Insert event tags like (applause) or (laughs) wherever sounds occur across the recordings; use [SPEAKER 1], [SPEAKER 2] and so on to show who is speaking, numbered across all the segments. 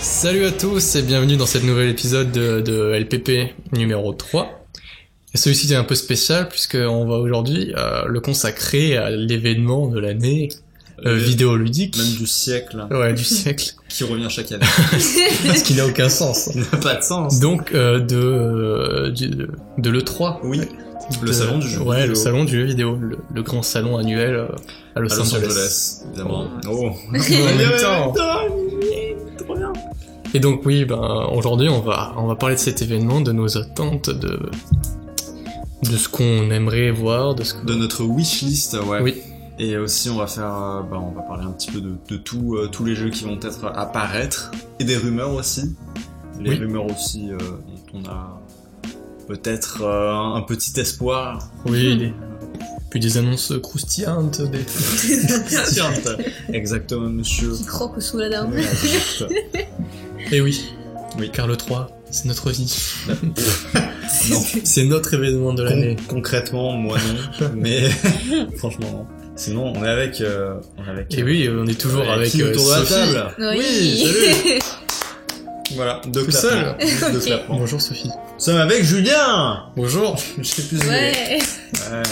[SPEAKER 1] Salut à tous et bienvenue dans cette nouvel épisode de, de LPP numéro 3. Et celui-ci est un peu spécial puisqu'on va aujourd'hui euh, le consacrer à l'événement de l'année euh,
[SPEAKER 2] Euh,
[SPEAKER 1] vidéoludique.
[SPEAKER 2] Même du siècle,
[SPEAKER 1] Ouais,
[SPEAKER 2] (laughs)
[SPEAKER 1] du siècle.
[SPEAKER 2] qui revient chaque année. (laughs)
[SPEAKER 1] Parce qu'il n'a aucun sens.
[SPEAKER 2] Ça n'a pas de sens.
[SPEAKER 1] Donc, euh, de, euh, du- de l'E3.
[SPEAKER 2] Oui,
[SPEAKER 1] De-
[SPEAKER 2] le salon du jeu
[SPEAKER 1] euh, Ouais,
[SPEAKER 2] vidéo
[SPEAKER 1] le salon du jeu vidéo. Le, le grand salon annuel euh, à Los,
[SPEAKER 2] à Los
[SPEAKER 1] Angeles.
[SPEAKER 2] Angeles, évidemment. Oh,
[SPEAKER 1] (laughs) En même temps. Et donc oui, ben aujourd'hui on va on va parler de cet événement, de nos attentes, de de ce qu'on aimerait voir, de ce que...
[SPEAKER 2] De notre wishlist, ouais.
[SPEAKER 1] Oui.
[SPEAKER 2] Et aussi, on va faire, euh, bah, on va parler un petit peu de, de tout, euh, tous les jeux qui vont être apparaître et des rumeurs aussi. Les
[SPEAKER 1] Oui.
[SPEAKER 2] rumeurs aussi euh, dont on a peut-être euh, un petit espoir. (laughs)
[SPEAKER 1] oui, des- puis des annonces croustillantes, des
[SPEAKER 2] Exactement, monsieur.
[SPEAKER 3] Qui croque sous la dame.
[SPEAKER 1] Et Eh oui,
[SPEAKER 2] Oui.
[SPEAKER 1] car le 3, c'est notre vie,
[SPEAKER 2] non.
[SPEAKER 1] c'est notre événement de
[SPEAKER 2] Con-
[SPEAKER 1] l'année.
[SPEAKER 2] concrètement, moi
[SPEAKER 1] (laughs)
[SPEAKER 2] non, mais (laughs) franchement non. Sinon, on est avec, euh, on est avec.
[SPEAKER 1] Et oui, euh, on est toujours
[SPEAKER 2] euh,
[SPEAKER 1] avec
[SPEAKER 2] qui
[SPEAKER 1] euh,
[SPEAKER 2] autour de la
[SPEAKER 1] Sophie.
[SPEAKER 2] table.
[SPEAKER 3] (laughs)
[SPEAKER 1] Oui,
[SPEAKER 2] Voilà, deux
[SPEAKER 1] Tout
[SPEAKER 2] clapements. Deux
[SPEAKER 3] Ok.
[SPEAKER 2] clapements.
[SPEAKER 1] Bonjour Sophie.
[SPEAKER 2] Nous sommes avec Julien.
[SPEAKER 1] Bonjour.
[SPEAKER 2] Je sais plus. où il est.
[SPEAKER 3] ouais.
[SPEAKER 2] Ouais.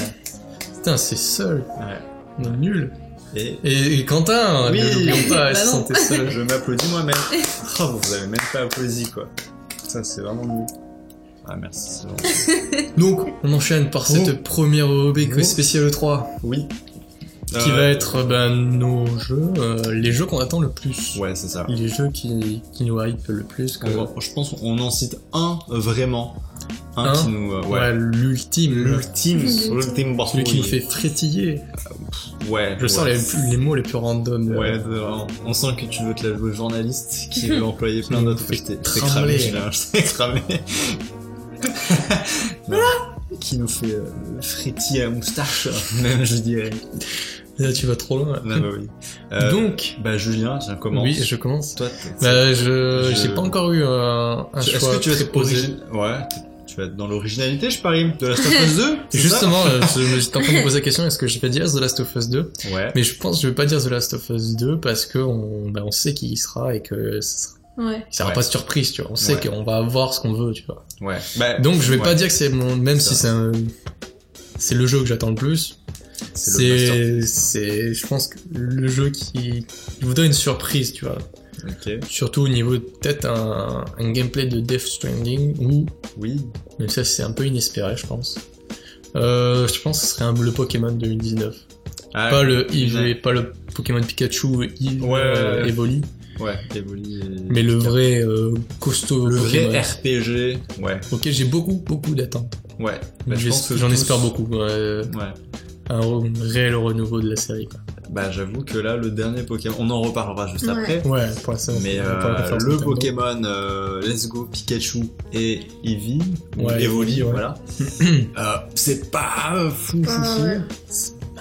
[SPEAKER 1] Putain, c'est seul.
[SPEAKER 2] Ouais.
[SPEAKER 1] On est nul. (laughs)
[SPEAKER 2] Et
[SPEAKER 1] Et, et Quentin,
[SPEAKER 2] Oui.
[SPEAKER 1] ne l'oublions pas,
[SPEAKER 3] Bah
[SPEAKER 1] elle se
[SPEAKER 3] non.
[SPEAKER 1] sentait seule.
[SPEAKER 2] je m'applaudis moi-même. Oh, vous avez même pas applaudi quoi. Ça, c'est vraiment nul. Ah merci. c'est gentil.
[SPEAKER 1] Donc, on enchaîne par cette
[SPEAKER 2] Oh.
[SPEAKER 1] première rubrique
[SPEAKER 2] Oh.
[SPEAKER 1] spéciale 3
[SPEAKER 2] Oui.
[SPEAKER 1] qui
[SPEAKER 2] Euh,
[SPEAKER 1] va être ben, nos jeux, euh, les jeux qu'on attend le plus.
[SPEAKER 2] Ouais, c'est ça.
[SPEAKER 1] Les jeux qui, qui nous hype le plus. que-
[SPEAKER 2] On va- je pense qu'on en cite un euh, vraiment, un,
[SPEAKER 1] Un
[SPEAKER 2] qui nous, euh,
[SPEAKER 1] ouais, l'ultime. le-
[SPEAKER 2] L'ultime, l'ultime
[SPEAKER 1] Celui qui nous
[SPEAKER 2] barbouille.
[SPEAKER 1] fait frétiller.
[SPEAKER 2] Ouais.
[SPEAKER 1] Je sens
[SPEAKER 2] ouais.
[SPEAKER 1] les, plus- les mots les plus random. euh,
[SPEAKER 2] Ouais, vraiment. on sent que tu veux te la jouer journaliste,
[SPEAKER 1] (laughs)
[SPEAKER 2] qui veut employer plein
[SPEAKER 1] Il
[SPEAKER 2] d'autres.
[SPEAKER 1] me fait
[SPEAKER 2] Je t'ai je t'ai
[SPEAKER 1] trembler.
[SPEAKER 2] cramé, Julien, je (laughs)
[SPEAKER 1] (laughs)
[SPEAKER 2] t'ai cramé. Ouais. qui nous fait euh, frétiller à moustache, (laughs) même
[SPEAKER 1] (laughs)
[SPEAKER 2] je dirais.
[SPEAKER 1] Là, tu vas trop loin.
[SPEAKER 2] Non, bah oui. Euh,
[SPEAKER 1] Donc,
[SPEAKER 2] bah Julien, tiens, comment
[SPEAKER 1] oui, je commence.
[SPEAKER 2] Toi, t'es-
[SPEAKER 1] Bah, je,
[SPEAKER 2] Je-
[SPEAKER 1] j'ai pas encore eu euh, un, un
[SPEAKER 2] tu- est-ce
[SPEAKER 1] choix
[SPEAKER 2] que tu vas
[SPEAKER 1] très
[SPEAKER 2] être
[SPEAKER 1] posé.
[SPEAKER 2] origi- Ouais, tu vas être dans l'originalité, je parie, de la Last of
[SPEAKER 1] (laughs)
[SPEAKER 2] Us 2. c'est ça
[SPEAKER 1] Justement,
[SPEAKER 2] (laughs)
[SPEAKER 1] euh, je- j'étais en train de me poser la question, est-ce que je vais dire The Last of Us 2
[SPEAKER 2] Ouais.
[SPEAKER 1] Mais je pense que je vais pas dire The Last of Us 2 parce que on, bah, on sait qui y sera et que ça sera,
[SPEAKER 3] Ouais.
[SPEAKER 1] ça sera
[SPEAKER 2] Ouais.
[SPEAKER 1] pas de surprise, tu vois. On sait
[SPEAKER 2] Ouais.
[SPEAKER 1] qu'on va avoir ce qu'on veut, tu vois.
[SPEAKER 2] Ouais. Bah,
[SPEAKER 1] Donc je vais
[SPEAKER 2] ouais,
[SPEAKER 1] pas dire que c'est mon, même si
[SPEAKER 2] C'est
[SPEAKER 1] c'est un, c'est le jeu que j'attends le plus.
[SPEAKER 2] C'est le master.
[SPEAKER 1] C'est, c'est, je pense que le jeu qui qui vous donne une surprise, tu vois.
[SPEAKER 2] Ok.
[SPEAKER 1] Surtout au niveau de- peut-être un, un gameplay de Death Stranding ou
[SPEAKER 2] Oui.
[SPEAKER 1] même ça c'est un peu inespéré, je pense. Euh, je pense que ce serait un, le Pokémon 2019.
[SPEAKER 2] Ah,
[SPEAKER 1] Pas le Yves
[SPEAKER 2] ouais.
[SPEAKER 1] et pas le Pokémon Pikachu Yves
[SPEAKER 2] Ouais, ouais,
[SPEAKER 1] euh,
[SPEAKER 2] ouais.
[SPEAKER 1] Evoli,
[SPEAKER 2] Ouais, Evoli et-
[SPEAKER 1] mais le vrai euh, costaud
[SPEAKER 2] Le
[SPEAKER 1] Pokémon,
[SPEAKER 2] vrai RPG. Ouais.
[SPEAKER 1] auquel j'ai beaucoup beaucoup d'attentes.
[SPEAKER 2] Ouais. Bah,
[SPEAKER 1] J'es-
[SPEAKER 2] je pense que
[SPEAKER 1] J'en
[SPEAKER 2] tous-
[SPEAKER 1] espère beaucoup. euh,
[SPEAKER 2] Ouais.
[SPEAKER 1] un re- réel renouveau de la série. Quoi.
[SPEAKER 2] Bah j'avoue que là le dernier Pokémon, on en reparlera juste
[SPEAKER 3] Ouais.
[SPEAKER 2] après.
[SPEAKER 1] Ouais, pour l'instant.
[SPEAKER 2] Mais
[SPEAKER 1] on
[SPEAKER 2] euh,
[SPEAKER 1] peut pas faire
[SPEAKER 2] le
[SPEAKER 1] ça,
[SPEAKER 2] Pokémon euh, Let's Go Pikachu et Eevee, ou
[SPEAKER 1] Ouais,
[SPEAKER 2] Evoli,
[SPEAKER 1] Eevee, ouais. (clears throat)
[SPEAKER 2] voilà. euh, c'est pas euh, fou fou
[SPEAKER 3] Ah,
[SPEAKER 2] fou.
[SPEAKER 3] ouais.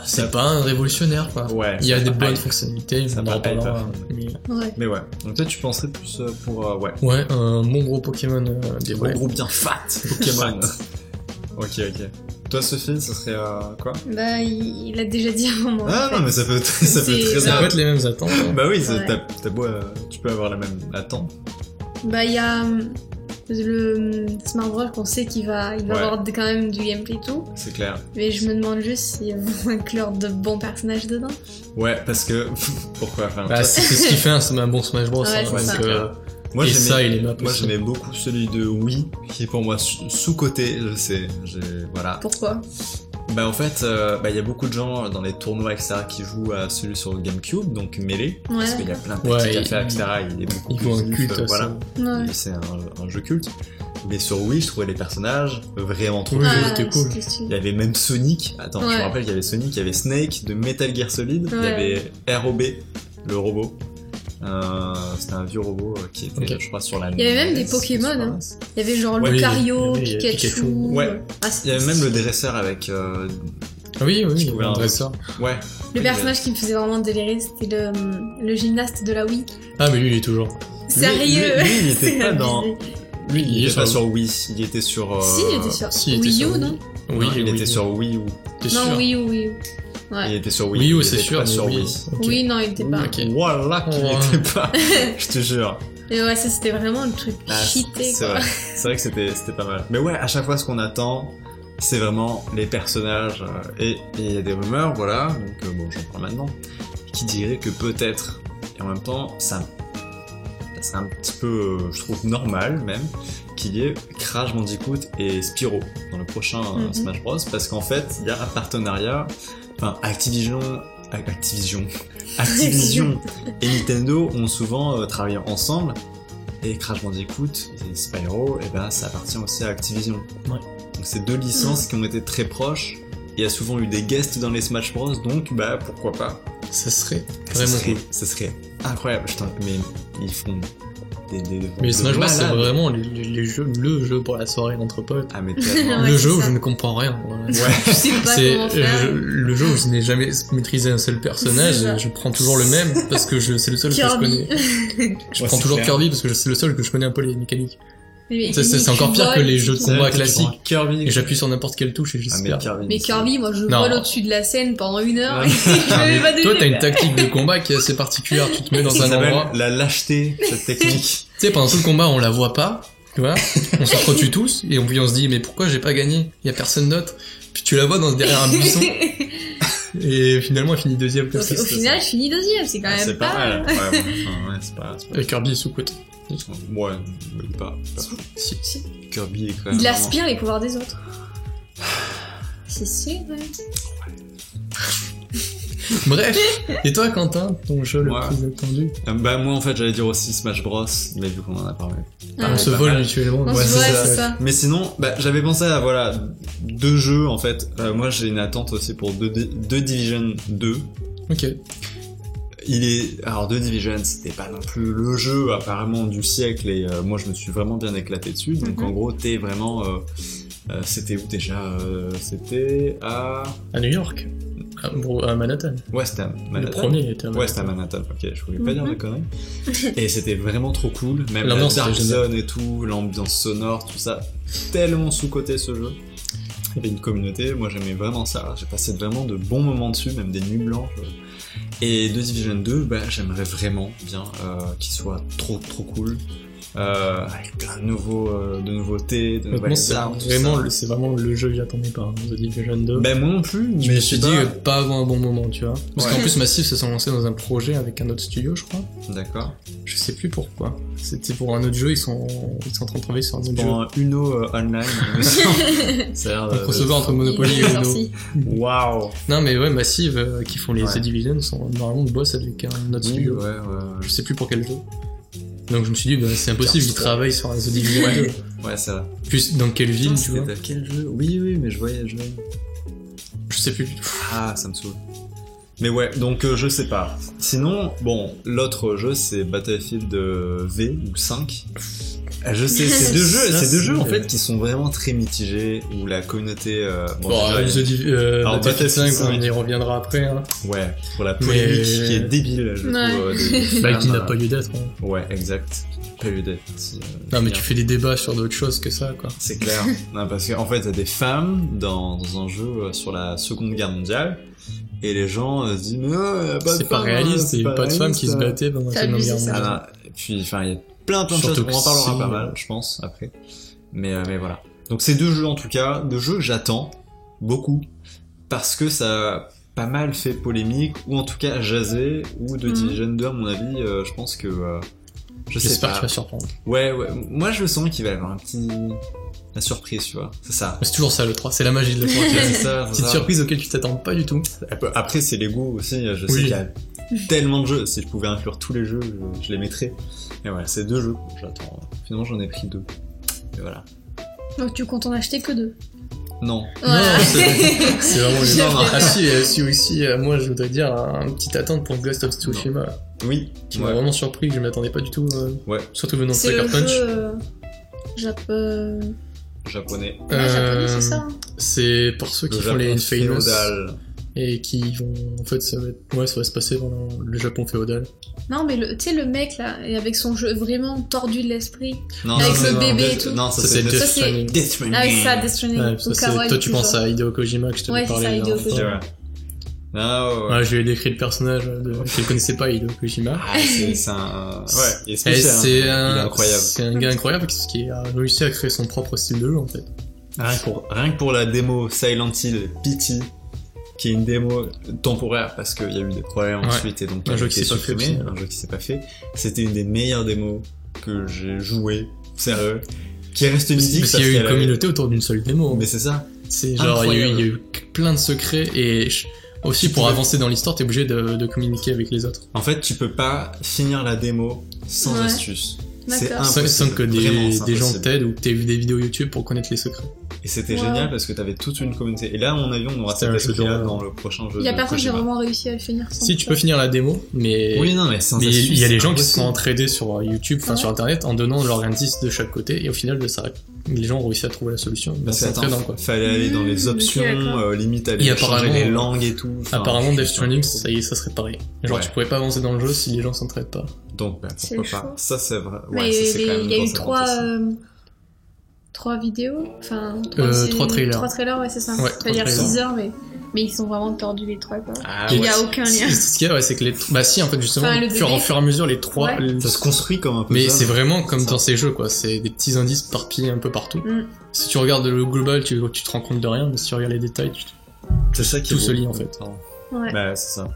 [SPEAKER 1] C'est pas un révolutionnaire, quoi.
[SPEAKER 2] Ouais.
[SPEAKER 1] Il y a
[SPEAKER 2] ça
[SPEAKER 1] des
[SPEAKER 2] va
[SPEAKER 1] bonnes
[SPEAKER 2] hype.
[SPEAKER 1] fonctionnalités, on
[SPEAKER 2] Ça
[SPEAKER 1] en
[SPEAKER 2] va pas être
[SPEAKER 1] reparlera,
[SPEAKER 2] à fond.
[SPEAKER 1] mais-
[SPEAKER 3] Ouais.
[SPEAKER 2] Mais ouais. Donc toi tu penserais plus euh, pour euh, ouais,
[SPEAKER 1] Ouais, un bon gros Pokémon. euh,
[SPEAKER 2] des gros
[SPEAKER 1] ouais.
[SPEAKER 2] groupes bien fat Pokémon. (laughs) ok ok. Toi Sophie, ça serait euh, quoi
[SPEAKER 3] Bah, il, il a déjà dit avant moi.
[SPEAKER 2] Ah
[SPEAKER 3] en fait.
[SPEAKER 2] non mais ça peut être, (laughs) ça peut être
[SPEAKER 3] C'est-
[SPEAKER 2] très
[SPEAKER 1] Ça
[SPEAKER 3] Ouais.
[SPEAKER 1] peut être les mêmes attentes. hein.
[SPEAKER 2] Bah oui, c'est-
[SPEAKER 3] Ouais.
[SPEAKER 2] t'as t'as beau, euh, tu peux avoir la même attente.
[SPEAKER 3] Bah, il y a hum, le hum, Smart Bros qu'on sait qu'il va, il va
[SPEAKER 2] Ouais.
[SPEAKER 3] avoir d- quand même du gameplay et tout.
[SPEAKER 2] C'est clair.
[SPEAKER 3] Mais je me demande juste (laughs) s'ils vont inclure de bons personnages dedans.
[SPEAKER 2] Ouais, parce que (laughs) pourquoi enfin,
[SPEAKER 1] Bah,
[SPEAKER 2] toi,
[SPEAKER 1] c'est c'est ce qui fait un, un bon Smash Bros.
[SPEAKER 3] Ouais,
[SPEAKER 1] hein,
[SPEAKER 3] c'est
[SPEAKER 1] donc,
[SPEAKER 3] ça.
[SPEAKER 1] euh,
[SPEAKER 2] moi
[SPEAKER 1] et
[SPEAKER 2] j'aimais
[SPEAKER 1] ça, il est map
[SPEAKER 2] moi
[SPEAKER 1] aussi.
[SPEAKER 2] j'aimais beaucoup celui de Wii qui est pour moi sous côté, je sais, j'ai- voilà.
[SPEAKER 3] Pourquoi
[SPEAKER 2] Bah en fait, euh, bah il y a beaucoup de gens dans les tournois etc qui jouent à celui sur GameCube donc mêlé
[SPEAKER 3] Ouais.
[SPEAKER 2] parce qu'il y a plein de
[SPEAKER 1] Ouais,
[SPEAKER 2] tactiques à
[SPEAKER 1] il-
[SPEAKER 2] faire etc. Il est beaucoup
[SPEAKER 1] il faut un
[SPEAKER 2] plus vif,
[SPEAKER 1] culte.
[SPEAKER 2] euh,
[SPEAKER 1] ça.
[SPEAKER 2] voilà.
[SPEAKER 3] Ouais.
[SPEAKER 2] Et C'est un, un jeu culte. Mais sur Wii, je trouvais les personnages vraiment trop
[SPEAKER 1] Oui,
[SPEAKER 2] cool.
[SPEAKER 1] c'était cool.
[SPEAKER 3] Ah, c'était stylé.
[SPEAKER 2] Il y avait même Sonic. Attends, je
[SPEAKER 3] Ouais.
[SPEAKER 2] me rappelle, il y avait Sonic, il y avait Snake de Metal Gear Solid,
[SPEAKER 3] Ouais.
[SPEAKER 2] il y avait ROB, le robot. Euh, c'était un vieux robot euh, qui était,
[SPEAKER 1] Ok.
[SPEAKER 2] je crois, sur la.
[SPEAKER 3] Il y avait même des
[SPEAKER 2] NES, sur
[SPEAKER 3] Pokémon,
[SPEAKER 2] la
[SPEAKER 3] hein.
[SPEAKER 2] NES.
[SPEAKER 3] Il y avait genre
[SPEAKER 2] Ouais,
[SPEAKER 3] Lucario,
[SPEAKER 1] il y avait
[SPEAKER 3] Pikachu.
[SPEAKER 1] Pikachu.
[SPEAKER 2] Ouais.
[SPEAKER 3] Ah, c'était
[SPEAKER 2] Il y avait même le
[SPEAKER 3] stylé.
[SPEAKER 2] dresseur avec. euh,
[SPEAKER 1] Ah Oui, oui, oui,
[SPEAKER 2] trouvais
[SPEAKER 1] un
[SPEAKER 2] un-
[SPEAKER 1] dresseur.
[SPEAKER 2] Ouais.
[SPEAKER 3] Le personnage qui me faisait vraiment délirer, c'était le, hum, le gymnaste de la Wii.
[SPEAKER 1] Ah, mais lui, il est toujours.
[SPEAKER 3] Sérieux
[SPEAKER 2] Lui, lui, il était
[SPEAKER 3] (laughs) C'est
[SPEAKER 2] pas
[SPEAKER 3] abusé.
[SPEAKER 2] dans. Lui,
[SPEAKER 1] Il
[SPEAKER 2] il
[SPEAKER 1] est
[SPEAKER 2] était pas
[SPEAKER 1] sur
[SPEAKER 2] sur Wii. Il était sur. euh,
[SPEAKER 3] Si, il était sur
[SPEAKER 1] si, il était
[SPEAKER 3] Wii
[SPEAKER 1] sur
[SPEAKER 3] U,
[SPEAKER 1] Wii.
[SPEAKER 3] non
[SPEAKER 1] Oui,
[SPEAKER 2] non, il
[SPEAKER 1] oui,
[SPEAKER 2] était
[SPEAKER 1] oui.
[SPEAKER 2] sur Wii ou.
[SPEAKER 1] T'es sûr
[SPEAKER 3] Non, Wii U, Wii U. Ouais.
[SPEAKER 2] Il était sur Wii.
[SPEAKER 1] Oui,
[SPEAKER 2] U,
[SPEAKER 1] oui,
[SPEAKER 2] il
[SPEAKER 1] c'est
[SPEAKER 2] était
[SPEAKER 1] sûr.
[SPEAKER 2] pas
[SPEAKER 1] mais Oh.
[SPEAKER 2] sur
[SPEAKER 1] oui.
[SPEAKER 2] Wii.
[SPEAKER 1] Ok.
[SPEAKER 3] Oui, non, il était pas.
[SPEAKER 1] Ok.
[SPEAKER 3] (laughs)
[SPEAKER 2] Voilà qu'il
[SPEAKER 1] Ouais.
[SPEAKER 2] était pas. Je te jure.
[SPEAKER 3] Et ouais, ça c'était vraiment le truc
[SPEAKER 2] Ah,
[SPEAKER 3] cheaté.
[SPEAKER 2] C'est
[SPEAKER 3] quoi.
[SPEAKER 2] vrai. C'est vrai que c'était c'était pas mal. Mais ouais, à chaque fois, ce qu'on attend, c'est vraiment les personnages. euh, et et il y a des rumeurs, voilà. Donc euh, bon, j'en parle maintenant. Qui dirait que peut-être. Et en même temps, ça, ça serait un petit peu, euh, je trouve, normal même, qu'il y ait Crash Bandicoot et Spyro dans le prochain euh,
[SPEAKER 3] Mhm.
[SPEAKER 2] Smash Bros. Parce qu'en fait, il y a un partenariat. Enfin, Activision. Ac- Activision.
[SPEAKER 3] (laughs)
[SPEAKER 2] Activision et Nintendo ont souvent euh, travaillé ensemble. Et Crash Bandicoot et Spyro, et ben, ça appartient aussi à Activision.
[SPEAKER 1] Ouais.
[SPEAKER 2] Donc c'est deux licences qui ont été très proches. Il y a souvent eu des guests dans les Smash Bros, donc bah pourquoi pas.
[SPEAKER 1] Ça serait
[SPEAKER 2] Ça
[SPEAKER 1] vraiment
[SPEAKER 2] serait,
[SPEAKER 1] cool.
[SPEAKER 2] ça serait incroyable. Putain, mais ils font des. des, des-
[SPEAKER 1] Mais
[SPEAKER 2] de
[SPEAKER 1] Smash Bros, c'est
[SPEAKER 2] malades.
[SPEAKER 1] vraiment les, les- les jeux, le jeu pour la soirée entre potes.
[SPEAKER 2] Ah,
[SPEAKER 3] (laughs)
[SPEAKER 2] mais tellement.
[SPEAKER 3] Ouais,
[SPEAKER 1] le
[SPEAKER 3] c'est
[SPEAKER 1] jeu où
[SPEAKER 3] ça.
[SPEAKER 1] je ne comprends rien. voilà.
[SPEAKER 3] (laughs) Je sais pas
[SPEAKER 1] C'est
[SPEAKER 3] comment faire.
[SPEAKER 1] euh, je- le jeu où je n'ai jamais maîtrisé un seul
[SPEAKER 3] C'est
[SPEAKER 1] personnage.
[SPEAKER 3] ça.
[SPEAKER 1] Je prends toujours le même parce que je- c'est le seul que je
[SPEAKER 3] Kirby.
[SPEAKER 1] connais. Je prends toujours Kirby parce que c'est le seul que je connais un peu les mécaniques.
[SPEAKER 3] (laughs) Mais
[SPEAKER 1] Ça, c'est- c'est
[SPEAKER 3] tu
[SPEAKER 1] encore pire
[SPEAKER 3] voles
[SPEAKER 1] que
[SPEAKER 3] et
[SPEAKER 1] les
[SPEAKER 3] tout.
[SPEAKER 1] jeux de combat classiques.
[SPEAKER 2] Kirby.
[SPEAKER 1] Et j'appuie sur n'importe quelle touche et
[SPEAKER 2] Ah, mais
[SPEAKER 1] j'espère.
[SPEAKER 2] Kirby.
[SPEAKER 3] Mais
[SPEAKER 2] c'est-
[SPEAKER 3] Kirby, moi je
[SPEAKER 1] Non.
[SPEAKER 3] vole au-dessus de la scène pendant une heure
[SPEAKER 2] Ouais.
[SPEAKER 3] (laughs) et je
[SPEAKER 2] Ah,
[SPEAKER 3] vais
[SPEAKER 2] mais
[SPEAKER 3] pas
[SPEAKER 1] Toi, t'as une
[SPEAKER 3] deviner.
[SPEAKER 1] tactique de combat qui est assez particulière. Tu te mets dans
[SPEAKER 2] Ça
[SPEAKER 1] un
[SPEAKER 2] s'appelle
[SPEAKER 1] endroit.
[SPEAKER 2] La lâcheté,
[SPEAKER 3] (laughs)
[SPEAKER 2] cette technique.
[SPEAKER 1] Tu sais, pendant tout le combat, on la voit pas. Tu vois
[SPEAKER 3] (laughs)
[SPEAKER 1] On s'entretue tous et on, puis on se dit, mais pourquoi j'ai pas gagné Il y a personne d'autre. Puis tu la vois dans, derrière un
[SPEAKER 3] (laughs)
[SPEAKER 1] buisson et finalement, elle finit deuxième comme
[SPEAKER 3] Donc,
[SPEAKER 1] ça.
[SPEAKER 3] au final, je finis deuxième, c'est quand
[SPEAKER 2] Ah,
[SPEAKER 3] même
[SPEAKER 2] c'est pas
[SPEAKER 3] Ben, pas.
[SPEAKER 2] mal. Ouais, ouais, ouais, c'est pas. c'est pas-
[SPEAKER 1] Et Kirby est sous-côté.
[SPEAKER 2] Ouais, il est pas. c'est pas-
[SPEAKER 1] Si.
[SPEAKER 2] Kirby est quand même.
[SPEAKER 3] Il
[SPEAKER 2] vraiment-
[SPEAKER 3] aspire les pouvoirs des autres. C'est sûr, ouais. (laughs)
[SPEAKER 1] Bref. Et toi, Quentin, ton jeu le
[SPEAKER 2] Moi.
[SPEAKER 1] plus attendu
[SPEAKER 2] Euh, Bah moi en fait j'allais dire aussi Smash Bros, mais vu qu'on en a parlé.
[SPEAKER 3] Ah,
[SPEAKER 1] On se
[SPEAKER 2] pas
[SPEAKER 1] vole
[SPEAKER 2] mal.
[SPEAKER 1] mutuellement.
[SPEAKER 3] On
[SPEAKER 1] Ouais,
[SPEAKER 3] se
[SPEAKER 1] c'est
[SPEAKER 3] voit,
[SPEAKER 1] ça.
[SPEAKER 3] c'est ça.
[SPEAKER 2] Mais sinon, bah, j'avais pensé à voilà deux jeux en fait. Euh, moi j'ai une attente aussi pour deux, Di- deux Division 2.
[SPEAKER 1] Ok.
[SPEAKER 2] Il est alors deux Division, c'était pas non plus le jeu apparemment du siècle et euh, moi je me suis vraiment bien éclaté dessus. Donc
[SPEAKER 3] Mhm.
[SPEAKER 2] en gros t'es vraiment euh, euh, c'était où déjà Euh, C'était à
[SPEAKER 1] À New York. À, Bro- à Manhattan.
[SPEAKER 2] West Ham.
[SPEAKER 1] Le
[SPEAKER 2] Manhattan.
[SPEAKER 1] premier était à
[SPEAKER 2] Ouais,
[SPEAKER 1] Manhattan.
[SPEAKER 2] c'était à Manhattan, ok, je voulais pas dire
[SPEAKER 3] Mhm.
[SPEAKER 2] des conneries. Et c'était vraiment trop cool, même la
[SPEAKER 1] L'ambiance
[SPEAKER 2] Dark
[SPEAKER 1] était géniale.
[SPEAKER 2] Zone et tout, l'ambiance sonore, tout ça, tellement sous-côté ce jeu. Il y avait une communauté, moi j'aimais vraiment ça, j'ai passé vraiment de bons moments dessus, même des nuits blanches. Et The Division 2, bah, j'aimerais vraiment bien euh, qu'il soit trop trop cool. Euh, avec plein de, nouveaux, euh, de nouveautés, de
[SPEAKER 1] Honnêtement,
[SPEAKER 2] nouvelles
[SPEAKER 1] c'est
[SPEAKER 2] armes, tout
[SPEAKER 1] vraiment,
[SPEAKER 2] ça.
[SPEAKER 1] le- c'est vraiment le jeu que j'attendais pas. hein, The Division 2.
[SPEAKER 2] Ben moi non plus,
[SPEAKER 1] Je me suis dit
[SPEAKER 2] pas-
[SPEAKER 1] euh, pas avant un bon moment, tu vois. Parce
[SPEAKER 2] Ouais.
[SPEAKER 1] qu'en plus, Massive se sont lancés dans un projet avec un autre studio, je crois.
[SPEAKER 2] D'accord.
[SPEAKER 1] Je sais plus pourquoi. C'était pour un autre jeu, ils sont, ils sont en train de travailler sur un autre jeu.
[SPEAKER 2] Pour un euh, Uno euh, online, il
[SPEAKER 1] (laughs)
[SPEAKER 2] me semble. ça a l'air
[SPEAKER 1] Un
[SPEAKER 2] de-
[SPEAKER 1] crossover entre Monopoly
[SPEAKER 3] Il
[SPEAKER 1] et
[SPEAKER 3] est
[SPEAKER 1] Uno.
[SPEAKER 3] sorti.
[SPEAKER 2] Waouh
[SPEAKER 1] Non, mais ouais, Massive, euh, qui font les
[SPEAKER 2] Ouais.
[SPEAKER 1] The Division, sont, normalement, bossent avec un autre
[SPEAKER 2] Oui,
[SPEAKER 1] studio.
[SPEAKER 2] ouais, ouais.
[SPEAKER 1] Je sais plus pour quel jeu. Donc je me suis dit, bah, c'est impossible, ils
[SPEAKER 2] Cars
[SPEAKER 1] travaillent sur un The Division
[SPEAKER 2] Ouais,
[SPEAKER 1] 2.
[SPEAKER 2] ouais, ça va.
[SPEAKER 1] Plus dans quelle ville, tu
[SPEAKER 2] C'était
[SPEAKER 1] vois.
[SPEAKER 2] à quel jeu Oui, oui, mais je voyais, je voyais.
[SPEAKER 1] Je sais plus. Pff,
[SPEAKER 2] Ah, ça me saoule. Mais ouais, donc euh, je sais pas. Sinon, bon, l'autre jeu c'est Battlefield euh, V ou 5. Euh, Je sais, (laughs) c'est deux jeux,
[SPEAKER 1] Ça,
[SPEAKER 2] c'est deux
[SPEAKER 1] c'est-
[SPEAKER 2] jeux en fait qui sont vraiment très mitigés où la communauté. euh, bon,
[SPEAKER 1] Bon,
[SPEAKER 2] déjà,
[SPEAKER 1] euh, The Div- euh,
[SPEAKER 2] Alors,
[SPEAKER 1] Battlefield
[SPEAKER 2] Battlefield
[SPEAKER 1] 5, on
[SPEAKER 2] 5.
[SPEAKER 1] y reviendra après. Hein.
[SPEAKER 2] Ouais, pour la polémique
[SPEAKER 1] Mais-
[SPEAKER 2] qui est débile, je
[SPEAKER 3] Ouais.
[SPEAKER 2] trouve. euh, (laughs) des- des
[SPEAKER 1] Bah, qui
[SPEAKER 2] flammes,
[SPEAKER 1] n'a pas lieu d'être. hein.
[SPEAKER 2] euh, Ouais, exact. Pas eu d'être. si, euh,
[SPEAKER 1] Non, mais
[SPEAKER 2] Julien.
[SPEAKER 1] tu fais des débats sur d'autres choses que ça, quoi.
[SPEAKER 2] C'est
[SPEAKER 1] (laughs)
[SPEAKER 2] clair. non, parce qu'en fait, il y a des femmes dans, dans un jeu euh, sur la Seconde Guerre mondiale, et les gens euh, se disent, mais euh, y a pas de
[SPEAKER 1] C'est pas
[SPEAKER 2] femmes,
[SPEAKER 1] réaliste,
[SPEAKER 2] c'est
[SPEAKER 1] il y a pas de femmes
[SPEAKER 2] réaliste,
[SPEAKER 1] qui se
[SPEAKER 2] euh.
[SPEAKER 1] battaient pendant la
[SPEAKER 3] T'as
[SPEAKER 1] Seconde
[SPEAKER 3] abusé,
[SPEAKER 1] Guerre
[SPEAKER 3] ça.
[SPEAKER 2] Ah,
[SPEAKER 1] mondiale.
[SPEAKER 2] non. Et puis, enfin, il y a plein plein de
[SPEAKER 1] Surtout
[SPEAKER 2] choses.
[SPEAKER 1] que
[SPEAKER 2] On en parlera
[SPEAKER 1] si-
[SPEAKER 2] pas mal, je pense, après. Mais, euh, mais voilà. Donc, ces deux jeux, en tout cas, deux jeux que j'attends beaucoup, parce que ça a pas mal fait polémique, ou en tout cas jaser, ou de
[SPEAKER 1] Mm.
[SPEAKER 3] Mhm.
[SPEAKER 2] Division 2, à mon avis, euh, je pense que... euh, je sais
[SPEAKER 1] J'espère que
[SPEAKER 2] pas.
[SPEAKER 1] tu vas surprendre.
[SPEAKER 2] Ouais, ouais. Moi, je sens qu'il va y avoir un petit... La surprise, tu vois. C'est ça.
[SPEAKER 1] Mais C'est toujours ça le 3, c'est la magie
[SPEAKER 3] (laughs)
[SPEAKER 1] de le 3.
[SPEAKER 2] Ouais, c'est ça,
[SPEAKER 1] (laughs)
[SPEAKER 2] c'est
[SPEAKER 1] Petite
[SPEAKER 2] ça.
[SPEAKER 1] surprise auquel tu t'attends pas du tout.
[SPEAKER 2] Après- Après, c'est les goûts aussi. Je sais
[SPEAKER 1] Oui.
[SPEAKER 2] qu'il y a tellement de jeux. Si je pouvais inclure tous les jeux, je, je les mettrais. Mais voilà, c'est deux jeux. que J'attends. Finalement, j'en ai pris deux. Et voilà.
[SPEAKER 3] Donc tu comptes en acheter que deux.
[SPEAKER 2] Non.
[SPEAKER 3] Voilà. (laughs)
[SPEAKER 1] c'est c'est vraiment
[SPEAKER 3] Je
[SPEAKER 1] les
[SPEAKER 2] Non, non,
[SPEAKER 1] Ah
[SPEAKER 3] préfère.
[SPEAKER 1] si, euh, si aussi, euh, moi je voudrais dire un petit attente pour Ghost of Tsushima,
[SPEAKER 2] Oui.
[SPEAKER 1] qui m'a
[SPEAKER 2] Ouais.
[SPEAKER 1] vraiment surpris, que je m'attendais pas du tout, euh,
[SPEAKER 2] Ouais.
[SPEAKER 1] surtout venant de
[SPEAKER 3] C'est le
[SPEAKER 1] Sucker Punch.
[SPEAKER 3] jeu euh, Jap- euh,
[SPEAKER 2] Japonais.
[SPEAKER 3] ouais, japonais, c'est ça. hein.
[SPEAKER 1] Euh, c'est pour ceux qui
[SPEAKER 2] Le
[SPEAKER 1] font les
[SPEAKER 2] Japon
[SPEAKER 1] Infamous
[SPEAKER 2] féodal.
[SPEAKER 1] et qui vont en fait ça va, être- ouais, ça va se passer dans le Japon féodal.
[SPEAKER 3] Non, mais le- tu sais, le mec là, et avec son jeu vraiment tordu de l'esprit.
[SPEAKER 2] Non,
[SPEAKER 3] Avec
[SPEAKER 2] ça,
[SPEAKER 3] le
[SPEAKER 2] non,
[SPEAKER 3] bébé
[SPEAKER 2] Death-
[SPEAKER 3] et tout.
[SPEAKER 2] Non, ça,
[SPEAKER 1] Ça c'est
[SPEAKER 2] Death-
[SPEAKER 1] Death
[SPEAKER 3] Ça, c'est-
[SPEAKER 1] Stranding.
[SPEAKER 2] Death Stranding.
[SPEAKER 3] Ah oui, ça, Death Stranding.
[SPEAKER 1] Ouais,
[SPEAKER 3] ou
[SPEAKER 1] ça, c'est-
[SPEAKER 3] Kawaii,
[SPEAKER 1] toi tu
[SPEAKER 3] toujours.
[SPEAKER 1] penses à Hideo Kojima que je t'avais
[SPEAKER 3] Ouais, c'est
[SPEAKER 1] parlé.
[SPEAKER 3] ça,
[SPEAKER 1] la
[SPEAKER 3] Hideo
[SPEAKER 1] dernière fois.
[SPEAKER 2] Ok, ouais. Ah, ouais, ouais.
[SPEAKER 1] Ouais, je lui ai décrit le personnage de... qu'elle connaissait pas, Hideo Kojima.
[SPEAKER 2] Ah, c'est c'est un. Ouais, il est
[SPEAKER 1] Et
[SPEAKER 2] spécial. hein.
[SPEAKER 1] Eh, c'est
[SPEAKER 2] Il est
[SPEAKER 1] un,
[SPEAKER 2] incroyable.
[SPEAKER 1] c'est un gars incroyable qui, qui a réussi à créer son propre style de jeu en fait.
[SPEAKER 2] Rien que pour, rien que pour la démo Silent Hill Pity, qui est une démo temporaire parce qu'il y a eu des problèmes
[SPEAKER 1] Ouais.
[SPEAKER 2] ensuite et donc
[SPEAKER 1] Un
[SPEAKER 2] elle
[SPEAKER 1] jeu
[SPEAKER 2] a
[SPEAKER 1] qui
[SPEAKER 2] été
[SPEAKER 1] s'est pas fait
[SPEAKER 2] supprimée,
[SPEAKER 1] aussi.
[SPEAKER 2] un jeu qui s'est pas fait. C'était une des meilleures démos que j'ai joué, sérieux, qui est restée
[SPEAKER 1] Parce
[SPEAKER 2] mythique
[SPEAKER 1] parce qu'il y a eu
[SPEAKER 2] qu'elle
[SPEAKER 1] une
[SPEAKER 2] avait-
[SPEAKER 1] communauté autour d'une seule démo.
[SPEAKER 2] Mais c'est ça.
[SPEAKER 1] C'est genre, il y, a eu-
[SPEAKER 2] Incroyable.
[SPEAKER 1] il y a eu plein de secrets et je- aussi
[SPEAKER 2] Tu
[SPEAKER 1] pour
[SPEAKER 2] pouvais-
[SPEAKER 1] avancer dans l'histoire, t'es obligé de, de communiquer avec les autres.
[SPEAKER 2] En fait, tu peux pas finir la démo sans
[SPEAKER 3] Ouais.
[SPEAKER 2] astuce. C'est
[SPEAKER 3] D'accord.
[SPEAKER 1] Sans,
[SPEAKER 2] impossible.
[SPEAKER 1] sans que des,
[SPEAKER 2] Vraiment, c'est
[SPEAKER 1] des gens
[SPEAKER 2] impossible.
[SPEAKER 1] t'aident ou que t'aies vu des vidéos YouTube pour connaître les secrets.
[SPEAKER 2] Et c'était
[SPEAKER 3] Wow.
[SPEAKER 2] génial parce que t'avais toute une communauté. Et là, à mon avis, on aura
[SPEAKER 1] C'était
[SPEAKER 2] cette
[SPEAKER 1] un jeu
[SPEAKER 2] astuce-là
[SPEAKER 1] d'horreur.
[SPEAKER 2] dans le prochain jeu.
[SPEAKER 3] Il y a
[SPEAKER 2] de
[SPEAKER 3] personne qui a
[SPEAKER 2] Kojima.
[SPEAKER 3] vraiment réussi à le finir sans
[SPEAKER 1] Si tu peux finir la démo, mais
[SPEAKER 2] Oui, non, mais sans
[SPEAKER 1] mais
[SPEAKER 2] astuce,
[SPEAKER 1] il y a
[SPEAKER 2] c'est
[SPEAKER 1] des gens qui se
[SPEAKER 2] impossible.
[SPEAKER 1] sont entraînés sur YouTube, enfin
[SPEAKER 3] Ouais.
[SPEAKER 1] sur Internet, en donnant leur indice de chaque côté et au final, ça, les gens ont réussi à trouver la solution.
[SPEAKER 2] Parce
[SPEAKER 1] c'est
[SPEAKER 2] que, attends,
[SPEAKER 1] entraînant quoi.
[SPEAKER 2] Bah, fallait aller dans les
[SPEAKER 3] Mmh,
[SPEAKER 2] options,
[SPEAKER 3] ok, d'accord.
[SPEAKER 2] euh, limite
[SPEAKER 1] Et
[SPEAKER 2] aller changer
[SPEAKER 1] apparemment,
[SPEAKER 2] les
[SPEAKER 1] euh,
[SPEAKER 2] langues et tout. Enfin,
[SPEAKER 1] Apparemment,
[SPEAKER 2] je
[SPEAKER 1] Death
[SPEAKER 2] sais
[SPEAKER 1] Stranding,
[SPEAKER 2] pas.
[SPEAKER 1] ça y est, ça serait pareil. Genre,
[SPEAKER 2] Ouais.
[SPEAKER 1] tu pourrais pas avancer dans le jeu si les gens s'entraident pas.
[SPEAKER 2] Donc, bah,
[SPEAKER 3] C'est
[SPEAKER 2] pourquoi
[SPEAKER 3] le
[SPEAKER 2] pas.
[SPEAKER 3] choix.
[SPEAKER 2] Ça, c'est vrai. Ouais,
[SPEAKER 3] Mais
[SPEAKER 2] ça,
[SPEAKER 3] mais
[SPEAKER 2] c'est quand même
[SPEAKER 3] il y a
[SPEAKER 2] dans
[SPEAKER 3] eu
[SPEAKER 2] sa
[SPEAKER 3] trois,
[SPEAKER 2] fantasy.
[SPEAKER 3] euh, trois vidéos, enfin
[SPEAKER 1] Euh,
[SPEAKER 3] c'est-
[SPEAKER 1] trois trailers.
[SPEAKER 3] Trois trailers, ouais, c'est ça.
[SPEAKER 1] Ouais,
[SPEAKER 3] Ça
[SPEAKER 1] trois
[SPEAKER 3] veut dire
[SPEAKER 1] trailers.
[SPEAKER 3] 6 heures, mais, mais ils sont vraiment tordus les trois, quoi.
[SPEAKER 2] Ah,
[SPEAKER 3] il y
[SPEAKER 2] ouais.
[SPEAKER 3] a aucun lien.
[SPEAKER 1] Ce ce qu'il y a, ouais, c'est que les. Bah, si, en fait, justement,
[SPEAKER 3] Enfin,
[SPEAKER 1] au
[SPEAKER 3] le
[SPEAKER 1] fur,
[SPEAKER 3] début.
[SPEAKER 1] au fur et à mesure, les trois.
[SPEAKER 3] Ouais.
[SPEAKER 1] les-
[SPEAKER 2] Ça se construit comme un peu
[SPEAKER 1] Mais
[SPEAKER 2] ça.
[SPEAKER 1] c'est vraiment comme
[SPEAKER 2] Ça.
[SPEAKER 1] dans ces jeux, quoi. C'est des petits indices parpillés un peu partout.
[SPEAKER 3] Mm.
[SPEAKER 1] Si tu regardes le global, tu, tu te rends compte de rien, mais si tu regardes les détails, tu...
[SPEAKER 2] C'est ça qui est
[SPEAKER 1] tout se
[SPEAKER 2] beau.
[SPEAKER 1] lit, en fait.
[SPEAKER 3] Ouais.
[SPEAKER 2] Bah, c'est ça.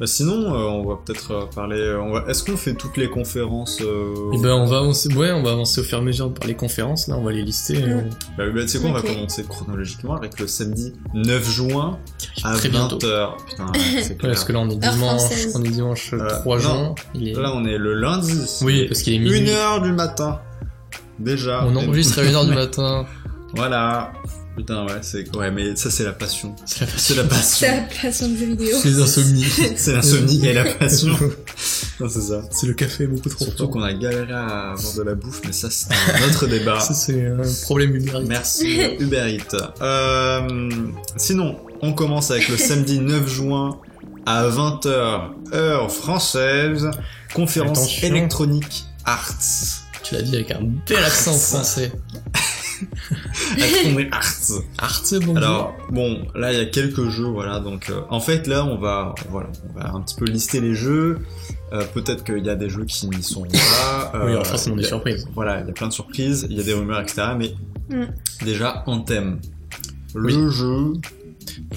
[SPEAKER 2] Bah, sinon, euh, on va peut-être euh, parler. euh, on va- Est-ce qu'on fait toutes les conférences euh,
[SPEAKER 1] Et ben, on va avancer. Ouais, on va avancer au fur et à mesure par les conférences. Là, on va les lister. euh, et
[SPEAKER 3] Mm.
[SPEAKER 2] Bah, oui, bah, tu sais quoi, on va
[SPEAKER 3] Ok.
[SPEAKER 2] commencer chronologiquement avec le samedi 9 juin
[SPEAKER 1] on-
[SPEAKER 2] à
[SPEAKER 1] Très bientôt.
[SPEAKER 2] 20h.
[SPEAKER 3] (laughs)
[SPEAKER 2] Putain, ouais, c'est
[SPEAKER 1] Ouais,
[SPEAKER 2] clair.
[SPEAKER 1] parce que là, on est
[SPEAKER 3] Heure
[SPEAKER 1] dimanche.
[SPEAKER 3] française.
[SPEAKER 1] On est dimanche
[SPEAKER 2] Euh,
[SPEAKER 1] 3
[SPEAKER 2] non.
[SPEAKER 1] juin. Il est...
[SPEAKER 2] Là, on est le lundi.
[SPEAKER 1] Oui, parce qu'il est minuit.
[SPEAKER 2] Une heure du matin. Déjà.
[SPEAKER 1] On
[SPEAKER 2] Et-
[SPEAKER 1] enregistre à 1h
[SPEAKER 2] (laughs)
[SPEAKER 1] du matin.
[SPEAKER 2] Voilà. Putain, ouais, c'est. Ouais, mais ça, c'est la passion.
[SPEAKER 1] C'est la
[SPEAKER 2] C'est la passion.
[SPEAKER 3] (laughs) C'est la passion de jeux vidéo.
[SPEAKER 1] Les insomnies.
[SPEAKER 2] (laughs) C'est l'insomnie et la
[SPEAKER 1] (laughs)
[SPEAKER 2] passion. Non, c'est ça.
[SPEAKER 1] C'est le café beaucoup trop
[SPEAKER 2] Surtout
[SPEAKER 1] fort.
[SPEAKER 2] qu'on a galéré à avoir de la bouffe, mais ça, c'est un autre débat.
[SPEAKER 1] Ça, (laughs) c'est un problème numérique.
[SPEAKER 2] Merci, Uber Eats. Euh, sinon, on commence avec
[SPEAKER 1] (laughs)
[SPEAKER 2] le samedi 9 juin à 20h, heure française, conférence
[SPEAKER 1] Attention.
[SPEAKER 2] électronique arts.
[SPEAKER 1] Tu l'as dit avec un bel accent français.
[SPEAKER 2] Électronique arts.
[SPEAKER 1] Arte, bonjour.
[SPEAKER 2] Alors bon, là il y a quelques jeux, voilà. Donc euh, en fait là on va, voilà, on va un petit peu lister les jeux. Euh, Peut-être qu'il y a des jeux qui n'y sont pas.
[SPEAKER 1] (laughs) oui,
[SPEAKER 2] euh,
[SPEAKER 1] en France, on
[SPEAKER 2] il
[SPEAKER 1] est
[SPEAKER 2] y a-
[SPEAKER 1] surprise.
[SPEAKER 2] Voilà, il y a plein de surprises, il y a des rumeurs, etc. Mais
[SPEAKER 3] Mm.
[SPEAKER 2] déjà en thème, le jeu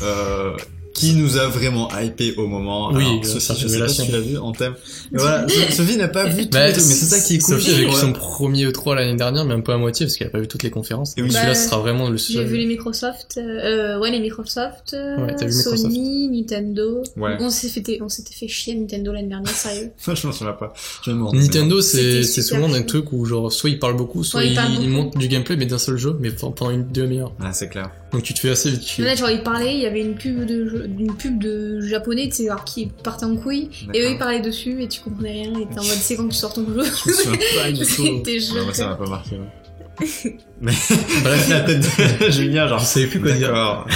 [SPEAKER 2] euh, qui nous a vraiment hypé au moment.
[SPEAKER 1] Oui, euh,
[SPEAKER 2] Sophie,
[SPEAKER 1] cette
[SPEAKER 2] je sais pas
[SPEAKER 1] révélation.
[SPEAKER 2] si tu l'as vu en thème. Mais
[SPEAKER 1] (laughs)
[SPEAKER 2] voilà, Sophie n'a pas vu. tous les trucs, mais c'est ça qui est cool.
[SPEAKER 1] Bah, Sophie a vécu
[SPEAKER 2] Ouais.
[SPEAKER 1] son premier E3 l'année dernière, mais un peu à moitié parce qu'elle a pas vu toutes les conférences.
[SPEAKER 2] Et oui.
[SPEAKER 1] celui-là,
[SPEAKER 3] Bah,
[SPEAKER 1] ce sera vraiment le
[SPEAKER 3] J'ai
[SPEAKER 1] seul.
[SPEAKER 3] vu les Microsoft, euh, euh, ouais, les Microsoft, euh,
[SPEAKER 1] Ouais, t'as vu Microsoft.
[SPEAKER 3] Sony, Nintendo.
[SPEAKER 2] Ouais.
[SPEAKER 3] On s'est fait, on s'était fait chier Nintendo l'année dernière, sérieux.
[SPEAKER 2] (laughs) Je m'en souviens pas. Je vais me renseigner.
[SPEAKER 1] Nintendo, c'est
[SPEAKER 3] C'était
[SPEAKER 1] c'est
[SPEAKER 3] super
[SPEAKER 1] souvent un
[SPEAKER 3] chaud.
[SPEAKER 1] truc où genre soit ils parlent beaucoup, soit
[SPEAKER 3] Ouais, ils
[SPEAKER 1] ils,
[SPEAKER 3] parlent
[SPEAKER 1] ils
[SPEAKER 3] beaucoup.
[SPEAKER 1] montent du gameplay mais d'un seul jeu, mais pendant une demi-heure.
[SPEAKER 2] Ah, c'est clair.
[SPEAKER 1] Donc tu te fais assez vite chier. (laughs)
[SPEAKER 3] Là, genre, ils parlaient, il y avait une pub de, jeu- d'une pub de japonais, tu sais, alors qui partait en couille, et eux
[SPEAKER 2] D'accord.
[SPEAKER 3] ils parlaient dessus, et tu comprenais rien, et t'es en mode, c'est quand que tu sors ton jeu.
[SPEAKER 2] Je
[SPEAKER 1] (laughs)
[SPEAKER 2] me souviens pas
[SPEAKER 3] (laughs)
[SPEAKER 2] du tout.
[SPEAKER 3] C'était chaud,
[SPEAKER 2] Ouais, moi, ça
[SPEAKER 3] quoi.
[SPEAKER 2] m'a pas marqué. hein. ouais.
[SPEAKER 1] Bref,
[SPEAKER 2] La (laughs) tête
[SPEAKER 1] (laughs)
[SPEAKER 2] de Julien, genre.
[SPEAKER 1] je savais plus quoi dire.
[SPEAKER 2] D'accord.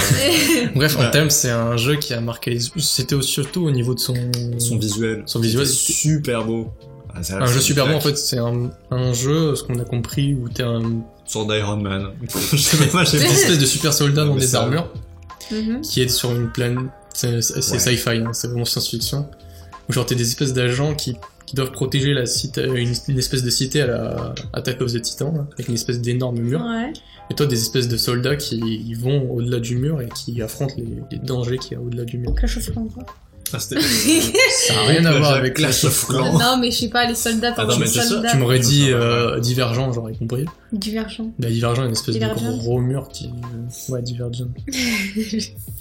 [SPEAKER 1] Bref, en
[SPEAKER 2] Ouais.
[SPEAKER 1] thème, c'est un jeu qui a marqué les. C'était surtout au niveau de son.
[SPEAKER 2] Son visuel.
[SPEAKER 1] Son visuel,
[SPEAKER 2] C'était super beau. Ah, c'est vrai
[SPEAKER 1] un
[SPEAKER 2] que
[SPEAKER 1] jeu
[SPEAKER 2] c'est
[SPEAKER 1] super
[SPEAKER 2] une
[SPEAKER 1] bon en
[SPEAKER 2] claque.
[SPEAKER 1] fait c'est un, un jeu ce qu'on a compris où
[SPEAKER 3] (laughs)
[SPEAKER 1] t'es un
[SPEAKER 2] Sort d'Iron Man.
[SPEAKER 1] (laughs)
[SPEAKER 2] je sais même pas, je
[SPEAKER 1] une
[SPEAKER 2] sais
[SPEAKER 1] espèce de super soldat
[SPEAKER 2] Non,
[SPEAKER 1] dans
[SPEAKER 2] mais
[SPEAKER 1] des
[SPEAKER 2] ça-
[SPEAKER 1] armures
[SPEAKER 2] (laughs)
[SPEAKER 3] Mhm.
[SPEAKER 1] qui est sur une planète c'est c'est- c'est
[SPEAKER 2] Ouais.
[SPEAKER 1] sci-fi hein, c'est vraiment science-fiction où genre t'es des espèces d'agents qui, qui doivent protéger la cité euh, une, une espèce de cité à la Attack of the Titan là, avec une espèce d'énorme mur
[SPEAKER 3] Ouais.
[SPEAKER 1] et toi des espèces de soldats qui ils vont au-delà du mur et qui affrontent les, les dangers qu'il y a au-delà du mur
[SPEAKER 3] Clash of Clans, quoi.
[SPEAKER 2] pas. Ah, c'était-
[SPEAKER 1] ça n'a
[SPEAKER 2] (laughs)
[SPEAKER 1] rien à
[SPEAKER 2] Clash
[SPEAKER 1] voir
[SPEAKER 2] of-
[SPEAKER 1] avec
[SPEAKER 2] Clash of Clans. Oh.
[SPEAKER 3] (laughs) Non, mais je sais pas, les soldats,
[SPEAKER 2] Ah non,
[SPEAKER 3] pendant
[SPEAKER 2] mais
[SPEAKER 3] les
[SPEAKER 2] c'est ça,
[SPEAKER 3] soldats,
[SPEAKER 1] tu m'aurais dit
[SPEAKER 2] Ouais.
[SPEAKER 1] euh, divergent j'aurais compris
[SPEAKER 3] divergent.
[SPEAKER 1] bah, divergent une espèce de
[SPEAKER 3] Divergent.
[SPEAKER 1] gros mur qui ouais divergent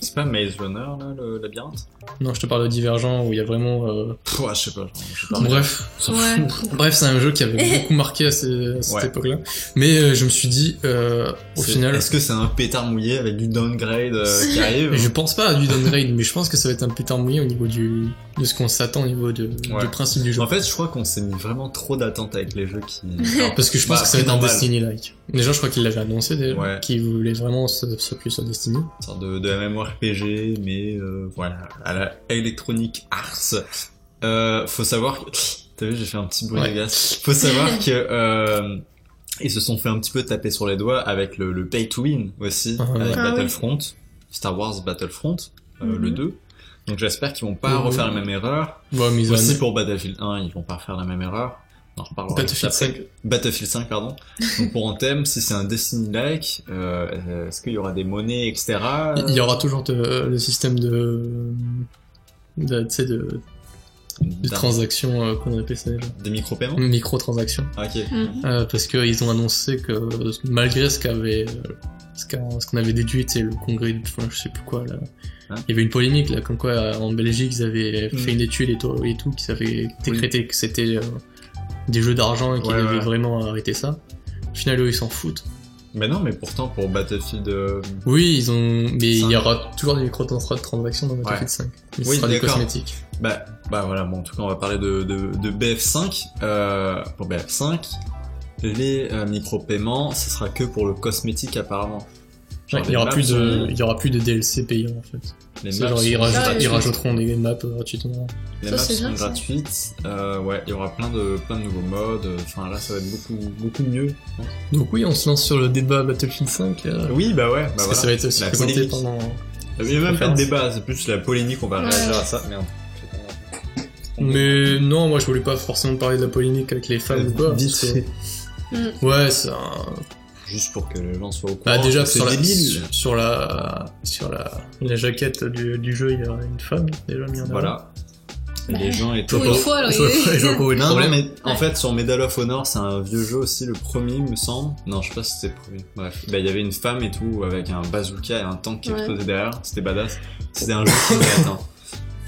[SPEAKER 2] C'est pas Maze Runner, là, le labyrinthe
[SPEAKER 1] Non, je te parle de Divergent où il y a vraiment. euh,
[SPEAKER 2] Pff, ouais, je sais pas. Je sais pas.
[SPEAKER 1] Bref,
[SPEAKER 3] Ouais.
[SPEAKER 1] bref, c'est un jeu qui avait beaucoup marqué à, ce- à cette
[SPEAKER 2] Ouais.
[SPEAKER 1] époque-là. Mais euh, je me suis dit, euh, au
[SPEAKER 2] C'est-
[SPEAKER 1] final,
[SPEAKER 2] Est-ce que c'est un pétard mouillé avec du downgrade euh,
[SPEAKER 1] (laughs)
[SPEAKER 2] qui arrive
[SPEAKER 1] je pense pas à du downgrade, mais je pense que ça va être un pétard mouillé au niveau du de ce qu'on s'attend au niveau de,
[SPEAKER 2] Ouais.
[SPEAKER 1] du principe du jeu.
[SPEAKER 2] En fait, je crois qu'on s'est mis vraiment trop d'attentes avec les jeux qui.
[SPEAKER 1] (laughs)
[SPEAKER 2] Alors,
[SPEAKER 1] Parce que je pense
[SPEAKER 2] Bah,
[SPEAKER 1] que ça va être un
[SPEAKER 2] normal.
[SPEAKER 1] Destiny-like. Déjà, je crois qu'il l'avait annoncé déjà,
[SPEAKER 2] Ouais.
[SPEAKER 1] qu'il voulait vraiment se- s'appuyer sur Destiny.
[SPEAKER 2] une sorte de, de MMORPG, mais euh, voilà, à la Electronic Arts. Euh, faut savoir que... T'as vu, j'ai fait un petit bruit
[SPEAKER 1] Ouais.
[SPEAKER 2] de glace. Faut savoir que... euh, ils se sont fait un petit peu taper sur les doigts avec le, le pay to win aussi,
[SPEAKER 1] Ah ouais.
[SPEAKER 2] avec
[SPEAKER 3] Ah oui.
[SPEAKER 2] Battlefront, Star Wars Battlefront, euh,
[SPEAKER 3] Mhm.
[SPEAKER 2] le 2. Donc j'espère qu'ils vont pas
[SPEAKER 1] Mhm.
[SPEAKER 2] refaire la même erreur.
[SPEAKER 1] Ouais, mais ils ont-
[SPEAKER 2] Aussi pour Battlefield 1, ils vont pas refaire la même erreur. On en reparlera
[SPEAKER 1] Battlefield
[SPEAKER 2] juste après.
[SPEAKER 1] 5.
[SPEAKER 2] Battlefield
[SPEAKER 1] (laughs)
[SPEAKER 2] 5, pardon. Donc pour un thème, si c'est un Destiny-like, euh, est-ce qu'il y aura des monnaies, etc.
[SPEAKER 1] Il y aura toujours de- le système de, de tu sais, de, de
[SPEAKER 2] d'un-
[SPEAKER 1] transactions euh, qu'on appelle ça déjà
[SPEAKER 2] des micro-paiements
[SPEAKER 1] Mm. microtransactions
[SPEAKER 2] Ah, Ok.
[SPEAKER 3] Mhm.
[SPEAKER 1] Euh, parce que ils ont annoncé que euh, malgré ce qu'avait euh, ce qu'a- ce qu'on avait déduit c'est le congrès enfin, je sais plus quoi là
[SPEAKER 2] Hein
[SPEAKER 1] il y avait une polémique là comme quoi euh, en Belgique ils avaient
[SPEAKER 2] Mm.
[SPEAKER 1] fait une étude et tout et tout qui avait décrété que c'était euh, des jeux d'argent et qu'ils
[SPEAKER 2] Ouais,
[SPEAKER 1] devaient
[SPEAKER 2] ouais.
[SPEAKER 1] vraiment arrêter ça au final eux ils s'en foutent
[SPEAKER 2] Mais non, mais pourtant pour Battlefield. euh,
[SPEAKER 1] oui ils ont mais il y
[SPEAKER 2] Cinq.
[SPEAKER 1] aura toujours des microtransactions dans Battlefield 5 mais
[SPEAKER 2] Oui,
[SPEAKER 1] ce sera des
[SPEAKER 2] d'accord.
[SPEAKER 1] cosmétiques
[SPEAKER 2] Bah, bah voilà, bon, en tout cas, on va parler de, de, de BF5. Euh, pour BF5, les euh, micro-paiements, ce sera que pour le cosmétique apparemment. Genre,
[SPEAKER 1] Ouais, il
[SPEAKER 2] les
[SPEAKER 1] y aura
[SPEAKER 2] maps
[SPEAKER 1] plus de
[SPEAKER 2] sont-
[SPEAKER 1] il y aura plus de DLC payants en fait
[SPEAKER 2] Les
[SPEAKER 1] C'est
[SPEAKER 2] maps
[SPEAKER 1] genre, ils,
[SPEAKER 2] sont
[SPEAKER 1] rajoutent-
[SPEAKER 3] Ouais,
[SPEAKER 1] ils
[SPEAKER 2] gratuites.
[SPEAKER 3] ouais.
[SPEAKER 1] rajouteront des maps euh, gratuitement
[SPEAKER 2] Les
[SPEAKER 3] Ça,
[SPEAKER 2] maps
[SPEAKER 3] c'est
[SPEAKER 2] sont
[SPEAKER 3] bien, ça.
[SPEAKER 2] gratuites. Euh, ouais, il y aura plein de, plein de nouveaux modes. Enfin, là, ça va être beaucoup, beaucoup mieux. je pense.
[SPEAKER 1] donc oui on se lance sur le débat Battlefield 5 euh,
[SPEAKER 2] Oui, bah ouais, bah
[SPEAKER 1] Parce
[SPEAKER 2] voilà.
[SPEAKER 1] que ça va être aussi
[SPEAKER 2] La
[SPEAKER 1] présenté
[SPEAKER 2] polémique.
[SPEAKER 1] pendant.
[SPEAKER 2] Il n'y a même pas de
[SPEAKER 1] Conférence.
[SPEAKER 2] débat, c'est plus la polémique, on va
[SPEAKER 3] Ouais.
[SPEAKER 2] réagir à ça. Merde.
[SPEAKER 1] Mais non, moi je voulais pas forcément parler de la polémique avec les fans
[SPEAKER 2] Euh,
[SPEAKER 1] ou quoi.
[SPEAKER 2] vite
[SPEAKER 1] parce que- Mm.
[SPEAKER 2] fait.
[SPEAKER 1] Ouais, c'est un-
[SPEAKER 2] Juste pour que les gens soient au courant.
[SPEAKER 1] Bah, déjà,
[SPEAKER 2] que c'est
[SPEAKER 1] sur la,
[SPEAKER 2] débile.
[SPEAKER 1] sur la. Sur la. La jaquette du, du jeu, il y a une femme déjà mise en avant.
[SPEAKER 2] Voilà. Et
[SPEAKER 3] Bah,
[SPEAKER 2] les gens étaient
[SPEAKER 3] Pour une fois, alors,
[SPEAKER 1] (laughs) Je vois pas- je vois pas où est le
[SPEAKER 2] Non,
[SPEAKER 1] problème.
[SPEAKER 2] non, mais en
[SPEAKER 3] Ouais.
[SPEAKER 2] fait, sur Medal of Honor, c'est un vieux jeu aussi, le premier, me semble. Non, je sais pas si c'était le premier. Bref, bah, il y avait une femme et tout, avec un bazooka et un tank qui
[SPEAKER 3] Ouais.
[SPEAKER 2] explosait derrière. C'était badass. C'était un jeu qui était atteint.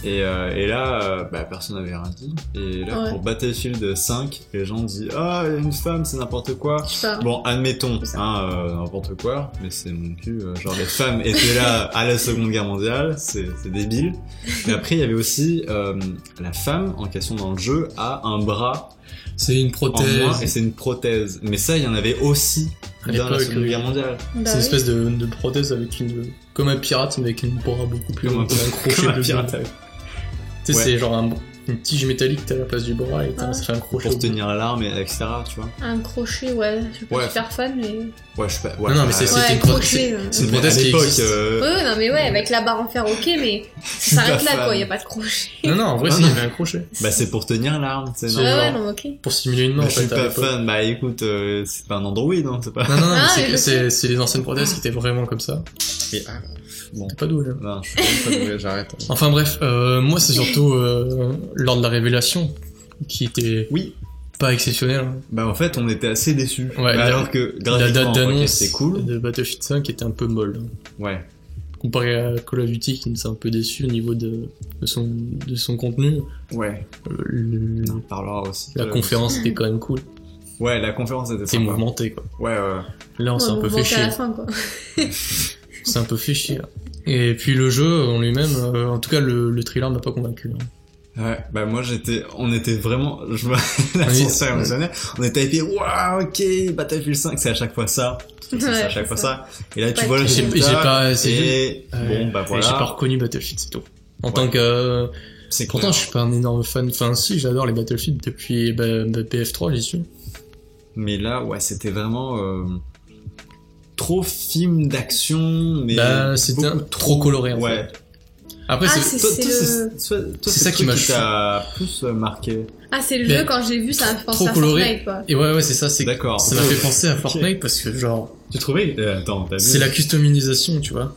[SPEAKER 2] Et, euh, et là, euh, bah, personne n'avait rien dit. Et là,
[SPEAKER 3] Ouais.
[SPEAKER 2] pour Battlefield 5, les gens disent Ah, une femme, c'est n'importe quoi.
[SPEAKER 3] Je sais pas.
[SPEAKER 2] Bon, admettons,
[SPEAKER 3] C'est ça.
[SPEAKER 2] hein, euh, n'importe quoi, mais c'est mon cul. euh, genre, les femmes étaient là à la Seconde Guerre mondiale, c'est c'est débile. Mais après, il y avait aussi euh, la femme en question dans le jeu a un bras
[SPEAKER 1] C'est une prothèse.
[SPEAKER 2] en moins et c'est une prothèse. Mais ça, il y en avait aussi
[SPEAKER 1] À
[SPEAKER 2] dans la
[SPEAKER 1] l'époque, euh,
[SPEAKER 2] Seconde
[SPEAKER 1] oui.
[SPEAKER 2] Guerre mondiale.
[SPEAKER 1] C'est
[SPEAKER 3] Bah
[SPEAKER 1] une
[SPEAKER 3] oui.
[SPEAKER 1] espèce de, de prothèse avec une. Comme un pirate, mais avec une bras beaucoup plus
[SPEAKER 2] Comme un-
[SPEAKER 1] longue, un crochet
[SPEAKER 2] (laughs) comme un
[SPEAKER 1] plus long.
[SPEAKER 2] pirate.
[SPEAKER 1] Tu sais,
[SPEAKER 2] Ouais.
[SPEAKER 1] c'est genre un- une tige métallique t'as à la place du bras et t'as-
[SPEAKER 3] Ah.
[SPEAKER 1] ça fait un crochet. au
[SPEAKER 2] Pour
[SPEAKER 1] bout.
[SPEAKER 2] tenir l'arme, et etc. Tu vois.
[SPEAKER 3] Un crochet, ouais. Je suis pas
[SPEAKER 2] Ouais.
[SPEAKER 3] super fan, mais.
[SPEAKER 2] Ouais, je sais pas.
[SPEAKER 1] Non,
[SPEAKER 2] Ouais,
[SPEAKER 1] non, mais c'est-
[SPEAKER 2] ouais,
[SPEAKER 1] c'était
[SPEAKER 3] Ouais,
[SPEAKER 1] une pro-
[SPEAKER 3] crochet. euh.
[SPEAKER 1] c'est une
[SPEAKER 2] mais à
[SPEAKER 1] prothèse qui
[SPEAKER 2] l'époque,
[SPEAKER 1] existe.
[SPEAKER 2] euh,
[SPEAKER 3] Ouais, ouais, non, mais ouais, avec la barre en fer, ok, mais
[SPEAKER 2] suis
[SPEAKER 3] ça s'arrête
[SPEAKER 2] pas
[SPEAKER 3] là, quoi.
[SPEAKER 2] fan.
[SPEAKER 3] Y a pas de crochet.
[SPEAKER 1] Non, non, en vrai,
[SPEAKER 2] Non,
[SPEAKER 1] si,
[SPEAKER 2] non.
[SPEAKER 1] il y avait un crochet.
[SPEAKER 2] bah, c'est pour tenir l'arme, tu sais.
[SPEAKER 1] C'est
[SPEAKER 3] Ouais,
[SPEAKER 2] non
[SPEAKER 1] genre-
[SPEAKER 3] ouais, non, ok.
[SPEAKER 1] Pour simuler une main,
[SPEAKER 2] Bah,
[SPEAKER 1] en
[SPEAKER 2] je
[SPEAKER 1] fait.
[SPEAKER 2] suis
[SPEAKER 1] à
[SPEAKER 2] pas
[SPEAKER 1] l'époque.
[SPEAKER 2] fan. Bah, écoute, euh, c'est pas un Android, hein, c'est pas.
[SPEAKER 1] Non, non, non, mais
[SPEAKER 3] Ah,
[SPEAKER 1] c'est-
[SPEAKER 3] mais je
[SPEAKER 1] c'est c'est les anciennes prothèses qui étaient vraiment comme ça.
[SPEAKER 2] Bon.
[SPEAKER 1] T'es pas doué, là.
[SPEAKER 2] Non, je suis pas doué, j'arrête.
[SPEAKER 1] Enfin bref, euh, moi c'est surtout euh, lors de la révélation qui était
[SPEAKER 2] Oui,
[SPEAKER 1] pas exceptionnelle.
[SPEAKER 2] Bah en fait on était assez déçus.
[SPEAKER 1] Ouais,
[SPEAKER 2] Bah,
[SPEAKER 1] la-
[SPEAKER 2] alors que
[SPEAKER 1] La
[SPEAKER 2] graphiquement
[SPEAKER 1] date
[SPEAKER 2] ok,
[SPEAKER 1] d'annonce
[SPEAKER 2] c'est cool.
[SPEAKER 1] de Battlefield 5 était un peu molle. hein.
[SPEAKER 2] Ouais.
[SPEAKER 1] Comparé à Call of Duty qui nous a un peu déçu au niveau de, de son, de son contenu,
[SPEAKER 2] Ouais.
[SPEAKER 1] euh, le-
[SPEAKER 2] On en parlera aussi.
[SPEAKER 1] la
[SPEAKER 2] Euh,
[SPEAKER 1] conférence était quand même cool.
[SPEAKER 2] Ouais, la conférence était
[SPEAKER 1] C'était
[SPEAKER 2] sympa.
[SPEAKER 1] mouvementé quoi.
[SPEAKER 2] Ouais, ouais.
[SPEAKER 1] Là on s'est un peu fait
[SPEAKER 3] à
[SPEAKER 1] chier.
[SPEAKER 3] la fin, quoi.
[SPEAKER 1] C'est un peu fait chier. Et puis le jeu en lui-même, euh, en tout cas le, le thriller m'a pas convaincu. hein.
[SPEAKER 2] Ouais, bah moi j'étais, on était vraiment, je me, (laughs) la
[SPEAKER 1] Oui.
[SPEAKER 2] sensation émotionnelle, on était hypé, waouh, ok, Battlefield 5, c'est à chaque fois ça, c'est
[SPEAKER 3] Ouais,
[SPEAKER 2] à chaque
[SPEAKER 3] c'est
[SPEAKER 2] fois
[SPEAKER 3] ça.
[SPEAKER 2] ça, et là tu
[SPEAKER 3] Pas
[SPEAKER 2] vois le
[SPEAKER 3] de- Et j'ai-
[SPEAKER 2] résultat,
[SPEAKER 1] et j'ai pas- c'est
[SPEAKER 2] et
[SPEAKER 1] Ouais.
[SPEAKER 2] bon bah
[SPEAKER 1] Et J'ai pas
[SPEAKER 2] voilà,
[SPEAKER 1] reconnu Battlefield c'est tout. En
[SPEAKER 2] Ouais.
[SPEAKER 1] tant que euh,
[SPEAKER 2] c'est
[SPEAKER 1] Pourtant,
[SPEAKER 2] clair.
[SPEAKER 1] je suis pas un énorme fan. Enfin, si, j'adore les Battlefield depuis bah, bah, PF3, j'y suis.
[SPEAKER 2] mais là ouais c'était vraiment euh, trop film d'action, mais
[SPEAKER 1] Bah, c'était
[SPEAKER 2] beaucoup
[SPEAKER 1] un- trop coloré, en
[SPEAKER 2] ouais,
[SPEAKER 1] Après,
[SPEAKER 3] Ah,
[SPEAKER 1] c'est.
[SPEAKER 3] c'est-
[SPEAKER 2] Toi- toi,
[SPEAKER 3] le-
[SPEAKER 2] c'est- toi- toi,
[SPEAKER 1] c'est
[SPEAKER 2] le
[SPEAKER 1] ça qui
[SPEAKER 2] truc
[SPEAKER 1] m'a
[SPEAKER 2] t'a plus euh, marqué.
[SPEAKER 3] Ah, c'est le
[SPEAKER 1] Mais-
[SPEAKER 3] jeu, quand j'ai vu, ça m'a fait
[SPEAKER 1] Trop
[SPEAKER 3] penser à
[SPEAKER 1] coloré.
[SPEAKER 3] Fortnite, quoi.
[SPEAKER 1] Et ouais, ouais, c'est ça. C'est que
[SPEAKER 2] D'accord.
[SPEAKER 1] ça m'a fait
[SPEAKER 2] Ok.
[SPEAKER 1] penser à Fortnite parce que genre,
[SPEAKER 2] Tu trouvais Euh, Attends, t'as vu
[SPEAKER 1] c'est la customisation, tu vois.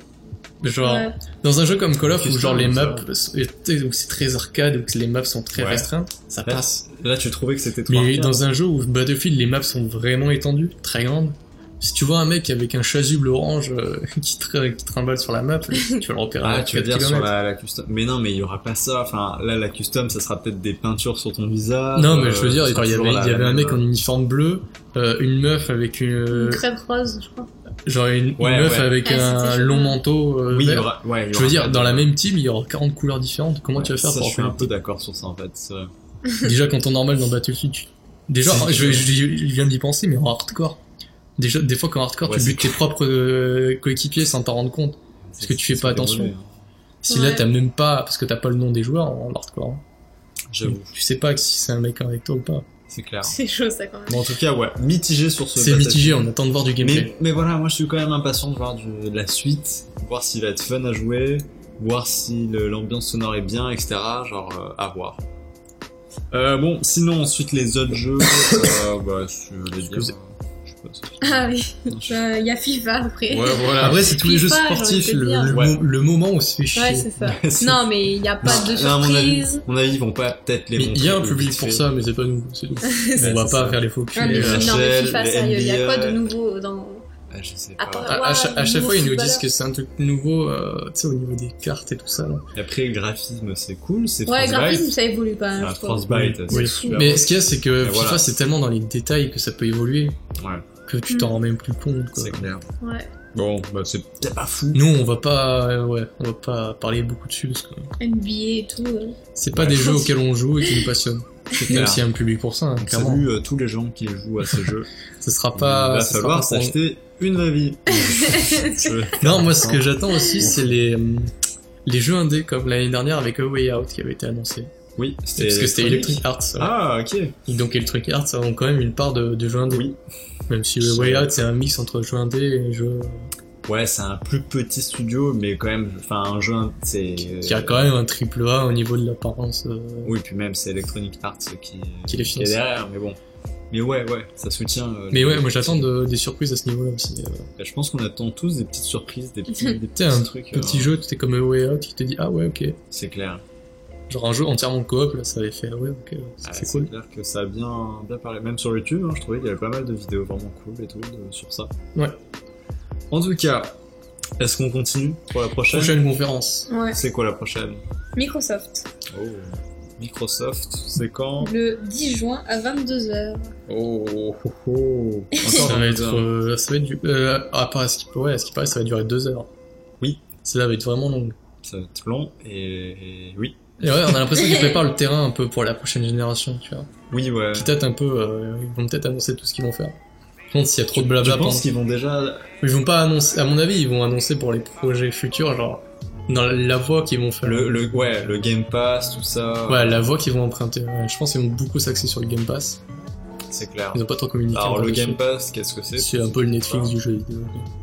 [SPEAKER 1] Genre,
[SPEAKER 3] Ouais.
[SPEAKER 1] dans un jeu comme Call of où
[SPEAKER 2] Custom,
[SPEAKER 1] genre les
[SPEAKER 2] ça.
[SPEAKER 1] maps, et tu sais, où c'est très arcade, où les maps sont très
[SPEAKER 2] Ouais.
[SPEAKER 1] restreintes, ça
[SPEAKER 2] Là,
[SPEAKER 1] passe.
[SPEAKER 2] Là, tu trouvais que c'était trop.
[SPEAKER 1] Mais
[SPEAKER 2] arcade.
[SPEAKER 1] dans un jeu où Battlefield, les maps sont vraiment étendues, très grandes. Si tu vois un mec avec un chasuble orange euh, (laughs) qui, tra- qui trimballe sur la map,
[SPEAKER 3] (laughs)
[SPEAKER 1] tu vas le repérer.
[SPEAKER 2] Ah,
[SPEAKER 1] à
[SPEAKER 2] tu veux
[SPEAKER 1] 4
[SPEAKER 2] dire sur
[SPEAKER 1] kilomètres.
[SPEAKER 2] la, la custom Mais non, mais il y aura pas ça. Enfin, là, la custom, ça sera peut-être des peintures sur ton visage.
[SPEAKER 1] Non,
[SPEAKER 2] euh,
[SPEAKER 1] mais je veux dire,
[SPEAKER 2] ça
[SPEAKER 1] il
[SPEAKER 2] sera
[SPEAKER 1] y avait,
[SPEAKER 2] toujours la-
[SPEAKER 1] il y avait
[SPEAKER 2] la
[SPEAKER 1] un
[SPEAKER 2] même-
[SPEAKER 1] mec
[SPEAKER 2] euh,
[SPEAKER 1] en uniforme bleu, euh, une meuf avec une,
[SPEAKER 3] Une crêpe rose, je crois.
[SPEAKER 1] genre une, une
[SPEAKER 2] Ouais,
[SPEAKER 1] meuf
[SPEAKER 2] ouais.
[SPEAKER 1] avec
[SPEAKER 3] Ah,
[SPEAKER 1] un
[SPEAKER 3] c'était
[SPEAKER 1] long
[SPEAKER 3] chaud.
[SPEAKER 1] manteau. euh,
[SPEAKER 2] Oui, il y
[SPEAKER 1] vert.
[SPEAKER 2] aura. Ouais, il y
[SPEAKER 1] Je veux
[SPEAKER 2] aura
[SPEAKER 1] dire,
[SPEAKER 2] pas
[SPEAKER 1] dans
[SPEAKER 2] de-
[SPEAKER 1] la même team, il y aura 40 couleurs différentes. Comment tu vas faire
[SPEAKER 2] ça,
[SPEAKER 1] pour
[SPEAKER 2] Je suis un peu
[SPEAKER 1] reconnaître
[SPEAKER 2] d'accord sur ça en fait. ça.
[SPEAKER 1] Déjà, quand on normal dans Battlefield, tu- déjà, ah,
[SPEAKER 2] C'est-
[SPEAKER 1] je, je- je viens d'y penser, mais en hardcore. Déjà, des fois, qu'en hardcore,
[SPEAKER 2] Ouais,
[SPEAKER 1] tu
[SPEAKER 2] c'est
[SPEAKER 1] butes tes propres euh, coéquipiers sans t'en rendre compte. Parce que tu fais
[SPEAKER 2] C'est-
[SPEAKER 1] pas
[SPEAKER 2] c'est
[SPEAKER 1] attention.
[SPEAKER 2] désolé, hein.
[SPEAKER 1] Si là,
[SPEAKER 3] Ouais.
[SPEAKER 1] t'as même pas, parce que t'as pas le nom des joueurs en hardcore. hein.
[SPEAKER 2] J'avoue,
[SPEAKER 1] Tu sais pas si c'est un mec avec toi ou pas.
[SPEAKER 2] c'est clair.
[SPEAKER 3] C'est chaud, ça, quand même.
[SPEAKER 2] Bon, en tout cas, ouais, mitigé sur ce.
[SPEAKER 1] C'est
[SPEAKER 2] passage.
[SPEAKER 1] mitigé, on attend de
[SPEAKER 2] euh,
[SPEAKER 1] voir du gameplay.
[SPEAKER 2] Mais, mais voilà, moi je suis quand même impatient de voir du- de la suite, voir s'il va être fun à jouer, voir si le- l'ambiance sonore est bien, etc. Genre euh, à voir. Euh, bon, sinon ensuite les autres jeux,
[SPEAKER 1] (laughs)
[SPEAKER 2] euh, bah, si tu veux les dire,
[SPEAKER 1] Excusez.
[SPEAKER 2] euh, je sais pas si-
[SPEAKER 3] Ah oui,
[SPEAKER 2] non, je-
[SPEAKER 3] bah, il y a FIFA après.
[SPEAKER 2] Ouais, voilà.
[SPEAKER 1] Après, c'est tous les jeux
[SPEAKER 3] FIFA, j'ai
[SPEAKER 1] sportifs,
[SPEAKER 3] envie de
[SPEAKER 1] le,
[SPEAKER 3] te dire.
[SPEAKER 1] le
[SPEAKER 2] Ouais.
[SPEAKER 1] mo- le moment où on se fait chier.
[SPEAKER 3] Ouais, c'est ça.
[SPEAKER 2] (laughs) C'est-
[SPEAKER 3] Non, mais il n'y a pas de
[SPEAKER 2] Non, à mon avis,
[SPEAKER 3] surprise.
[SPEAKER 2] mon avis, ils vont pas peut-être les
[SPEAKER 1] Mais il y a un
[SPEAKER 2] montrer
[SPEAKER 1] public
[SPEAKER 2] vite
[SPEAKER 1] pour
[SPEAKER 2] fait.
[SPEAKER 1] ça, mais c'est pas nous. c'est nous.
[SPEAKER 3] (laughs) Ouais,
[SPEAKER 1] on va
[SPEAKER 2] c'est
[SPEAKER 1] pas
[SPEAKER 2] ça.
[SPEAKER 1] faire les faux culs.
[SPEAKER 3] Ah, mais,
[SPEAKER 2] les
[SPEAKER 1] euh,
[SPEAKER 3] non, mais
[SPEAKER 2] NHL,
[SPEAKER 3] FIFA,
[SPEAKER 2] le
[SPEAKER 3] sérieux, il y a quoi de
[SPEAKER 2] NBA.
[SPEAKER 3] nouveau dans.
[SPEAKER 2] Ah, je sais
[SPEAKER 3] À
[SPEAKER 2] pas.
[SPEAKER 3] part-
[SPEAKER 1] à, à cha- à chaque
[SPEAKER 3] Wow,
[SPEAKER 1] fois, ils nous
[SPEAKER 3] nouveau
[SPEAKER 1] disent que c'est un truc nouveau, euh, tu sais, au niveau des cartes et tout ça. là.
[SPEAKER 2] Après, le graphisme, c'est cool, c'est
[SPEAKER 3] Ouais,
[SPEAKER 2] Frostbite.
[SPEAKER 3] graphisme, ça évolue pas. hein,
[SPEAKER 2] Ah,
[SPEAKER 3] je trouve.
[SPEAKER 2] Frostbite,
[SPEAKER 1] Oui.
[SPEAKER 2] c'est
[SPEAKER 1] Oui.
[SPEAKER 2] super.
[SPEAKER 1] Mais ce qu'il y a, c'est que
[SPEAKER 2] Et
[SPEAKER 1] FIFA,
[SPEAKER 2] voilà.
[SPEAKER 1] c'est tellement dans les détails que ça peut évoluer
[SPEAKER 2] Ouais,
[SPEAKER 1] que tu
[SPEAKER 3] Mm.
[SPEAKER 1] t'en rends même plus compte. quoi.
[SPEAKER 2] c'est clair.
[SPEAKER 3] Ouais.
[SPEAKER 2] Bon, bah, c'est peut-être pas fou.
[SPEAKER 1] Nous, on va pas, euh, ouais, on va pas parler beaucoup dessus parce que
[SPEAKER 3] NBA et tout. euh.
[SPEAKER 1] c'est pas
[SPEAKER 2] Ouais.
[SPEAKER 1] des jeux auxquels on joue et qui nous passionnent.
[SPEAKER 2] C'est
[SPEAKER 1] Même
[SPEAKER 2] clair.
[SPEAKER 1] s'il y a un public pour ça, hein,
[SPEAKER 2] Donc,
[SPEAKER 1] clairement.
[SPEAKER 2] Salut euh, tous les gens qui jouent à ce jeu.
[SPEAKER 1] Ce sera
[SPEAKER 2] Il
[SPEAKER 1] pas.
[SPEAKER 2] va
[SPEAKER 1] ce sera
[SPEAKER 2] falloir
[SPEAKER 1] pas pour-
[SPEAKER 2] s'acheter une
[SPEAKER 1] (laughs)
[SPEAKER 2] vraie vie. Je-
[SPEAKER 1] Non, moi, ce que j'attends aussi, c'est les euh, les jeux indés comme l'année dernière avec A Way Out qui avait été annoncé.
[SPEAKER 2] Oui,
[SPEAKER 1] C'est
[SPEAKER 2] c'était
[SPEAKER 1] parce que c'était Electric
[SPEAKER 2] électronique.
[SPEAKER 1] Arts. ouais.
[SPEAKER 2] Ah, ok.
[SPEAKER 1] Et Donc Electronic Arts ont quand même une part de, de jeux indés.
[SPEAKER 2] Oui.
[SPEAKER 1] Même si le Way Out c'est un mix entre jeux indés et jeux
[SPEAKER 2] Ouais, c'est un plus petit studio, mais quand même, enfin, un jeu, c'est. euh,
[SPEAKER 1] qui a quand même un triple A au niveau de l'apparence. euh,
[SPEAKER 2] Oui, puis même, c'est Electronic Arts qui,
[SPEAKER 1] Qui les
[SPEAKER 2] est
[SPEAKER 1] finance.
[SPEAKER 2] derrière, mais bon. Mais ouais, ouais, ça soutient. euh,
[SPEAKER 1] Mais
[SPEAKER 2] le-
[SPEAKER 1] ouais, moi j'attends de- des surprises à ce niveau-là aussi. euh.
[SPEAKER 2] Bah, je pense qu'on attend tous des petites surprises, des
[SPEAKER 1] (laughs)
[SPEAKER 2] petits, des petits
[SPEAKER 1] T'sais, un
[SPEAKER 2] trucs.
[SPEAKER 1] Petit
[SPEAKER 2] euh,
[SPEAKER 1] jeu, tu es comme A Way Out, qui te dit ah ouais ok.
[SPEAKER 2] C'est clair.
[SPEAKER 1] Genre un jeu entièrement coop, là ça avait fait ah ouais ok,
[SPEAKER 2] Ah,
[SPEAKER 1] c'est cool.
[SPEAKER 2] clair que ça a bien, bien parlé. Même sur YouTube, hein, je trouvais qu'il y avait pas mal de vidéos vraiment cool et tout de- sur ça.
[SPEAKER 1] Ouais.
[SPEAKER 2] En tout cas, est-ce qu'on continue pour la prochaine
[SPEAKER 1] Prochaine conférence.
[SPEAKER 3] Ouais.
[SPEAKER 2] C'est quoi la prochaine
[SPEAKER 3] Microsoft,
[SPEAKER 2] Oh. Microsoft, c'est quand
[SPEAKER 3] le 10 juin à 22h.
[SPEAKER 2] Oh, oh, oh, oh. Encore
[SPEAKER 1] ça, va
[SPEAKER 2] un
[SPEAKER 1] être,
[SPEAKER 2] autre.
[SPEAKER 1] euh, ça va être du... Euh, ah, pas à ce qui, ouais, à ce qui paraît, ça va durer deux heures.
[SPEAKER 2] Oui.
[SPEAKER 1] Celle-là va être vraiment longue.
[SPEAKER 2] Ça va être long et, et oui.
[SPEAKER 1] Et ouais, on a l'impression qu'ils préparent le terrain un peu pour la prochaine génération, tu vois.
[SPEAKER 2] Oui, ouais.
[SPEAKER 1] Qui tâtent un peu, euh, ils vont peut-être annoncer tout ce qu'ils vont faire. Je pense s'il y a trop de
[SPEAKER 2] Je
[SPEAKER 1] blabla. pendant-
[SPEAKER 2] pense qu'ils vont déjà.
[SPEAKER 1] Ils vont pas annoncer, à mon avis, ils vont annoncer pour les projets futurs, genre, dans la voie qu'ils vont faire.
[SPEAKER 2] Le, le, ouais, le Game Pass, tout ça.
[SPEAKER 1] Ouais, la voie qu'ils vont emprunter. ouais. Je pense qu'ils vont beaucoup s'axer sur le Game Pass.
[SPEAKER 2] C'est clair.
[SPEAKER 1] Ils ont pas trop communiqué.
[SPEAKER 2] Alors,
[SPEAKER 1] encore
[SPEAKER 2] le
[SPEAKER 1] dessus.
[SPEAKER 2] Game Pass, qu'est-ce que c'est
[SPEAKER 1] C'est un peu le Netflix du jeu vidéo.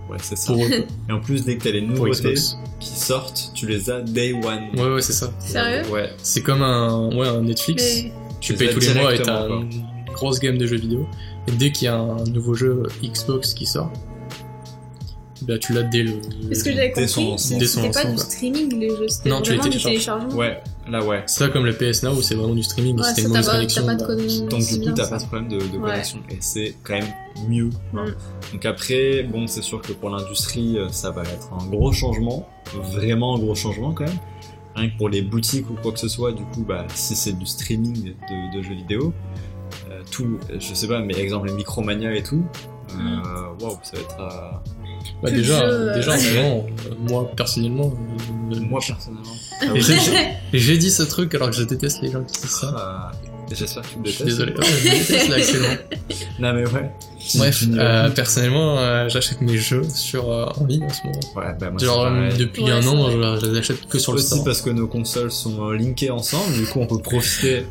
[SPEAKER 2] Ouais, c'est ça.
[SPEAKER 1] Pour eux,
[SPEAKER 2] Et en plus, dès que t'as les
[SPEAKER 1] pour
[SPEAKER 2] nouveautés
[SPEAKER 1] Xbox.
[SPEAKER 2] qui sortent, tu les as day one.
[SPEAKER 1] Ouais, ouais, c'est ça.
[SPEAKER 3] Sérieux
[SPEAKER 2] Ouais.
[SPEAKER 1] C'est comme un, ouais, un Netflix.
[SPEAKER 3] Mais-
[SPEAKER 1] Tu
[SPEAKER 2] Les
[SPEAKER 1] payes
[SPEAKER 2] as
[SPEAKER 1] tous les mois et t'as
[SPEAKER 2] directement,
[SPEAKER 1] une grosse gamme de jeux vidéo. Et dès qu'il y a un nouveau jeu Xbox qui sort, bah tu l'as dès le.
[SPEAKER 3] Parce que j'avais
[SPEAKER 2] Dès son
[SPEAKER 3] compris,
[SPEAKER 2] lancement.
[SPEAKER 3] c'est-
[SPEAKER 1] Dès son
[SPEAKER 3] c'était pas
[SPEAKER 1] lancement,
[SPEAKER 3] du
[SPEAKER 1] quoi.
[SPEAKER 3] streaming les jeux, c'était
[SPEAKER 1] Non, tu les
[SPEAKER 3] vraiment du
[SPEAKER 1] télécharges.
[SPEAKER 3] téléchargement.
[SPEAKER 2] Ouais, là, ouais.
[SPEAKER 1] C'est pas comme le PS Now où c'est vraiment du streaming,
[SPEAKER 3] Ouais,
[SPEAKER 1] c'était une
[SPEAKER 3] ça, t'as
[SPEAKER 1] mauvaise
[SPEAKER 3] pas,
[SPEAKER 1] connexion.
[SPEAKER 3] t'as pas de
[SPEAKER 1] bah,
[SPEAKER 3] connexion.
[SPEAKER 2] Donc,
[SPEAKER 3] c'est
[SPEAKER 2] du coup,
[SPEAKER 3] bien,
[SPEAKER 2] t'as
[SPEAKER 3] ça. (laughs)
[SPEAKER 2] pas de problème de, de
[SPEAKER 3] Ouais.
[SPEAKER 2] connexion et c'est quand même mieux.
[SPEAKER 3] Mm.
[SPEAKER 2] Donc, après, bon, c'est sûr que pour l'industrie, euh, ça va être un gros changement. Vraiment un gros changement, quand même. Rien que pour les boutiques ou quoi que ce soit, du coup, bah, si c'est du streaming de, de jeux vidéo, euh, tout, euh, je sais pas, mais exemple, les Micromania et tout, euh,
[SPEAKER 3] Mm.
[SPEAKER 2] waouh, ça va être. euh,
[SPEAKER 1] bah,
[SPEAKER 3] Plus
[SPEAKER 1] déjà,
[SPEAKER 3] de jeux, (laughs)
[SPEAKER 1] déjà en
[SPEAKER 2] euh.
[SPEAKER 1] ce moment, euh, moi personnellement, euh,
[SPEAKER 2] Moi personnellement.
[SPEAKER 1] Et j'ai-
[SPEAKER 3] (laughs)
[SPEAKER 1] j'ai- j'ai dit ce truc alors que je déteste les gens qui disent ça.
[SPEAKER 2] Ah, J'espère que tu me
[SPEAKER 1] Je suis
[SPEAKER 2] détestes.
[SPEAKER 1] désolé. Ouais, je déteste là, c'est
[SPEAKER 2] (laughs)
[SPEAKER 1] bon.
[SPEAKER 2] Non mais ouais.
[SPEAKER 1] Bref,
[SPEAKER 2] Tu- tu-
[SPEAKER 1] euh, personnellement, euh, j'achète mes jeux sur euh, en ligne en ce moment.
[SPEAKER 2] Ouais, bah
[SPEAKER 1] Genre
[SPEAKER 2] moi c'est
[SPEAKER 1] euh,
[SPEAKER 2] pareil.
[SPEAKER 1] depuis
[SPEAKER 3] Ouais,
[SPEAKER 1] un
[SPEAKER 3] c'est
[SPEAKER 1] an,
[SPEAKER 3] vrai.
[SPEAKER 1] je, je les achète que sur le
[SPEAKER 2] aussi
[SPEAKER 1] store.
[SPEAKER 2] parce que nos consoles sont euh, linkées ensemble, du coup on peut profiter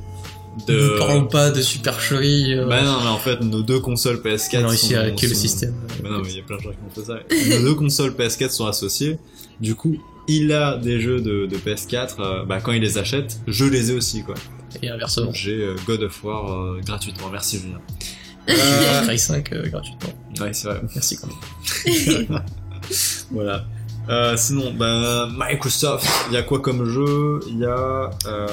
[SPEAKER 1] Ne parlons
[SPEAKER 2] de.
[SPEAKER 1] pas de supercherie. euh,
[SPEAKER 2] Bah non mais en fait nos deux consoles
[SPEAKER 1] on
[SPEAKER 2] PS4
[SPEAKER 1] a réussi
[SPEAKER 2] sont-
[SPEAKER 1] à hacker le
[SPEAKER 2] sont-
[SPEAKER 1] système.
[SPEAKER 2] Bah non mais il y a plein de gens qui ont fait ça. nos deux consoles PS4 sont associées. Du coup il a des jeux de, de PS4. euh, bah quand il les achète, je les ai aussi quoi.
[SPEAKER 1] Et inversement.
[SPEAKER 2] J'ai euh, God of War euh, gratuitement.
[SPEAKER 1] (laughs)
[SPEAKER 2] Merci Julien.
[SPEAKER 1] Far
[SPEAKER 2] Euh,
[SPEAKER 1] Cry 5 euh, gratuitement.
[SPEAKER 2] ouais c'est vrai.
[SPEAKER 1] Merci. quoi.
[SPEAKER 2] Voilà. Euh, sinon, bah, Microsoft, il y a quoi comme jeu Il y a euh,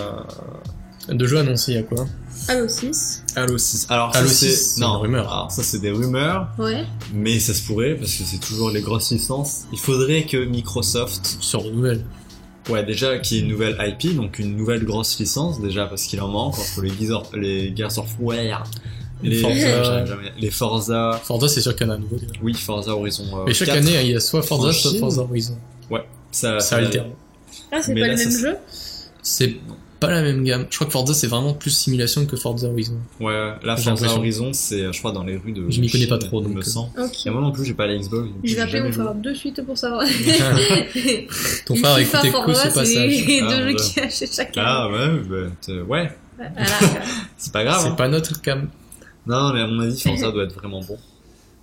[SPEAKER 1] Deux jeux annoncés, il y a quoi
[SPEAKER 3] Halo 6.
[SPEAKER 2] Halo 6. Alors,
[SPEAKER 1] Halo
[SPEAKER 2] ça,
[SPEAKER 1] 6,
[SPEAKER 2] c'est
[SPEAKER 1] c'est
[SPEAKER 2] non,
[SPEAKER 1] une rumeur.
[SPEAKER 2] Alors, ça, c'est des rumeurs,
[SPEAKER 3] Ouais.
[SPEAKER 2] mais ça se pourrait parce que c'est toujours les grosses licences. Il faudrait que Microsoft,
[SPEAKER 1] Sur nouvelle.
[SPEAKER 2] ouais, déjà qu'il y ait une nouvelle IP, donc une nouvelle grosse licence, déjà parce qu'il en manque entre les Gears of, les Gears of War, les
[SPEAKER 1] Forza.
[SPEAKER 2] j'arrive jamais- les Forza,
[SPEAKER 1] Forza, c'est sûr qu'il y en a un nouveau. déjà.
[SPEAKER 2] oui, Forza Horizon. euh,
[SPEAKER 1] Mais chaque
[SPEAKER 2] 4.
[SPEAKER 1] année, il y a soit Forza, soit
[SPEAKER 2] Franchise.
[SPEAKER 1] Forza Horizon.
[SPEAKER 2] ça,
[SPEAKER 1] Ça alterne.
[SPEAKER 3] Ah, c'est
[SPEAKER 2] Mais
[SPEAKER 3] pas
[SPEAKER 2] là,
[SPEAKER 3] le
[SPEAKER 2] ça,
[SPEAKER 3] même
[SPEAKER 2] c'est-
[SPEAKER 3] jeu
[SPEAKER 1] C'est pas la même gamme. Je crois que Forza, c'est vraiment plus simulation que Forza Horizon.
[SPEAKER 2] Ouais, la
[SPEAKER 1] J'ai
[SPEAKER 2] Forza
[SPEAKER 1] l'impression.
[SPEAKER 2] Horizon, c'est, euh, je crois, dans les rues de.
[SPEAKER 1] Je m'y connais pas
[SPEAKER 2] Chine,
[SPEAKER 1] trop,
[SPEAKER 2] il
[SPEAKER 1] donc,
[SPEAKER 2] me
[SPEAKER 1] euh,
[SPEAKER 2] semble. Et
[SPEAKER 3] Ok.
[SPEAKER 2] Ah, moi non plus, j'ai pas la Xbox. donc
[SPEAKER 3] Je vais
[SPEAKER 2] j'ai
[SPEAKER 3] appeler mon
[SPEAKER 2] jamais joué.
[SPEAKER 3] frère de suite pour
[SPEAKER 2] (laughs)
[SPEAKER 3] savoir.
[SPEAKER 1] (laughs) Ton frère a
[SPEAKER 3] FIFA
[SPEAKER 1] écouté que
[SPEAKER 3] Forza,
[SPEAKER 1] ce
[SPEAKER 3] c'est
[SPEAKER 1] passage.
[SPEAKER 3] les
[SPEAKER 2] Ah,
[SPEAKER 3] deux jeux
[SPEAKER 2] ouais.
[SPEAKER 3] qui achètent chacun.
[SPEAKER 2] Ah ouais, bah, t'es- ouais,
[SPEAKER 3] Voilà.
[SPEAKER 2] c'est pas grave. hein.
[SPEAKER 1] C'est pas notre cam.
[SPEAKER 3] (laughs)
[SPEAKER 2] Non, mais à mon avis, Forza doit être vraiment bon.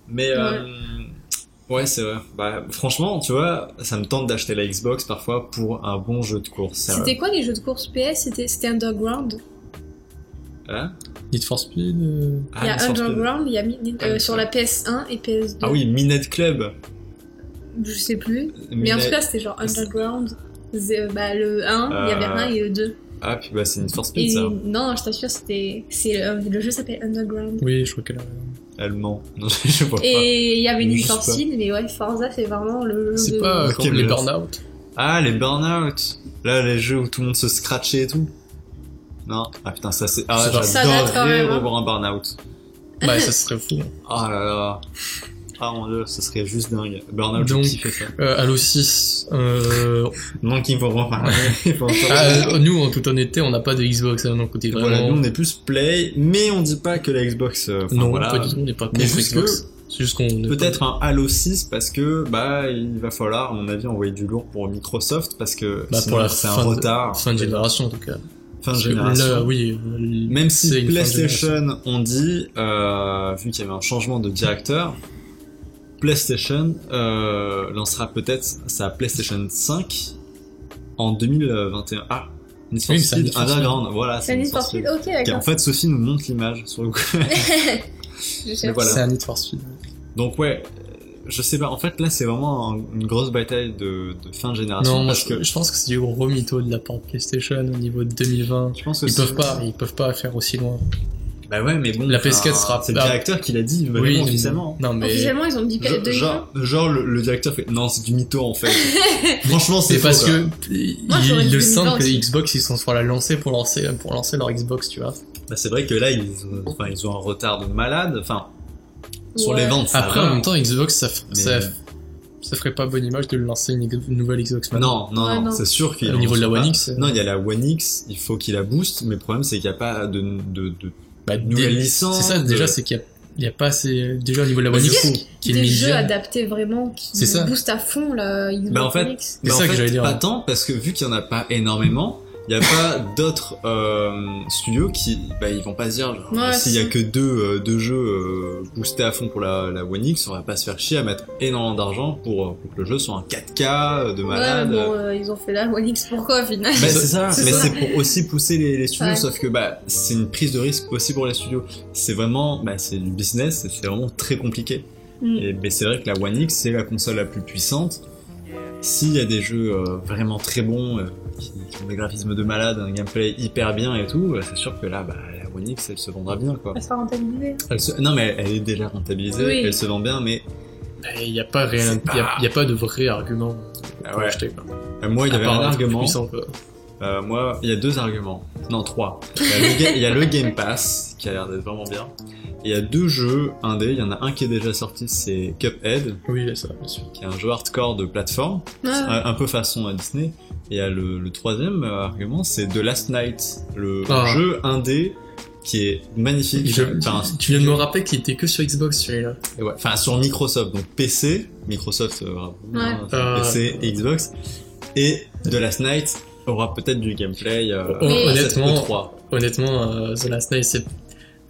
[SPEAKER 2] Mais euh, ouais, Ouais, c'est vrai. Bah, franchement, tu vois, ça me tente d'acheter la Xbox parfois pour un bon jeu de course. sérieux.
[SPEAKER 3] C'était quoi les jeux de course PS C'était c'était Underground.
[SPEAKER 2] Hein
[SPEAKER 1] Need for Speed. euh,
[SPEAKER 2] Ah,
[SPEAKER 3] Il y
[SPEAKER 2] une
[SPEAKER 3] a
[SPEAKER 2] sorte de-
[SPEAKER 3] Underground, il y a Mi-
[SPEAKER 2] Ah,
[SPEAKER 3] euh,
[SPEAKER 2] oui,
[SPEAKER 3] sur
[SPEAKER 2] ça.
[SPEAKER 3] la PS1 et PS2.
[SPEAKER 2] Ah oui, Minette Club.
[SPEAKER 3] Je sais plus. Mais en tout cas, c'était genre Underground. zé- bah, le 1, il y avait
[SPEAKER 2] Euh,
[SPEAKER 3] un et le 2.
[SPEAKER 2] Ah, puis bah, c'est Need for Speed,
[SPEAKER 3] Et
[SPEAKER 2] ça.
[SPEAKER 3] non, non, je t'assure, c'était. c'est, euh, le jeu s'appelle Underground.
[SPEAKER 1] Oui, je crois qu'elle a.
[SPEAKER 2] Allemand. (laughs) Non, je vois pas.
[SPEAKER 3] Et il y avait
[SPEAKER 2] Je
[SPEAKER 3] une
[SPEAKER 2] sais pas.
[SPEAKER 3] sortie, mais ouais, Forza fait vraiment le jeu
[SPEAKER 1] C'est
[SPEAKER 3] de.
[SPEAKER 1] pas euh,
[SPEAKER 2] Ok,
[SPEAKER 1] quand-
[SPEAKER 2] mais
[SPEAKER 1] les
[SPEAKER 2] là,
[SPEAKER 1] Burnout.
[SPEAKER 2] Ah, les Burnout. Là, les jeux où tout le monde se scratchait et tout. Non. Ah putain, ça c'est. Ah,
[SPEAKER 1] C'est pas-
[SPEAKER 3] Ça date quand
[SPEAKER 2] j'adorerais
[SPEAKER 3] même, hein.
[SPEAKER 2] revoir un Burnout.
[SPEAKER 1] Bah, ça serait fou.
[SPEAKER 2] Ah là là. Ah mon dieu, ce serait juste dingue. Burnout,
[SPEAKER 1] Donc-
[SPEAKER 2] qui fait ça.
[SPEAKER 1] Euh, Halo 6.
[SPEAKER 2] (laughs)
[SPEAKER 1] Euh,
[SPEAKER 2] Donc, il
[SPEAKER 1] (laughs)
[SPEAKER 2] faut reparler. Il faut en parler.
[SPEAKER 1] ah, nous, en toute honnêteté, on n'a pas de Xbox. Hein, donc on est vraiment.
[SPEAKER 2] Voilà, nous on est plus play, mais on dit pas que la Xbox. euh, enfin,
[SPEAKER 1] non,
[SPEAKER 2] voilà,
[SPEAKER 1] pas du tout, on n'est pas
[SPEAKER 2] Mais
[SPEAKER 1] contre
[SPEAKER 2] juste
[SPEAKER 1] Xbox. C'est juste qu'on. est
[SPEAKER 2] Peut-être un Halo 6 parce que bah il va falloir à mon avis envoyer du lourd pour Microsoft parce que
[SPEAKER 1] Bah,
[SPEAKER 2] sinon,
[SPEAKER 1] pour la
[SPEAKER 2] c'est
[SPEAKER 1] fin
[SPEAKER 2] un
[SPEAKER 1] de-
[SPEAKER 2] retard.
[SPEAKER 1] Fin de génération en tout cas.
[SPEAKER 2] Fin de
[SPEAKER 1] Parce que
[SPEAKER 2] génération.
[SPEAKER 1] Là, oui. euh,
[SPEAKER 2] Même
[SPEAKER 1] c'est
[SPEAKER 2] si
[SPEAKER 1] une fin de génération.
[SPEAKER 2] PlayStation on dit euh, vu qu'il y avait un changement de directeur, PlayStation euh, lancera peut-être sa PlayStation 5 en 2021. Ah, Need for
[SPEAKER 1] Oui, mais c'est un
[SPEAKER 2] Speed
[SPEAKER 1] Need for Speed.
[SPEAKER 2] Underground, voilà.
[SPEAKER 3] C'est Need for Speed Ok,
[SPEAKER 2] Ok, En
[SPEAKER 3] d'accord.
[SPEAKER 2] fait, Sophie nous montre l'image sur le coup. (laughs)
[SPEAKER 3] Je
[SPEAKER 2] Mais
[SPEAKER 3] cherche.
[SPEAKER 2] voilà.
[SPEAKER 1] C'est un Need for Speed.
[SPEAKER 2] Donc ouais, euh, je sais pas. En fait, là, c'est vraiment un- une grosse bataille de, de fin de génération
[SPEAKER 1] Non, moi,
[SPEAKER 2] Ah, parce
[SPEAKER 1] je,
[SPEAKER 2] que
[SPEAKER 1] je pense que c'est du gros mytho de la part de PlayStation au niveau de 2020.
[SPEAKER 2] je pense que
[SPEAKER 1] Ils
[SPEAKER 2] c'est-
[SPEAKER 1] peuvent pas, ils peuvent pas faire aussi loin.
[SPEAKER 2] Bah ouais, mais bon.
[SPEAKER 1] La PS4
[SPEAKER 2] enfin,
[SPEAKER 1] sera-
[SPEAKER 2] C'est le
[SPEAKER 1] ah.
[SPEAKER 2] directeur qui l'a dit vraiment
[SPEAKER 1] oui,
[SPEAKER 2] officiellement. hein.
[SPEAKER 1] Non, mais
[SPEAKER 3] Officiellement, ils ont dit que
[SPEAKER 2] Genre,
[SPEAKER 3] 2020.
[SPEAKER 2] genre, genre, le, le directeur fait non, c'est du mytho en fait.
[SPEAKER 3] (laughs)
[SPEAKER 2] Franchement, c'est
[SPEAKER 1] c'est parce
[SPEAKER 2] faux, là.
[SPEAKER 1] que ils,
[SPEAKER 3] Moi, j'aurais
[SPEAKER 1] ils
[SPEAKER 3] dit 2020
[SPEAKER 1] le sentent que
[SPEAKER 3] aussi.
[SPEAKER 1] Xbox ils sont sur la lancée pour lancer pour lancer leur Xbox, tu vois.
[SPEAKER 2] Bah, c'est vrai que là, ils ont, enfin, ils ont un retard de malade. Enfin, sur
[SPEAKER 3] Ouais.
[SPEAKER 2] les ventes. ça
[SPEAKER 1] Après,
[SPEAKER 2] va.
[SPEAKER 1] en même temps, Xbox ça, f-
[SPEAKER 2] Mais-
[SPEAKER 1] ça, f- ça ferait pas bonne image de lancer une, une nouvelle Xbox maintenant.
[SPEAKER 2] Non, non,
[SPEAKER 3] Ouais,
[SPEAKER 2] non,
[SPEAKER 3] non.
[SPEAKER 2] c'est sûr qu'il
[SPEAKER 1] Au niveau de la
[SPEAKER 2] en
[SPEAKER 1] One
[SPEAKER 2] sait
[SPEAKER 1] X,
[SPEAKER 2] pas.
[SPEAKER 1] euh,
[SPEAKER 2] Non, il y a la One X. Il faut qu'il la booste. Mais le problème, c'est qu'il n'y a pas de, de, de-
[SPEAKER 1] Bah,
[SPEAKER 2] nouvelle
[SPEAKER 1] dé-
[SPEAKER 2] licence,
[SPEAKER 1] C'est ça, déjà,
[SPEAKER 2] euh.
[SPEAKER 1] c'est qu'il y a, il y a pas assez. Déjà au niveau de la
[SPEAKER 2] Bah,
[SPEAKER 1] One
[SPEAKER 2] c'est
[SPEAKER 1] X,
[SPEAKER 2] fou.
[SPEAKER 1] qui est une
[SPEAKER 3] des jeux
[SPEAKER 1] millième.
[SPEAKER 3] adaptés vraiment qui
[SPEAKER 1] C'est ça.
[SPEAKER 3] boostent à fond la Xbox
[SPEAKER 2] Bah, en fait,
[SPEAKER 3] One X.
[SPEAKER 1] C'est
[SPEAKER 2] Mais
[SPEAKER 1] ça
[SPEAKER 2] en
[SPEAKER 1] que
[SPEAKER 2] fait,
[SPEAKER 1] j'allais dire. hein.
[SPEAKER 2] Pas tant, parce que vu qu'il n'y en a pas énormément, il n'y a pas d'autres euh, studios qui. Bah, ils vont pas se dire, genre,
[SPEAKER 3] Ouais,
[SPEAKER 2] s'il y a
[SPEAKER 3] c'est-
[SPEAKER 2] que deux, euh, deux jeux euh, boostés à fond pour la, la One X, on va pas se faire chier à mettre énormément d'argent pour, euh, pour que le jeu soit un 4K de malade.
[SPEAKER 3] Ouais, bon, euh, ils ont fait la One X pourquoi au final
[SPEAKER 2] Bah, c'est ça,
[SPEAKER 3] C'est
[SPEAKER 2] mais
[SPEAKER 3] ça.
[SPEAKER 2] c'est pour aussi pousser les, les studios,
[SPEAKER 3] Ouais.
[SPEAKER 2] sauf que bah, c'est une prise de risque aussi pour les studios. C'est vraiment, bah, c'est du business, et c'est vraiment très compliqué.
[SPEAKER 3] (laughs) Mm.
[SPEAKER 2] Et ben, c'est vrai que la One X, c'est la console la plus puissante. S'il y a des jeux euh, vraiment très bons, euh, qui, qui ont des graphismes de malade, un gameplay hyper bien et tout, euh, c'est sûr que là, bah, la One X, elle se vendra bien, quoi.
[SPEAKER 3] Ça sera rentabilisé.
[SPEAKER 2] Elle se- Non, mais elle est déjà rentabilisée,
[SPEAKER 3] Oui.
[SPEAKER 2] elle se vend bien, mais
[SPEAKER 1] Bah, Il n'y a pas réel,
[SPEAKER 2] C'est pas-
[SPEAKER 1] il y a, il y a pas de vrai argument
[SPEAKER 2] Ah
[SPEAKER 1] pour
[SPEAKER 2] ouais.
[SPEAKER 1] acheter. quoi.
[SPEAKER 2] Euh, moi, il
[SPEAKER 1] À
[SPEAKER 2] y avait
[SPEAKER 1] part
[SPEAKER 2] un
[SPEAKER 1] truc
[SPEAKER 2] argument.
[SPEAKER 1] puissant, quoi.
[SPEAKER 2] Euh, moi, il y a deux arguments. Non, trois. Il y a le, ga- il y a le Game Pass, qui a l'air d'être vraiment bien. Et il y a deux jeux indés. Il y en a un qui est déjà sorti, c'est Cuphead,
[SPEAKER 1] Oui, ça, bien sûr.
[SPEAKER 2] qui est un jeu hardcore de plateforme, un, un peu façon à Disney. Et il y a le, le troisième euh, argument, c'est The Last Night, le
[SPEAKER 1] Ah.
[SPEAKER 2] jeu indé qui est magnifique.
[SPEAKER 1] Je-
[SPEAKER 2] Enfin,
[SPEAKER 1] Tu viens de me rappeler qu'il était que sur Xbox celui-là.
[SPEAKER 2] et ouais. Enfin, sur Microsoft, donc PC, Microsoft, euh, vraiment,
[SPEAKER 1] Ah.
[SPEAKER 2] PC, Xbox, et The Last Night aura peut-être du gameplay. euh,
[SPEAKER 1] Hon-
[SPEAKER 3] Mais-
[SPEAKER 1] honnêtement-
[SPEAKER 2] le 3.
[SPEAKER 1] Honnêtement, euh, The Last Night, c'est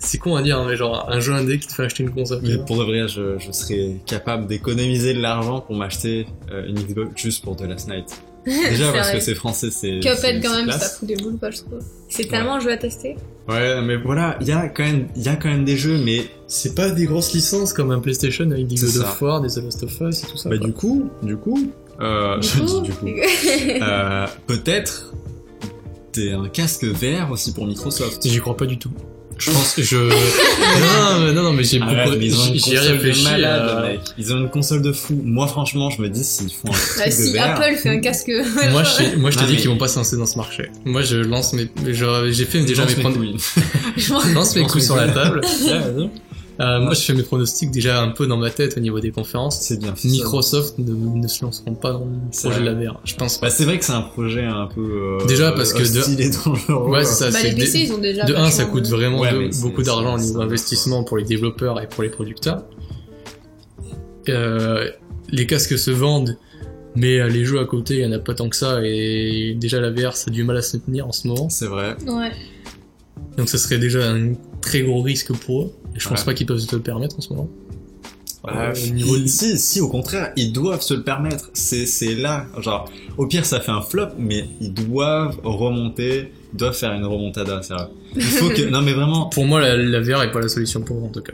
[SPEAKER 1] c'est con à dire, hein, mais genre un jeu indé qui te fait acheter une console.
[SPEAKER 2] Mais pour de vrai, je, je serais capable d'économiser de l'argent pour m'acheter euh, une Xbox juste pour The Last Night. Déjà parce que c'est français, c'est. c'est-
[SPEAKER 3] Cuphead quand
[SPEAKER 2] c'est
[SPEAKER 3] même,
[SPEAKER 2] classe.
[SPEAKER 3] ça fout des boules, pas je trouve. C'est tellement un jeu à tester.
[SPEAKER 2] Ouais, mais voilà, il y a quand même, il y a quand même des jeux, mais
[SPEAKER 1] C'est pas des grosses licences comme un PlayStation avec des
[SPEAKER 2] C'est
[SPEAKER 1] God
[SPEAKER 2] ça.
[SPEAKER 1] of War, des The Last of Us et tout ça.
[SPEAKER 2] bah,
[SPEAKER 1] quoi.
[SPEAKER 2] du coup, du coup, euh,
[SPEAKER 3] Du
[SPEAKER 2] je
[SPEAKER 3] coup, bah,
[SPEAKER 2] dis du
[SPEAKER 3] (laughs)
[SPEAKER 2] coup, euh, peut-être t'es un casque vert aussi pour Microsoft.
[SPEAKER 1] J'y crois pas du tout. Je pense (laughs) que je. non, non, mais- non, non, mais j'ai beaucoup.
[SPEAKER 2] mais ils ont une
[SPEAKER 1] j'y- J'y ai
[SPEAKER 2] Ah, console de
[SPEAKER 1] réfléchi.
[SPEAKER 2] malade,
[SPEAKER 1] euh,
[SPEAKER 2] mec. Ils ont une console de fou. Moi, franchement, je me dis s'ils font un truc
[SPEAKER 3] Bah,
[SPEAKER 2] de
[SPEAKER 3] si
[SPEAKER 2] vert.
[SPEAKER 3] Apple fait un casque. (laughs)
[SPEAKER 1] Moi, je, sais- moi, je t'ai
[SPEAKER 2] Non,
[SPEAKER 1] dit
[SPEAKER 2] mais-
[SPEAKER 1] qu'ils vont pas se lancer dans ce marché. Moi, je lance mes. je- J'ai fait déjà
[SPEAKER 2] Lance
[SPEAKER 1] mes,
[SPEAKER 2] mes
[SPEAKER 1] pronostics.
[SPEAKER 2] couilles.
[SPEAKER 3] je m'en-
[SPEAKER 1] Je lance mes
[SPEAKER 2] Lance
[SPEAKER 1] coups
[SPEAKER 2] mes
[SPEAKER 1] sur la
[SPEAKER 2] couilles.
[SPEAKER 1] table.
[SPEAKER 2] (laughs) Ouais, vas-y.
[SPEAKER 1] Euh, moi, je fais mes pronostics déjà un peu dans ma tête au niveau des conférences.
[SPEAKER 2] C'est bien. fait, ça.
[SPEAKER 1] Microsoft ne, ne se lanceront pas dans le
[SPEAKER 2] C'est
[SPEAKER 1] projet de
[SPEAKER 2] vrai.
[SPEAKER 1] la VR. Je pense pas.
[SPEAKER 2] Bah, c'est vrai que c'est un projet un peu. euh,
[SPEAKER 1] Déjà, parce que de-
[SPEAKER 2] hostile et dangereux.
[SPEAKER 1] Ouais, c'est ça.
[SPEAKER 3] Bah,
[SPEAKER 1] c'est
[SPEAKER 3] les
[SPEAKER 1] que
[SPEAKER 3] PC,
[SPEAKER 1] des-
[SPEAKER 3] ils ont déjà.
[SPEAKER 1] De un, ça
[SPEAKER 3] vachement-
[SPEAKER 1] coûte vraiment
[SPEAKER 2] Ouais,
[SPEAKER 1] de-
[SPEAKER 2] mais c'est-
[SPEAKER 1] beaucoup
[SPEAKER 2] c'est-
[SPEAKER 1] d'argent au
[SPEAKER 2] c'est
[SPEAKER 1] niveau
[SPEAKER 2] un-
[SPEAKER 1] investissement pour les développeurs et pour les producteurs. Euh, les casques se vendent, mais euh, les jeux à côté, il n'y en a pas tant que ça. Et déjà, la VR, ça a du mal à se tenir en ce moment.
[SPEAKER 2] C'est vrai.
[SPEAKER 3] Ouais.
[SPEAKER 1] Donc, ça serait déjà un très gros risque pour eux. Et je pense
[SPEAKER 2] Ouais.
[SPEAKER 1] pas qu'ils peuvent se le permettre en ce moment.
[SPEAKER 2] Bah,
[SPEAKER 1] euh, au niveau
[SPEAKER 2] ils-
[SPEAKER 1] de-
[SPEAKER 2] si, si, au contraire, ils doivent se le permettre. C'est, c'est là. Genre, au pire, ça fait un flop, mais ils doivent remonter. Ils doivent faire une remontada, sérieux. Il faut
[SPEAKER 3] (laughs)
[SPEAKER 2] que. Non, mais vraiment.
[SPEAKER 1] Pour moi, la, la VR est pas la solution pour eux, en tout cas.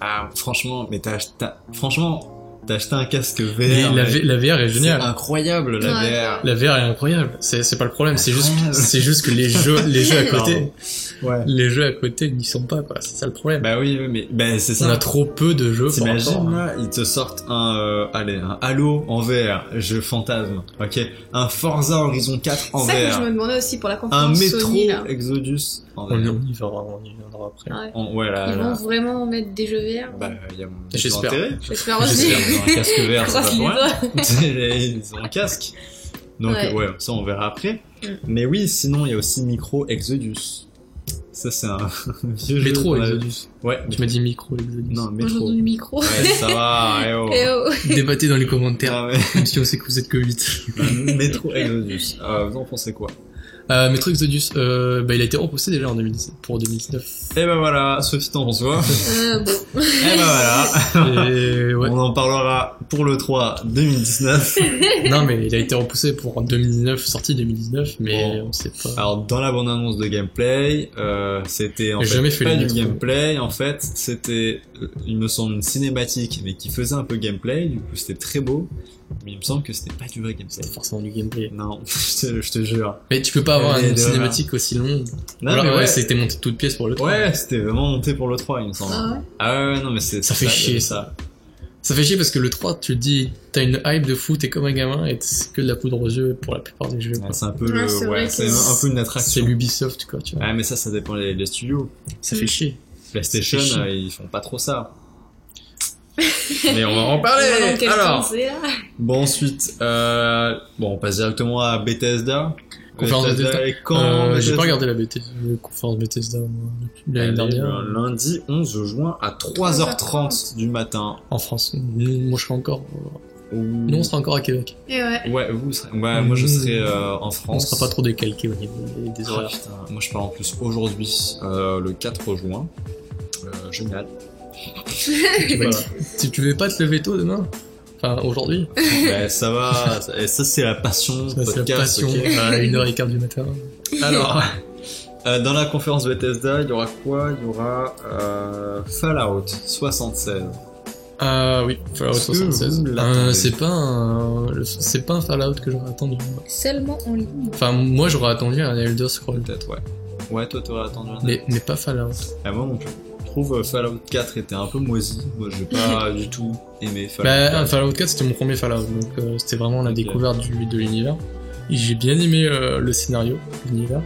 [SPEAKER 2] Ah, franchement, mais t'as acheté. Franchement, t'as acheté un casque VR.
[SPEAKER 1] Mais la,
[SPEAKER 2] mec.
[SPEAKER 1] V- la VR est
[SPEAKER 2] C'est
[SPEAKER 1] géniale.
[SPEAKER 2] incroyable, la
[SPEAKER 3] Ouais.
[SPEAKER 2] VR.
[SPEAKER 1] La VR est incroyable. C'est c'est pas le problème. C'est juste,
[SPEAKER 2] Incroyable.
[SPEAKER 1] c'est juste que les jeux, les jeux à côté,
[SPEAKER 2] Pardon. Ouais.
[SPEAKER 1] les jeux à côté n'y sont pas, quoi. C'est ça le problème.
[SPEAKER 2] Bah oui, oui, mais. Bah, c'est
[SPEAKER 1] On a
[SPEAKER 2] ça.
[SPEAKER 1] trop peu de jeux pour hein.
[SPEAKER 2] T'imagines hein.
[SPEAKER 1] rapport à-
[SPEAKER 2] là, ils te sortent un, euh, allez, un Halo en VR, je fantasme, ok, un Forza Horizon 4 en
[SPEAKER 3] C'est ça que je
[SPEAKER 2] VR,
[SPEAKER 3] me demandais aussi pour la conférence
[SPEAKER 2] un métro
[SPEAKER 3] Sony là.
[SPEAKER 2] Exodus en
[SPEAKER 1] On, on
[SPEAKER 2] VR.
[SPEAKER 1] y Ah, verra, on y viendra après.
[SPEAKER 3] Ouais.
[SPEAKER 2] En- ouais, là,
[SPEAKER 3] Ils
[SPEAKER 2] là.
[SPEAKER 3] vont vraiment mettre des jeux VR.
[SPEAKER 2] Bah, il y a mon
[SPEAKER 1] J'espère.
[SPEAKER 2] intérêt.
[SPEAKER 3] J'espère aussi.
[SPEAKER 2] J'espère qu'ils ont un casque (laughs) VR, c'est
[SPEAKER 3] Croise
[SPEAKER 2] pas
[SPEAKER 3] les
[SPEAKER 2] pour rien.
[SPEAKER 3] doigts.
[SPEAKER 2] (laughs) Ils ont un casque. Donc,
[SPEAKER 3] Ouais.
[SPEAKER 2] ouais, ça on verra après.
[SPEAKER 3] Mm.
[SPEAKER 2] Mais oui, sinon, il y a aussi Micro Exodus. Ça, c'est un (laughs) vieux jeu
[SPEAKER 1] Métro,
[SPEAKER 2] qu'on a-
[SPEAKER 1] Exodus.
[SPEAKER 2] Ouais,
[SPEAKER 1] Tu m'as dit micro, Exodus.
[SPEAKER 2] Non, Métro.
[SPEAKER 3] Aujourd'hui, le micro.
[SPEAKER 2] Ouais, ça va, eh oh.
[SPEAKER 3] Et oh.
[SPEAKER 1] (laughs) Débattez dans les commentaires,
[SPEAKER 2] Ah, mais-
[SPEAKER 1] même si on sait que vous êtes que 8.
[SPEAKER 2] (laughs) Métro Exodus. Euh, vous en pensez quoi
[SPEAKER 1] Euh, Metro Exodus, euh, bah, il a été repoussé déjà en 2017, pour 2019.
[SPEAKER 2] Et ben voilà, Sophie t'en penses
[SPEAKER 1] (laughs)
[SPEAKER 2] quoi
[SPEAKER 3] Euh,
[SPEAKER 2] (laughs)
[SPEAKER 3] bon.
[SPEAKER 2] Et ben voilà,
[SPEAKER 1] Et
[SPEAKER 2] (laughs)
[SPEAKER 1] ouais.
[SPEAKER 2] on en parlera pour le 3 2019.
[SPEAKER 1] non, mais il a été repoussé pour 2019, sorti 2019, mais
[SPEAKER 2] Bon.
[SPEAKER 1] on sait pas.
[SPEAKER 2] Alors dans la bande annonce de gameplay, euh, c'était en
[SPEAKER 1] J'ai
[SPEAKER 2] fait
[SPEAKER 1] jamais fait
[SPEAKER 2] pas
[SPEAKER 1] les
[SPEAKER 2] du
[SPEAKER 1] métros.
[SPEAKER 2] gameplay, en fait c'était, euh, il me semble, une cinématique, mais qui faisait un peu gameplay, du coup c'était très beau, mais il me semble que c'était pas du vrai gameplay.
[SPEAKER 1] C'est forcément du gameplay.
[SPEAKER 2] Non, (laughs) je te, je te jure.
[SPEAKER 1] Mais tu peux pas avoir
[SPEAKER 2] Et
[SPEAKER 1] une
[SPEAKER 2] de-
[SPEAKER 1] cinématique aussi longue.
[SPEAKER 2] Non,
[SPEAKER 1] Voilà,
[SPEAKER 2] mais
[SPEAKER 1] ouais,
[SPEAKER 2] ouais,
[SPEAKER 1] c'était monté de toutes pièces pour le truc.
[SPEAKER 2] ouais, c'était vraiment monté pour le 3, il me semble.
[SPEAKER 3] Ah ouais.
[SPEAKER 2] Ah ouais, ouais, non mais c'est
[SPEAKER 1] Ça fait chier, ça. Ça fait chier parce que le 3, tu te dis, t'as une hype de fou, t'es comme un gamin et c'est que de la poudre aux yeux pour la plupart des jeux. quoi.
[SPEAKER 2] Ouais, C'est un peu,
[SPEAKER 3] Ouais,
[SPEAKER 2] le-
[SPEAKER 3] c'est vrai
[SPEAKER 2] ouais,
[SPEAKER 3] que
[SPEAKER 2] c'est un peu une attraction.
[SPEAKER 1] C'est l'Ubisoft, quoi, tu vois.
[SPEAKER 2] Ouais, mais ça, ça dépend des, des studios.
[SPEAKER 1] Ça fait chier.
[SPEAKER 2] PlayStation,
[SPEAKER 1] Ça fait chier.
[SPEAKER 2] euh, ils font pas
[SPEAKER 3] (laughs)
[SPEAKER 2] trop ça. mais on va en
[SPEAKER 3] Voilà
[SPEAKER 2] parler.
[SPEAKER 3] dans quel temps
[SPEAKER 2] Alors,
[SPEAKER 3] c'est, là.
[SPEAKER 2] bon ensuite, euh, bon, on passe directement à Bethesda.
[SPEAKER 1] Conférence de
[SPEAKER 2] Bethesda,
[SPEAKER 1] Bethesda.
[SPEAKER 2] et quand
[SPEAKER 1] Euh, J'ai
[SPEAKER 2] Bethesda
[SPEAKER 1] pas regardé la Bethesda, la conférence Bethesda moi, depuis
[SPEAKER 2] Elle
[SPEAKER 1] l'année
[SPEAKER 2] est
[SPEAKER 1] dernière
[SPEAKER 2] le Lundi 11 juin à 3h30 du matin.
[SPEAKER 1] euh, en France. Nous, Moi, je serai encore. euh, Nous, on
[SPEAKER 2] Non,
[SPEAKER 1] sera encore à Québec.
[SPEAKER 3] Et Eh ouais.
[SPEAKER 2] Ouais, vous serez- ouais, moi je serai euh, en
[SPEAKER 1] On
[SPEAKER 2] France.
[SPEAKER 1] sera pas trop décalqué au niveau des- des
[SPEAKER 2] Ah, (laughs)
[SPEAKER 1] horaires.
[SPEAKER 2] putain, moi je pars en plus aujourd'hui, euh, le 4 juin. Euh, génial.
[SPEAKER 1] Voilà. Si tu veux pas te lever tôt demain, enfin aujourd'hui,
[SPEAKER 2] Ouais, ça va, et ça c'est la passion
[SPEAKER 1] ça, c'est la
[SPEAKER 2] podcast.
[SPEAKER 1] passion euh,
[SPEAKER 2] ok.
[SPEAKER 1] à 1h15 du matin.
[SPEAKER 2] (laughs) Alors, euh, dans la conférence Bethesda, il y aura quoi Il y aura euh, Fallout 76.
[SPEAKER 1] Ah oui, Fallout
[SPEAKER 2] Est-ce que vous
[SPEAKER 1] 76.
[SPEAKER 2] l'attendez
[SPEAKER 1] Euh, c'est pas un, le- c'est pas un Fallout que j'aurais attendu. moi.
[SPEAKER 3] Seulement en ligne.
[SPEAKER 1] Enfin, moi j'aurais attendu un Elder Scrolls,
[SPEAKER 2] Peut-être, ouais. Ouais, toi t'aurais attendu un
[SPEAKER 1] mais, mais pas Fallout.
[SPEAKER 2] Ah, moi non plus. Je trouve euh, Fallout 4 était un peu moisi. Moi j'ai
[SPEAKER 1] (laughs)
[SPEAKER 2] pas du tout aimé Fallout
[SPEAKER 1] Bah,
[SPEAKER 2] 4.
[SPEAKER 1] Fallout 4 c'était mon premier Fallout, donc euh, c'était vraiment la
[SPEAKER 2] Ok.
[SPEAKER 1] découverte du, de l'univers. Et J'ai bien aimé euh, le scénario, l'univers.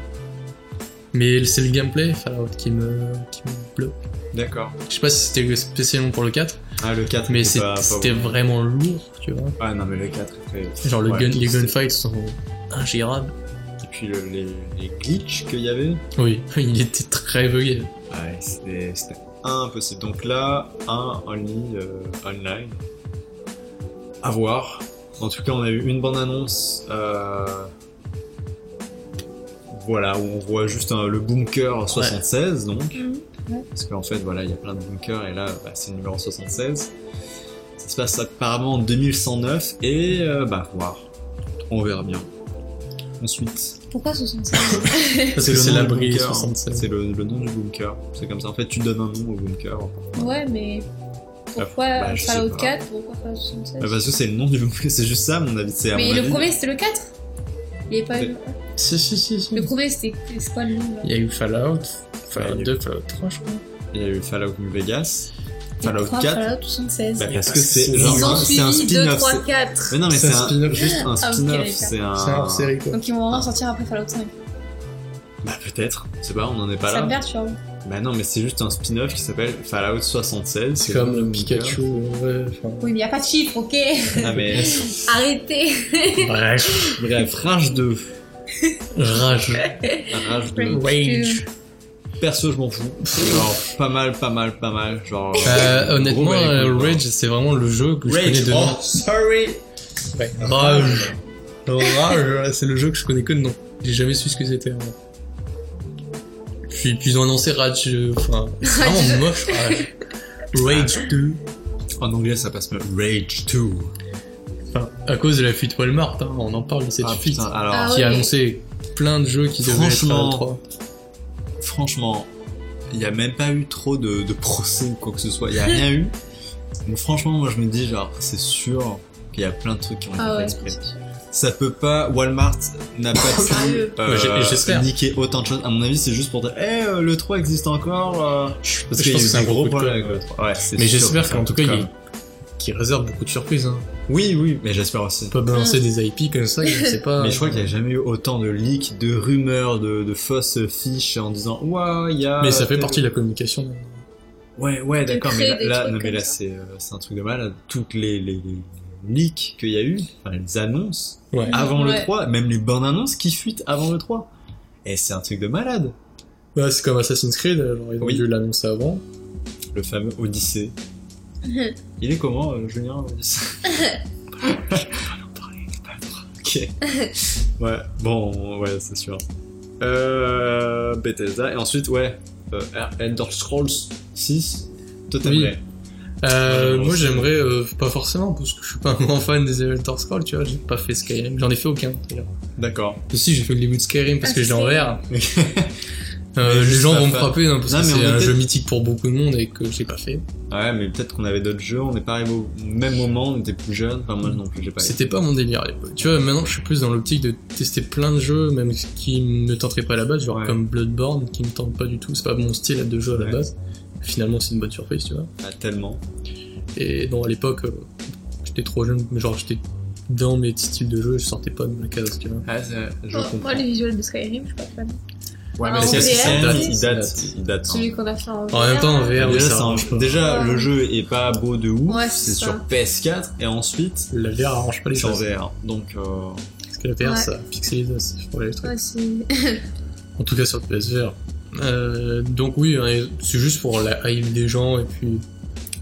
[SPEAKER 1] Mais c'est le gameplay Fallout qui me, qui me bloque.
[SPEAKER 2] D'accord.
[SPEAKER 1] Je sais pas si c'était spécialement pour le 4,
[SPEAKER 2] Ah, le 4
[SPEAKER 1] mais
[SPEAKER 2] était
[SPEAKER 1] c'est-
[SPEAKER 2] pas- pas
[SPEAKER 1] c'était
[SPEAKER 2] bon.
[SPEAKER 1] vraiment lourd, tu vois.
[SPEAKER 2] Ah, non, mais le 4 était.
[SPEAKER 1] Genre le
[SPEAKER 2] Ouais,
[SPEAKER 1] gun, les
[SPEAKER 2] c'était-
[SPEAKER 1] gunfights sont ingérables.
[SPEAKER 2] Et puis le- les, les glitches qu'il y avait.
[SPEAKER 1] Oui, (laughs) il était très bugué.
[SPEAKER 2] Ouais, c'était c'était impossible. Donc là, un only euh, online. À voir. En tout cas, on a eu une bande annonce. euh, Voilà, où on voit juste un- le bunker 76, donc.
[SPEAKER 3] Mhm, ouais.
[SPEAKER 2] Parce qu'en fait, voilà, il y a plein de bunkers, et là, bah, c'est le numéro 76. Ça se passe apparemment en 2109, et euh, bah, voir. On verra bien. Ensuite,
[SPEAKER 3] Pourquoi 76
[SPEAKER 1] Parce que
[SPEAKER 2] c'est le
[SPEAKER 1] c'est
[SPEAKER 2] nom du
[SPEAKER 1] l'abri
[SPEAKER 2] bunker.
[SPEAKER 1] 76.
[SPEAKER 2] C'est le, le nom du bunker. C'est comme ça. En fait, tu donnes un nom au bunker.
[SPEAKER 3] Ouais, mais pourquoi
[SPEAKER 2] bah, je sais
[SPEAKER 3] Fallout
[SPEAKER 2] pas.
[SPEAKER 3] 4 Pourquoi Fallout 76
[SPEAKER 2] Bah, parce que c'est le nom du bunker. C'est juste ça, à mon avis. C'est à
[SPEAKER 3] Mais
[SPEAKER 2] mon
[SPEAKER 3] le
[SPEAKER 2] avis.
[SPEAKER 3] premier c'était le 4 Il est pas
[SPEAKER 2] C'est-
[SPEAKER 3] eu.
[SPEAKER 1] Si, si, si, si.
[SPEAKER 3] Le premier c'était c'est quoi le nom là
[SPEAKER 1] Il y a eu Fallout,
[SPEAKER 2] Ouais, il y
[SPEAKER 1] Fallout
[SPEAKER 2] a eu-
[SPEAKER 1] 2, Fallout 3, je crois.
[SPEAKER 2] Il y a eu Fallout New Vegas.
[SPEAKER 3] Et
[SPEAKER 2] Fallout
[SPEAKER 3] pourquoi
[SPEAKER 2] 4.
[SPEAKER 3] Fallout 76
[SPEAKER 2] Bah, parce
[SPEAKER 1] pas
[SPEAKER 2] que
[SPEAKER 1] si
[SPEAKER 2] c'est
[SPEAKER 1] Bah, c'est-
[SPEAKER 2] genre,
[SPEAKER 3] Ils ont
[SPEAKER 2] c'est un
[SPEAKER 3] suivi 2,
[SPEAKER 2] spin-off.
[SPEAKER 3] 3,
[SPEAKER 2] c'est-
[SPEAKER 3] 4
[SPEAKER 2] Mais non, mais
[SPEAKER 1] C'est
[SPEAKER 2] c'est
[SPEAKER 1] un
[SPEAKER 2] un-
[SPEAKER 1] spin-off.
[SPEAKER 2] juste un
[SPEAKER 3] Ah, ok,
[SPEAKER 2] spin-off.
[SPEAKER 3] d'accord.
[SPEAKER 2] c'est un.
[SPEAKER 1] quoi.
[SPEAKER 3] Donc ils vont vraiment sortir après Fallout 5.
[SPEAKER 2] Bah, peut-être. Je sais pas, on en est pas
[SPEAKER 3] Ça me
[SPEAKER 2] là.
[SPEAKER 3] perturbe.
[SPEAKER 2] Bah, non, mais c'est juste un spin-off qui s'appelle Fallout 76.
[SPEAKER 1] C'est
[SPEAKER 2] le
[SPEAKER 1] comme
[SPEAKER 2] nom du
[SPEAKER 1] le
[SPEAKER 2] bunker.
[SPEAKER 1] Pikachu, ouais, enfin.
[SPEAKER 3] Oui, mais y a pas de chiffre, ok (laughs)
[SPEAKER 2] Ah, mais.
[SPEAKER 3] Arrêtez
[SPEAKER 1] Bref,
[SPEAKER 2] Bref, Rage 2.
[SPEAKER 1] rage.
[SPEAKER 2] Rage 2.
[SPEAKER 1] Rage.
[SPEAKER 2] Perso, je m'en fous. Genre, pas mal, pas mal, pas mal. Genre.
[SPEAKER 1] Euh, honnêtement,
[SPEAKER 2] Gros, bah, écoute,
[SPEAKER 1] euh,
[SPEAKER 2] quoi.
[SPEAKER 1] Rage, c'est vraiment le jeu que je connais de
[SPEAKER 2] oh.
[SPEAKER 1] nom.
[SPEAKER 2] sorry.
[SPEAKER 1] Ouais, Rage. (laughs) Rage, c'est le jeu que je connais que de nom. J'ai jamais su ce que c'était. hein. avant. Puis, puis ils ont annoncé Rage, euh, enfin, c'est
[SPEAKER 3] Rage.
[SPEAKER 1] (laughs) vraiment moche, Rage. Rage 2.
[SPEAKER 2] En anglais, ça passe mieux. Rage 2.
[SPEAKER 1] Enfin, à cause de la fuite Walmart, hein, on en parle de cette
[SPEAKER 2] Ah,
[SPEAKER 1] fuite
[SPEAKER 2] putain, alors,
[SPEAKER 3] Ah,
[SPEAKER 1] qui a
[SPEAKER 3] oui.
[SPEAKER 1] annoncé plein de jeux qui devaient être
[SPEAKER 2] Franchement.
[SPEAKER 1] à 3.
[SPEAKER 2] franchement, il n'y a même pas eu trop de, de procès ou quoi que ce soit. Il n'y a rien eu. Donc, franchement, moi, je me dis, genre, c'est sûr qu'il y a plein de trucs qui ont été
[SPEAKER 3] Ah ouais.
[SPEAKER 2] faits exprès. Ça peut pas, Walmart n'a pas
[SPEAKER 3] (laughs)
[SPEAKER 2] pu
[SPEAKER 3] Sérieux.
[SPEAKER 1] Ouais, j'ai-
[SPEAKER 2] euh,
[SPEAKER 1] j'espère.
[SPEAKER 2] niquer autant de choses. À mon avis, c'est juste pour dire, eh, euh, le 3 existe encore. euh, parce
[SPEAKER 1] Je
[SPEAKER 2] qu'il y a
[SPEAKER 1] pense
[SPEAKER 2] eu
[SPEAKER 1] que c'est
[SPEAKER 2] des
[SPEAKER 1] un gros coup de
[SPEAKER 2] problèmes
[SPEAKER 1] com',
[SPEAKER 2] avec le 3. Ouais, c'est
[SPEAKER 1] Mais
[SPEAKER 2] sûr
[SPEAKER 1] j'espère
[SPEAKER 2] que c'est
[SPEAKER 1] qu'en
[SPEAKER 2] un
[SPEAKER 1] tout
[SPEAKER 2] coup
[SPEAKER 1] cas,
[SPEAKER 2] de
[SPEAKER 1] il,
[SPEAKER 2] com'.
[SPEAKER 1] qu'il réserve beaucoup de surprises. Hein.
[SPEAKER 2] Oui, oui, mais j'espère aussi.
[SPEAKER 1] On peut
[SPEAKER 3] Ah.
[SPEAKER 1] balancer des IP comme ça, je sais pas.
[SPEAKER 2] (laughs) Mais je crois qu'il n'y a jamais eu autant de leaks, de rumeurs, de, de fausses fiches en disant Ouah, il y a.
[SPEAKER 1] Mais ça fait partie de la communication.
[SPEAKER 2] Ouais, ouais,
[SPEAKER 3] De
[SPEAKER 2] d'accord, mais
[SPEAKER 3] créer
[SPEAKER 2] là,
[SPEAKER 3] des
[SPEAKER 2] là,
[SPEAKER 3] trucs
[SPEAKER 2] non, mais
[SPEAKER 3] comme
[SPEAKER 2] là
[SPEAKER 3] ça.
[SPEAKER 2] c'est euh, c'est un truc de malade. Toutes les, les, les leaks qu'il y a eu, enfin, les annonces
[SPEAKER 1] Ouais.
[SPEAKER 2] avant le
[SPEAKER 3] Ouais.
[SPEAKER 2] 3, même les bonnes annonces qui fuitent avant le 3. Et c'est un truc de malade.
[SPEAKER 1] Bah, c'est comme Assassin's Creed, alors ils ont
[SPEAKER 2] Oui.
[SPEAKER 1] dû l'annoncer avant. Euh,
[SPEAKER 2] Le fameux
[SPEAKER 3] (laughs)
[SPEAKER 2] Odyssée. Il est comment, euh, Julien Odyssée Ok. Ouais, bon, ouais, c'est sûr. Euh, Bethesda, et ensuite, ouais, euh, Elder Scrolls 6. Toi, t'aimerais.
[SPEAKER 1] Euh,
[SPEAKER 2] Ouais,
[SPEAKER 1] moi
[SPEAKER 2] aussi.
[SPEAKER 1] j'aimerais euh, pas forcément parce que je suis pas un grand fan des Elder Scrolls, tu vois, j'ai pas fait Skyrim, j'en ai fait aucun. d'ailleurs.
[SPEAKER 2] D'accord.
[SPEAKER 1] Si j'ai fait le début de Skyrim parce
[SPEAKER 3] Ah,
[SPEAKER 1] que je l'ai en
[SPEAKER 3] c'est-
[SPEAKER 2] (laughs)
[SPEAKER 1] vert.
[SPEAKER 2] Mais
[SPEAKER 1] Euh, les
[SPEAKER 2] juste
[SPEAKER 1] gens
[SPEAKER 2] pas
[SPEAKER 1] vont me
[SPEAKER 2] fan.
[SPEAKER 1] frapper hein, parce
[SPEAKER 2] Non,
[SPEAKER 1] que
[SPEAKER 2] mais on
[SPEAKER 1] c'est
[SPEAKER 2] est
[SPEAKER 1] un
[SPEAKER 2] peut-être-
[SPEAKER 1] jeu mythique pour beaucoup de monde et que j'ai pas fait.
[SPEAKER 2] Ouais, mais peut-être qu'on avait d'autres jeux, on n'est pas arrivé au même moment, on était plus jeunes. Enfin, moi non plus, j'ai pas
[SPEAKER 1] C'était pas mon délire. à l'époque. Tu vois, maintenant je suis plus dans l'optique de tester plein de jeux, même qui ne tenteraient pas à la base, genre
[SPEAKER 2] Ouais.
[SPEAKER 1] comme Bloodborne qui me tente pas du tout, c'est pas mon style de jeu à
[SPEAKER 2] Ouais.
[SPEAKER 1] la base. Finalement c'est une bonne surprise, tu vois.
[SPEAKER 2] Ah, tellement.
[SPEAKER 1] Et non, à l'époque, euh, j'étais trop jeune, mais genre j'étais dans mes petits styles de jeu, je sortais pas de ma case, tu vois.
[SPEAKER 2] Ah, c'est- je
[SPEAKER 3] Moi-
[SPEAKER 2] comprends.
[SPEAKER 3] Moi, les visuels de Skyrim, je suis pas fan.
[SPEAKER 2] Ouais,
[SPEAKER 3] Ah, en
[SPEAKER 2] c'est-
[SPEAKER 3] VR,
[SPEAKER 2] c'est-
[SPEAKER 3] tu
[SPEAKER 2] il
[SPEAKER 1] sais.
[SPEAKER 2] date, il date. hein.
[SPEAKER 3] Celui qu'on a fait en
[SPEAKER 1] En même temps, en VR,
[SPEAKER 2] Déjà,
[SPEAKER 1] oui,
[SPEAKER 2] c'est
[SPEAKER 1] ça
[SPEAKER 2] un-
[SPEAKER 1] arrange pas.
[SPEAKER 2] déjà,
[SPEAKER 3] Ouais.
[SPEAKER 2] le jeu est pas beau de ouf,
[SPEAKER 3] Ouais, c'est
[SPEAKER 2] c'est
[SPEAKER 3] ça.
[SPEAKER 2] sur PS4, et ensuite,
[SPEAKER 1] La VR arrange pas les
[SPEAKER 2] c'est en
[SPEAKER 1] choses.
[SPEAKER 2] VR. Donc, euh,
[SPEAKER 1] Parce que la VR,
[SPEAKER 3] Ouais.
[SPEAKER 1] ça pixelise assez, je crois, les trucs.
[SPEAKER 3] Ouais, c'est-
[SPEAKER 1] En tout cas sur le PSVR. Euh, donc oui, hein, et c'est juste pour la hype des gens et puis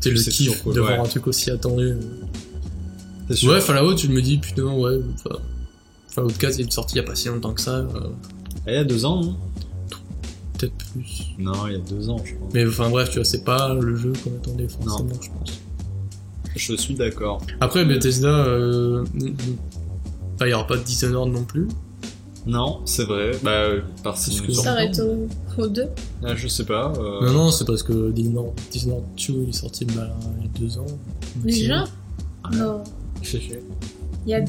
[SPEAKER 1] c'est le
[SPEAKER 2] C'est
[SPEAKER 1] kiff
[SPEAKER 2] sûr, quoi,
[SPEAKER 1] d'avoir
[SPEAKER 2] ouais.
[SPEAKER 1] un truc aussi attendu.
[SPEAKER 2] c'est sûr.
[SPEAKER 1] Ouais, Fallout, tu me dis putain, ouais, enfin, Fallout 4 il est sorti il y a pas si longtemps que ça, euh,
[SPEAKER 2] Ah, il y a deux ans, non
[SPEAKER 1] peut-être plus.
[SPEAKER 2] Non, il y a deux ans, je pense.
[SPEAKER 1] Mais enfin bref, tu vois, c'est pas le jeu qu'on attendait forcément, je pense.
[SPEAKER 2] Je suis d'accord.
[SPEAKER 1] Après Bethesda, euh, bah, il y aura pas de Dishonored non plus.
[SPEAKER 2] Non, c'est vrai. Bah, euh, parce
[SPEAKER 1] Parce
[SPEAKER 2] que
[SPEAKER 1] que-
[SPEAKER 2] nous
[SPEAKER 3] on s'arrête au, au 2.
[SPEAKER 2] Ah, je sais pas. euh,
[SPEAKER 1] Non, non, c'est parce que Dishonored, Dishonored 2 il est sorti bah, il y a deux ans.
[SPEAKER 3] Déjà
[SPEAKER 1] Ah.
[SPEAKER 2] Ouais.
[SPEAKER 3] Non, il y a. Non.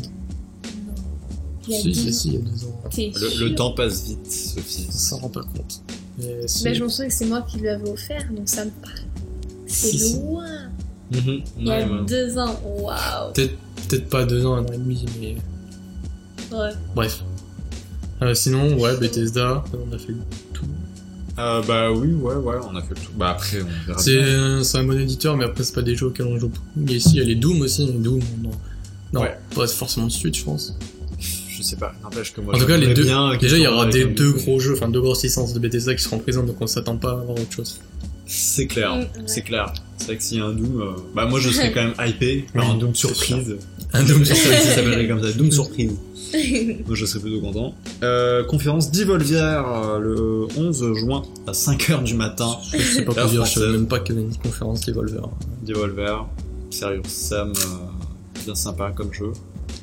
[SPEAKER 3] Il y a
[SPEAKER 1] Si, si,
[SPEAKER 3] deux
[SPEAKER 1] si, il y a deux ans.
[SPEAKER 3] ans. T'es
[SPEAKER 2] Le,
[SPEAKER 3] sûr
[SPEAKER 2] le temps passe vite, Sophie.
[SPEAKER 1] On s'en rend pas compte. Mais si.
[SPEAKER 3] Bah, je me souviens que c'est moi qui l'avais offert, donc ça me parle.
[SPEAKER 1] Si, si.
[SPEAKER 3] C'est loin.
[SPEAKER 2] Mhm.
[SPEAKER 3] Il y a
[SPEAKER 2] Ouais, ouais.
[SPEAKER 3] deux ans. Waouh.
[SPEAKER 1] Peut-être peut-être pas deux ans, un an et demi, mais
[SPEAKER 3] Ouais. (laughs)
[SPEAKER 1] bref. Euh, sinon, ouais, Bethesda, on a fait le tout.
[SPEAKER 2] Euh, bah oui, ouais, ouais, on a fait le tout. Bah après, on
[SPEAKER 1] Ah,
[SPEAKER 2] verra. bien.
[SPEAKER 1] C'est c'est un bon éditeur, mais après, c'est pas des jeux auxquels on joue beaucoup. Mais ici, il y a les Doom aussi, mais Doom, non. Non,
[SPEAKER 2] Ouais.
[SPEAKER 1] pas forcément de suite, je pense.
[SPEAKER 2] Je sais pas, n'empêche que moi.
[SPEAKER 1] en tout cas, les
[SPEAKER 2] j'aimerais
[SPEAKER 1] deux.
[SPEAKER 2] bien qu'ils
[SPEAKER 1] Déjà, il y
[SPEAKER 2] sortent
[SPEAKER 1] aura
[SPEAKER 2] avec
[SPEAKER 1] des
[SPEAKER 2] un
[SPEAKER 1] deux
[SPEAKER 2] nouveau.
[SPEAKER 1] gros jeux, enfin deux grosses licences de Bethesda qui seront présentes, donc on s'attend pas à avoir autre chose.
[SPEAKER 2] C'est clair,
[SPEAKER 3] Mm, ouais.
[SPEAKER 2] c'est clair. C'est vrai que s'il y a un Doom, euh, bah moi
[SPEAKER 3] (laughs)
[SPEAKER 2] je serais quand même hypé par un
[SPEAKER 1] Oui,
[SPEAKER 2] Doom
[SPEAKER 1] c'est
[SPEAKER 2] surprise.
[SPEAKER 1] (laughs) Un
[SPEAKER 2] (laughs)
[SPEAKER 1] Doom sur
[SPEAKER 2] Je sais pas si ça s'appellerait comme ça, Doom surprise.
[SPEAKER 3] Ah,
[SPEAKER 2] Moi je serais plutôt content. Euh, conférence d'Evolvière euh, le 11 juin à 5h du matin.
[SPEAKER 1] Je sais pas
[SPEAKER 2] La
[SPEAKER 1] quoi dire, je savais
[SPEAKER 2] française.
[SPEAKER 1] même pas qu'il y avait une conférence d'Evolver.
[SPEAKER 2] Devolver, sérieux, Sam, euh, bien sympa comme jeu.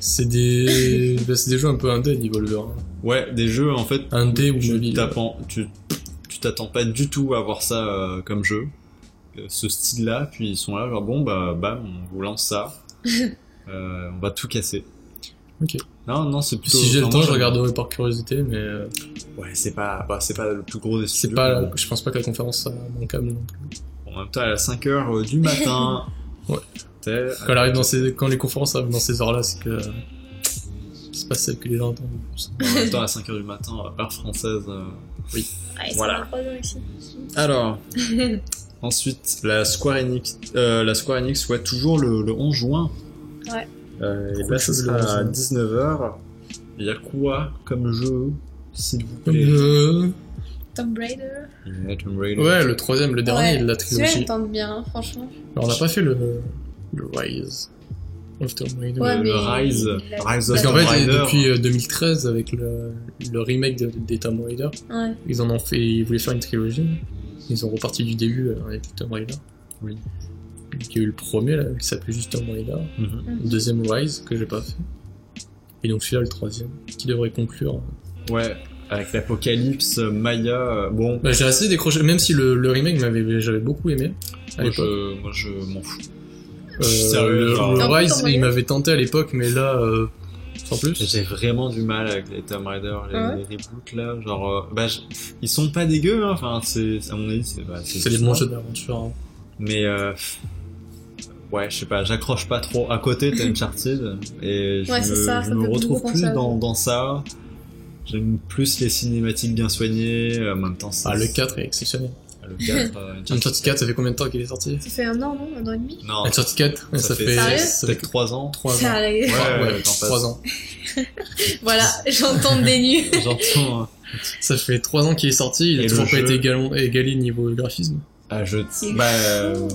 [SPEAKER 1] C'est des... bah, c'est des jeux un peu indé, Devolver. hein.
[SPEAKER 2] Ouais, des jeux en fait.
[SPEAKER 1] Indé ou
[SPEAKER 2] tu
[SPEAKER 1] mobile.
[SPEAKER 2] t'apprends- tu tu t'attends pas du tout à voir ça euh, comme jeu, Euh, ce style-là. Puis ils sont là, genre bon bah bam, on vous
[SPEAKER 1] (laughs)
[SPEAKER 2] lance ça, Euh, on va tout casser.
[SPEAKER 1] Ok.
[SPEAKER 2] Non non, c'est plutôt.
[SPEAKER 1] Si j'ai le
[SPEAKER 2] enfin,
[SPEAKER 1] temps,
[SPEAKER 2] moi,
[SPEAKER 1] je
[SPEAKER 2] j'aime-
[SPEAKER 1] regarderai par curiosité, mais euh,
[SPEAKER 2] Ouais, c'est pas bah, c'est pas le plus gros des
[SPEAKER 1] c'est
[SPEAKER 2] studios.
[SPEAKER 1] pas,
[SPEAKER 2] mais bon.
[SPEAKER 1] je pense pas que la conférence soit manquable non plus.
[SPEAKER 2] En même temps, à 5 h euh, du matin.
[SPEAKER 1] (laughs) Ouais. (laughs)
[SPEAKER 2] Tel-
[SPEAKER 1] Quand, elle arrive dans ces, quand les conférences arrivent dans ces heures-là, c'est que euh, c'est pas celle que les gens attendent. le plus.
[SPEAKER 2] En même temps, à 5 h du matin, heure française. euh,
[SPEAKER 3] Ouais,
[SPEAKER 2] Voilà.
[SPEAKER 3] voilà. ici.
[SPEAKER 2] Alors,
[SPEAKER 3] (laughs)
[SPEAKER 2] ensuite, la Square Enix, euh, la Square Enix, ouais, toujours le, le 11 juin.
[SPEAKER 3] Ouais.
[SPEAKER 2] Euh, et
[SPEAKER 1] Cool
[SPEAKER 2] là, ça
[SPEAKER 1] chose, le
[SPEAKER 2] sera
[SPEAKER 1] 11
[SPEAKER 2] à
[SPEAKER 1] juin.
[SPEAKER 2] 19h. Il y a quoi comme jeu, s'il vous
[SPEAKER 1] Comme,
[SPEAKER 2] plaît
[SPEAKER 1] euh,
[SPEAKER 3] Tomb Raider.
[SPEAKER 2] Il y a Tomb Raider.
[SPEAKER 1] Ouais, le troisième, le dernier
[SPEAKER 3] Ouais,
[SPEAKER 1] de la
[SPEAKER 3] Celui-là, il
[SPEAKER 1] trilogie.
[SPEAKER 3] me tente bien, hein, franchement.
[SPEAKER 1] Alors, on n'a pas fait le, le Rise of Tomb Raider.
[SPEAKER 3] Ouais,
[SPEAKER 2] Le
[SPEAKER 3] mais-
[SPEAKER 2] Rise,
[SPEAKER 3] la-
[SPEAKER 2] Rise of
[SPEAKER 1] Parce qu'en
[SPEAKER 2] Tomb
[SPEAKER 1] fait,
[SPEAKER 2] Raider.
[SPEAKER 1] depuis euh, 2013, avec le, le remake de- des Tomb Raider,
[SPEAKER 3] Ouais.
[SPEAKER 1] ils en ont fait, ils voulaient faire une trilogie. Ils ont reparti du début euh, avec Tomb Raider.
[SPEAKER 2] Oui.
[SPEAKER 1] celui qui a eu le premier, là, qui s'appelait justement Eda.
[SPEAKER 2] Mhm.
[SPEAKER 1] Le deuxième Rise, que j'ai pas fait. Et donc celui-là, le troisième, qui devrait conclure.
[SPEAKER 2] Ouais, avec l'apocalypse, Maya. euh, Bon,
[SPEAKER 1] Bah, j'ai assez décroché, même si le, le remake m'avait, j'avais beaucoup aimé. à
[SPEAKER 2] moi
[SPEAKER 1] l'époque.
[SPEAKER 2] je, moi, je m'en fous.
[SPEAKER 1] Euh,
[SPEAKER 2] Sérieux,
[SPEAKER 1] le,
[SPEAKER 2] genre.
[SPEAKER 1] le
[SPEAKER 3] Un peu
[SPEAKER 1] Rise,
[SPEAKER 3] moyen.
[SPEAKER 1] il m'avait tenté à l'époque, mais là, euh, sans plus.
[SPEAKER 2] J'ai vraiment du mal avec les Tomb Raider, les,
[SPEAKER 3] Ah ouais
[SPEAKER 2] les reboots là. Genre, euh, bah, je- ils sont pas dégueux, hein. Enfin, c'est, à mon avis, c'est bah,
[SPEAKER 1] C'est des bons jeux d'aventure. hein.
[SPEAKER 2] Mais euh, ouais, je sais pas, j'accroche pas trop. À côté, t'as Uncharted et je
[SPEAKER 3] Ouais, c'est
[SPEAKER 2] me,
[SPEAKER 3] ça,
[SPEAKER 2] je
[SPEAKER 3] ça
[SPEAKER 2] me
[SPEAKER 3] fait
[SPEAKER 2] retrouve
[SPEAKER 3] beaucoup
[SPEAKER 2] plus
[SPEAKER 3] penser à
[SPEAKER 2] dans,
[SPEAKER 3] ça.
[SPEAKER 2] dans ça. J'aime plus les cinématiques bien soignées. euh, En même temps, c'est-
[SPEAKER 1] Ah, le 4 est exceptionnel.
[SPEAKER 2] le 4,
[SPEAKER 1] (laughs)
[SPEAKER 2] euh, Uncharted.
[SPEAKER 1] Uncharted 4, ça fait combien de temps qu'il est sorti
[SPEAKER 3] Ça fait un an, non Un an et demi
[SPEAKER 2] Non,
[SPEAKER 1] Uncharted 4, ça,
[SPEAKER 2] ça
[SPEAKER 1] fait,
[SPEAKER 2] fait-
[SPEAKER 3] Sérieux
[SPEAKER 1] ça fait
[SPEAKER 2] peut-être 3 ans.
[SPEAKER 1] 3
[SPEAKER 3] Ça
[SPEAKER 1] ans.
[SPEAKER 3] allait.
[SPEAKER 2] Ouais,
[SPEAKER 1] Ouais,
[SPEAKER 2] ouais, j'en passe.
[SPEAKER 1] 3 ans.
[SPEAKER 3] (laughs) Voilà, j'entends le
[SPEAKER 2] (laughs)
[SPEAKER 3] dénu.
[SPEAKER 2] J'entends. euh,
[SPEAKER 1] Ça fait 3 ans qu'il est sorti, il a
[SPEAKER 2] Et le
[SPEAKER 1] toujours pas
[SPEAKER 2] jeu
[SPEAKER 1] été égalon- égalé niveau graphisme.
[SPEAKER 2] Ah, je.
[SPEAKER 3] C'est
[SPEAKER 2] Bah.
[SPEAKER 3] fou.
[SPEAKER 2] euh,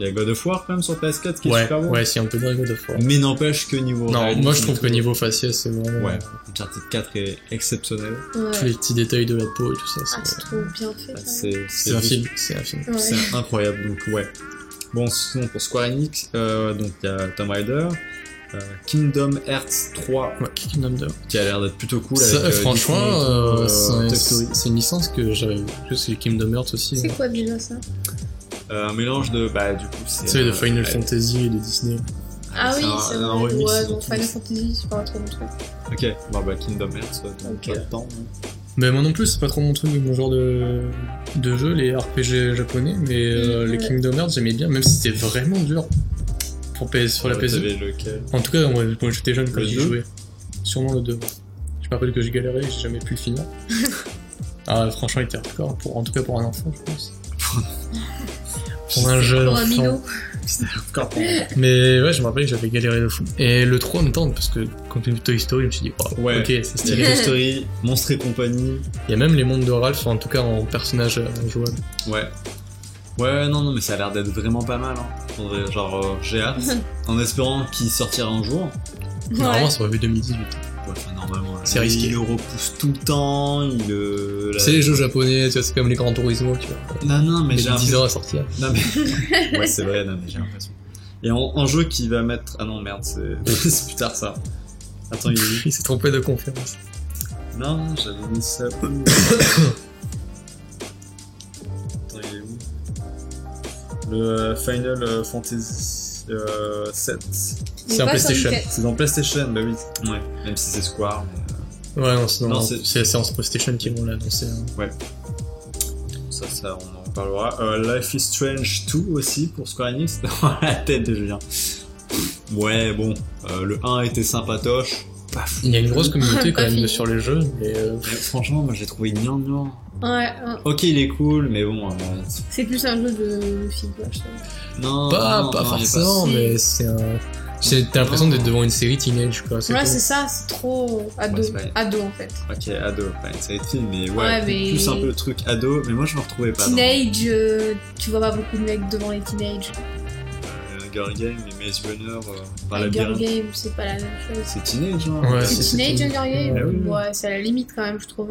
[SPEAKER 2] Il y a God of War quand même sur PS4 qui est
[SPEAKER 1] Ouais,
[SPEAKER 2] super bon.
[SPEAKER 1] ouais, si on peut dire God of War.
[SPEAKER 2] Mais n'empêche que niveau.
[SPEAKER 1] Non,
[SPEAKER 2] réalisme
[SPEAKER 1] moi
[SPEAKER 2] et
[SPEAKER 1] je trouve
[SPEAKER 2] tout,
[SPEAKER 1] que niveau faciès, c'est vraiment
[SPEAKER 2] Ouais, Uncharted 4 est exceptionnel.
[SPEAKER 1] tous
[SPEAKER 3] Ouais.
[SPEAKER 1] les petits détails de la peau et tout ça.
[SPEAKER 3] Ah, c'est
[SPEAKER 1] c'est-
[SPEAKER 3] trop bien fait.
[SPEAKER 2] Bah,
[SPEAKER 3] ça.
[SPEAKER 2] C'est
[SPEAKER 1] C'est un film, c'est un film.
[SPEAKER 3] Ouais.
[SPEAKER 2] C'est incroyable, donc ouais. Bon, sinon pour Square Enix, euh, donc il y a Tomb Raider, euh, Kingdom Hearts 3
[SPEAKER 1] Ouais, Kingdom Hearts.
[SPEAKER 2] qui a l'air d'être plutôt cool.
[SPEAKER 1] Ça,
[SPEAKER 2] avec, euh,
[SPEAKER 1] franchement,
[SPEAKER 2] Disney et tout,
[SPEAKER 1] euh,
[SPEAKER 2] euh,
[SPEAKER 1] c'est-
[SPEAKER 2] Toy Story.
[SPEAKER 1] c'est c'est une licence que j'avais vu, c'est Kingdom Hearts aussi. hein.
[SPEAKER 3] C'est
[SPEAKER 1] ouais.
[SPEAKER 3] quoi déjà ça
[SPEAKER 2] Euh, un mélange de bah du coup c'est
[SPEAKER 1] Tu sais, de
[SPEAKER 2] euh,
[SPEAKER 1] Final
[SPEAKER 2] ouais,
[SPEAKER 1] Fantasy et de Disney.
[SPEAKER 3] Ah
[SPEAKER 2] c'est
[SPEAKER 3] oui,
[SPEAKER 2] un-
[SPEAKER 3] c'est
[SPEAKER 2] un
[SPEAKER 3] vrai.
[SPEAKER 2] remix,
[SPEAKER 3] Ouais,
[SPEAKER 2] ils ont
[SPEAKER 3] bon,
[SPEAKER 2] tout
[SPEAKER 3] Final
[SPEAKER 2] mis.
[SPEAKER 3] Fantasy, c'est pas trop mon truc.
[SPEAKER 2] Ok, bon bah Kingdom Hearts, ouais, t'as
[SPEAKER 3] Ok.
[SPEAKER 2] pas le temps. hein.
[SPEAKER 1] Mais moi non plus, c'est pas trop mon truc, mon genre de, de jeu, les RPG japonais, mais euh,
[SPEAKER 3] Mm,
[SPEAKER 1] les
[SPEAKER 3] ouais.
[SPEAKER 1] Kingdom Hearts j'aimais bien, même si c'était vraiment dur pour PS, sur la
[SPEAKER 2] Ouais,
[SPEAKER 1] PS2.
[SPEAKER 2] t'avais lequel
[SPEAKER 1] En tout cas, moi, quand j'étais jeune, quand
[SPEAKER 2] Le
[SPEAKER 1] j'y
[SPEAKER 2] deux
[SPEAKER 1] jouais. Sûrement le 2. Je me rappelle que j'ai galéré, j'ai jamais pu le
[SPEAKER 2] (laughs)
[SPEAKER 1] finir. ah, franchement, il était hardcore, pour, en tout cas pour un enfant, je
[SPEAKER 2] (laughs)
[SPEAKER 1] pense. pour un jeune
[SPEAKER 3] Pour un
[SPEAKER 1] enfant.
[SPEAKER 3] minot.
[SPEAKER 2] Encore pour moi.
[SPEAKER 1] Mais ouais, je me rappelle que j'avais galéré de fou. Et le 3 en même temps, parce que quand j'ai vu Toy Story, je me suis dit, oh,
[SPEAKER 2] Ouais.
[SPEAKER 1] ok, c'est
[SPEAKER 2] Il y
[SPEAKER 1] stylé. (laughs)
[SPEAKER 2] a Toy Story, Monstre et compagnie.
[SPEAKER 1] Il y a même les mondes de Ralph, en tout cas en personnage euh, jouable.
[SPEAKER 2] Ouais. Ouais, ouais, non, non, mais ça a l'air d'être vraiment pas mal. Hein. En vrai, Genre, euh, j'ai hâte.
[SPEAKER 3] (laughs)
[SPEAKER 2] en espérant qu'il sortira un jour.
[SPEAKER 1] Normalement,
[SPEAKER 3] Ouais.
[SPEAKER 1] ça aurait vu 2018.
[SPEAKER 2] Ouais, enfin, normalement.
[SPEAKER 1] C'est
[SPEAKER 2] il-
[SPEAKER 1] risqué.
[SPEAKER 2] Il le repousse tout le temps, il le. la-
[SPEAKER 1] C'est les jeux japonais, tu vois, c'est comme les grands Turismo, tu vois.
[SPEAKER 2] Non, non, mais
[SPEAKER 1] Mais
[SPEAKER 2] j'ai
[SPEAKER 1] 10
[SPEAKER 2] l'impression.
[SPEAKER 1] ans à sortir.
[SPEAKER 2] Non, mais... ouais, c'est vrai, non, mais
[SPEAKER 1] (laughs)
[SPEAKER 2] j'ai l'impression. Et en, en jeu qui va mettre. Ah non, merde, c'est. (laughs) c'est plus tard ça. Attends, il est.
[SPEAKER 1] Il s'est trompé de conférence.
[SPEAKER 2] Non, j'avais mis ça. où Attends, il est où Le euh, Final euh, Fantasy euh, 7.
[SPEAKER 1] C'est un PlayStation.
[SPEAKER 2] C'est dans PlayStation, bah oui. Ouais, même si c'est Square. mais,
[SPEAKER 1] Ouais, non, sinon,
[SPEAKER 2] Non,
[SPEAKER 1] c'est
[SPEAKER 2] c'est-
[SPEAKER 1] la séance PlayStation qui vont l'annoncer. hein.
[SPEAKER 2] euh, Ça, ça, on en parlera. Euh, Life is Strange 2 aussi pour Square Enix. (laughs) Dans la tête de Julien. Ouais, bon. euh, le 1 était sympatoche. Pas fou.
[SPEAKER 1] Il y a une grosse communauté quand
[SPEAKER 3] Pas
[SPEAKER 1] même
[SPEAKER 3] fini.
[SPEAKER 1] sur les jeux, mais euh,
[SPEAKER 2] Mais franchement, moi, j'ai trouvé gnangnan.
[SPEAKER 3] Ouais, ouais.
[SPEAKER 2] Ok, il est cool, mais bon. euh,
[SPEAKER 3] c'est plus un jeu de filles, quoi, je trouve.
[SPEAKER 2] non,
[SPEAKER 1] pas,
[SPEAKER 2] non,
[SPEAKER 1] pas
[SPEAKER 2] non, il est
[SPEAKER 1] forcément,
[SPEAKER 3] pas-
[SPEAKER 1] mais c'est un. j'ai- T'as l'impression d'être devant une série teenage, quoi.
[SPEAKER 3] Ouais,
[SPEAKER 1] tout.
[SPEAKER 3] c'est ça, c'est trop ado.
[SPEAKER 2] Ouais, c'est pas-
[SPEAKER 3] ado, en fait.
[SPEAKER 2] Ok, ado, pas une série de films, mais ouais,
[SPEAKER 3] Ouais, mais-
[SPEAKER 2] plus un peu le truc ado, mais moi je me retrouvais pas
[SPEAKER 3] Teenage, euh, tu vois pas beaucoup de mecs devant les teenage.
[SPEAKER 2] dans euh, Hunger Games et Maze Runner, euh, par la
[SPEAKER 3] Hunger
[SPEAKER 2] bière.
[SPEAKER 3] Game, c'est pas la même chose.
[SPEAKER 2] C'est teenage, hein
[SPEAKER 1] Ouais,
[SPEAKER 3] C'est
[SPEAKER 1] c'est-
[SPEAKER 3] teenage
[SPEAKER 1] c'est-
[SPEAKER 3] Hunger
[SPEAKER 1] Ouais,
[SPEAKER 2] oui,
[SPEAKER 3] Game
[SPEAKER 2] oui.
[SPEAKER 3] Ouais, c'est à la limite quand même, je trouve.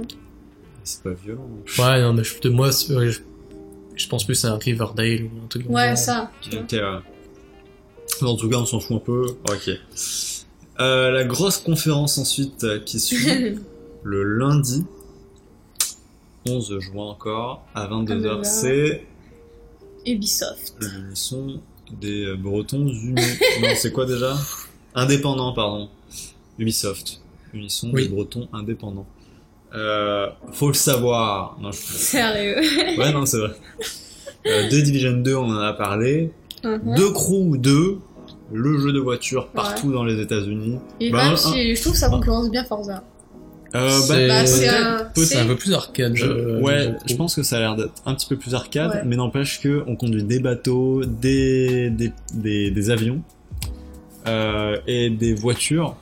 [SPEAKER 2] C'est pas violent.
[SPEAKER 1] Ouais, non, mais je, de moi, c'est- ouais, je, je pense plus à un Riverdale ou un truc comme
[SPEAKER 3] Ouais, ça, tu vois.
[SPEAKER 2] Ok, ouais. En tout cas, on s'en fout un peu. Ok. Euh, la grosse conférence ensuite euh, qui (laughs) suit le lundi 11 juin encore à
[SPEAKER 3] Ah,
[SPEAKER 2] 22h,
[SPEAKER 3] bah.
[SPEAKER 2] c'est
[SPEAKER 3] Ubisoft.
[SPEAKER 2] l'unisson des euh, Bretons (laughs) unis. non, c'est quoi déjà Indépendant, pardon. Ubisoft. Unisson
[SPEAKER 1] Oui.
[SPEAKER 2] des Bretons indépendants. Euh, faut le savoir. Non, (laughs) je-
[SPEAKER 3] Sérieux.
[SPEAKER 2] Ouais, non, c'est vrai. Euh, The Division 2, on en a parlé.
[SPEAKER 3] Mhm.
[SPEAKER 2] The Crew 2, le jeu de voiture partout dans les États-Unis.
[SPEAKER 3] Et
[SPEAKER 2] Bah,
[SPEAKER 3] quand même,
[SPEAKER 2] un-
[SPEAKER 3] je, je trouve que ça concurrence bien Forza.
[SPEAKER 2] Euh,
[SPEAKER 1] C'est-
[SPEAKER 3] Bah, c'est
[SPEAKER 2] peut-être-
[SPEAKER 3] un.
[SPEAKER 2] peut-être
[SPEAKER 1] C'est un peu plus arcade.
[SPEAKER 2] Je-
[SPEAKER 1] euh,
[SPEAKER 2] ouais,
[SPEAKER 1] donc,
[SPEAKER 2] je pense que ça a l'air d'être un petit peu plus arcade,
[SPEAKER 3] Ouais.
[SPEAKER 2] mais n'empêche que on conduit des bateaux, des des, des, des avions euh, et des voitures.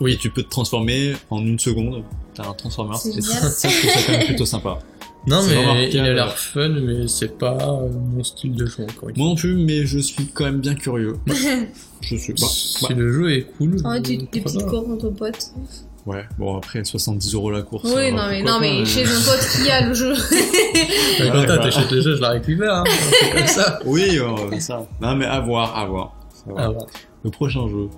[SPEAKER 1] Oui.
[SPEAKER 2] Et tu peux te transformer en une seconde. T'as un transformer.
[SPEAKER 3] C'est
[SPEAKER 2] Et
[SPEAKER 3] génial.
[SPEAKER 2] ça, je trouve ça quand même plutôt sympa.
[SPEAKER 1] Non,
[SPEAKER 2] c'est vraiment
[SPEAKER 1] mais
[SPEAKER 2] arcade,
[SPEAKER 1] il a
[SPEAKER 2] ouais.
[SPEAKER 1] l'air fun, mais c'est pas euh, mon style de jeu encore. une
[SPEAKER 2] Moi non plus, mais je suis quand même
[SPEAKER 3] (laughs)
[SPEAKER 2] bien curieux. je suis.
[SPEAKER 1] fois.
[SPEAKER 2] bah,
[SPEAKER 1] si
[SPEAKER 2] bah,
[SPEAKER 1] le jeu est cool.
[SPEAKER 3] Ah, tu- des
[SPEAKER 1] euh, pourquoi
[SPEAKER 3] petites
[SPEAKER 1] pas.
[SPEAKER 3] courses entre potes.
[SPEAKER 2] Ouais, bon après 70 euros la course.
[SPEAKER 3] Oui,
[SPEAKER 2] euh,
[SPEAKER 3] non mais,
[SPEAKER 2] pourquoi
[SPEAKER 3] non
[SPEAKER 2] pas,
[SPEAKER 3] mais chez un pote qui a le (laughs) jeu.
[SPEAKER 1] Mais quand
[SPEAKER 2] Ouais,
[SPEAKER 1] t'as
[SPEAKER 2] bah.
[SPEAKER 1] t'achètes le jeu, je la récupère, hein. C'est comme ça.
[SPEAKER 2] Oui, euh, ça. Non mais à voir, à voir. À voir.
[SPEAKER 1] Ah, bon.
[SPEAKER 2] Le prochain jeu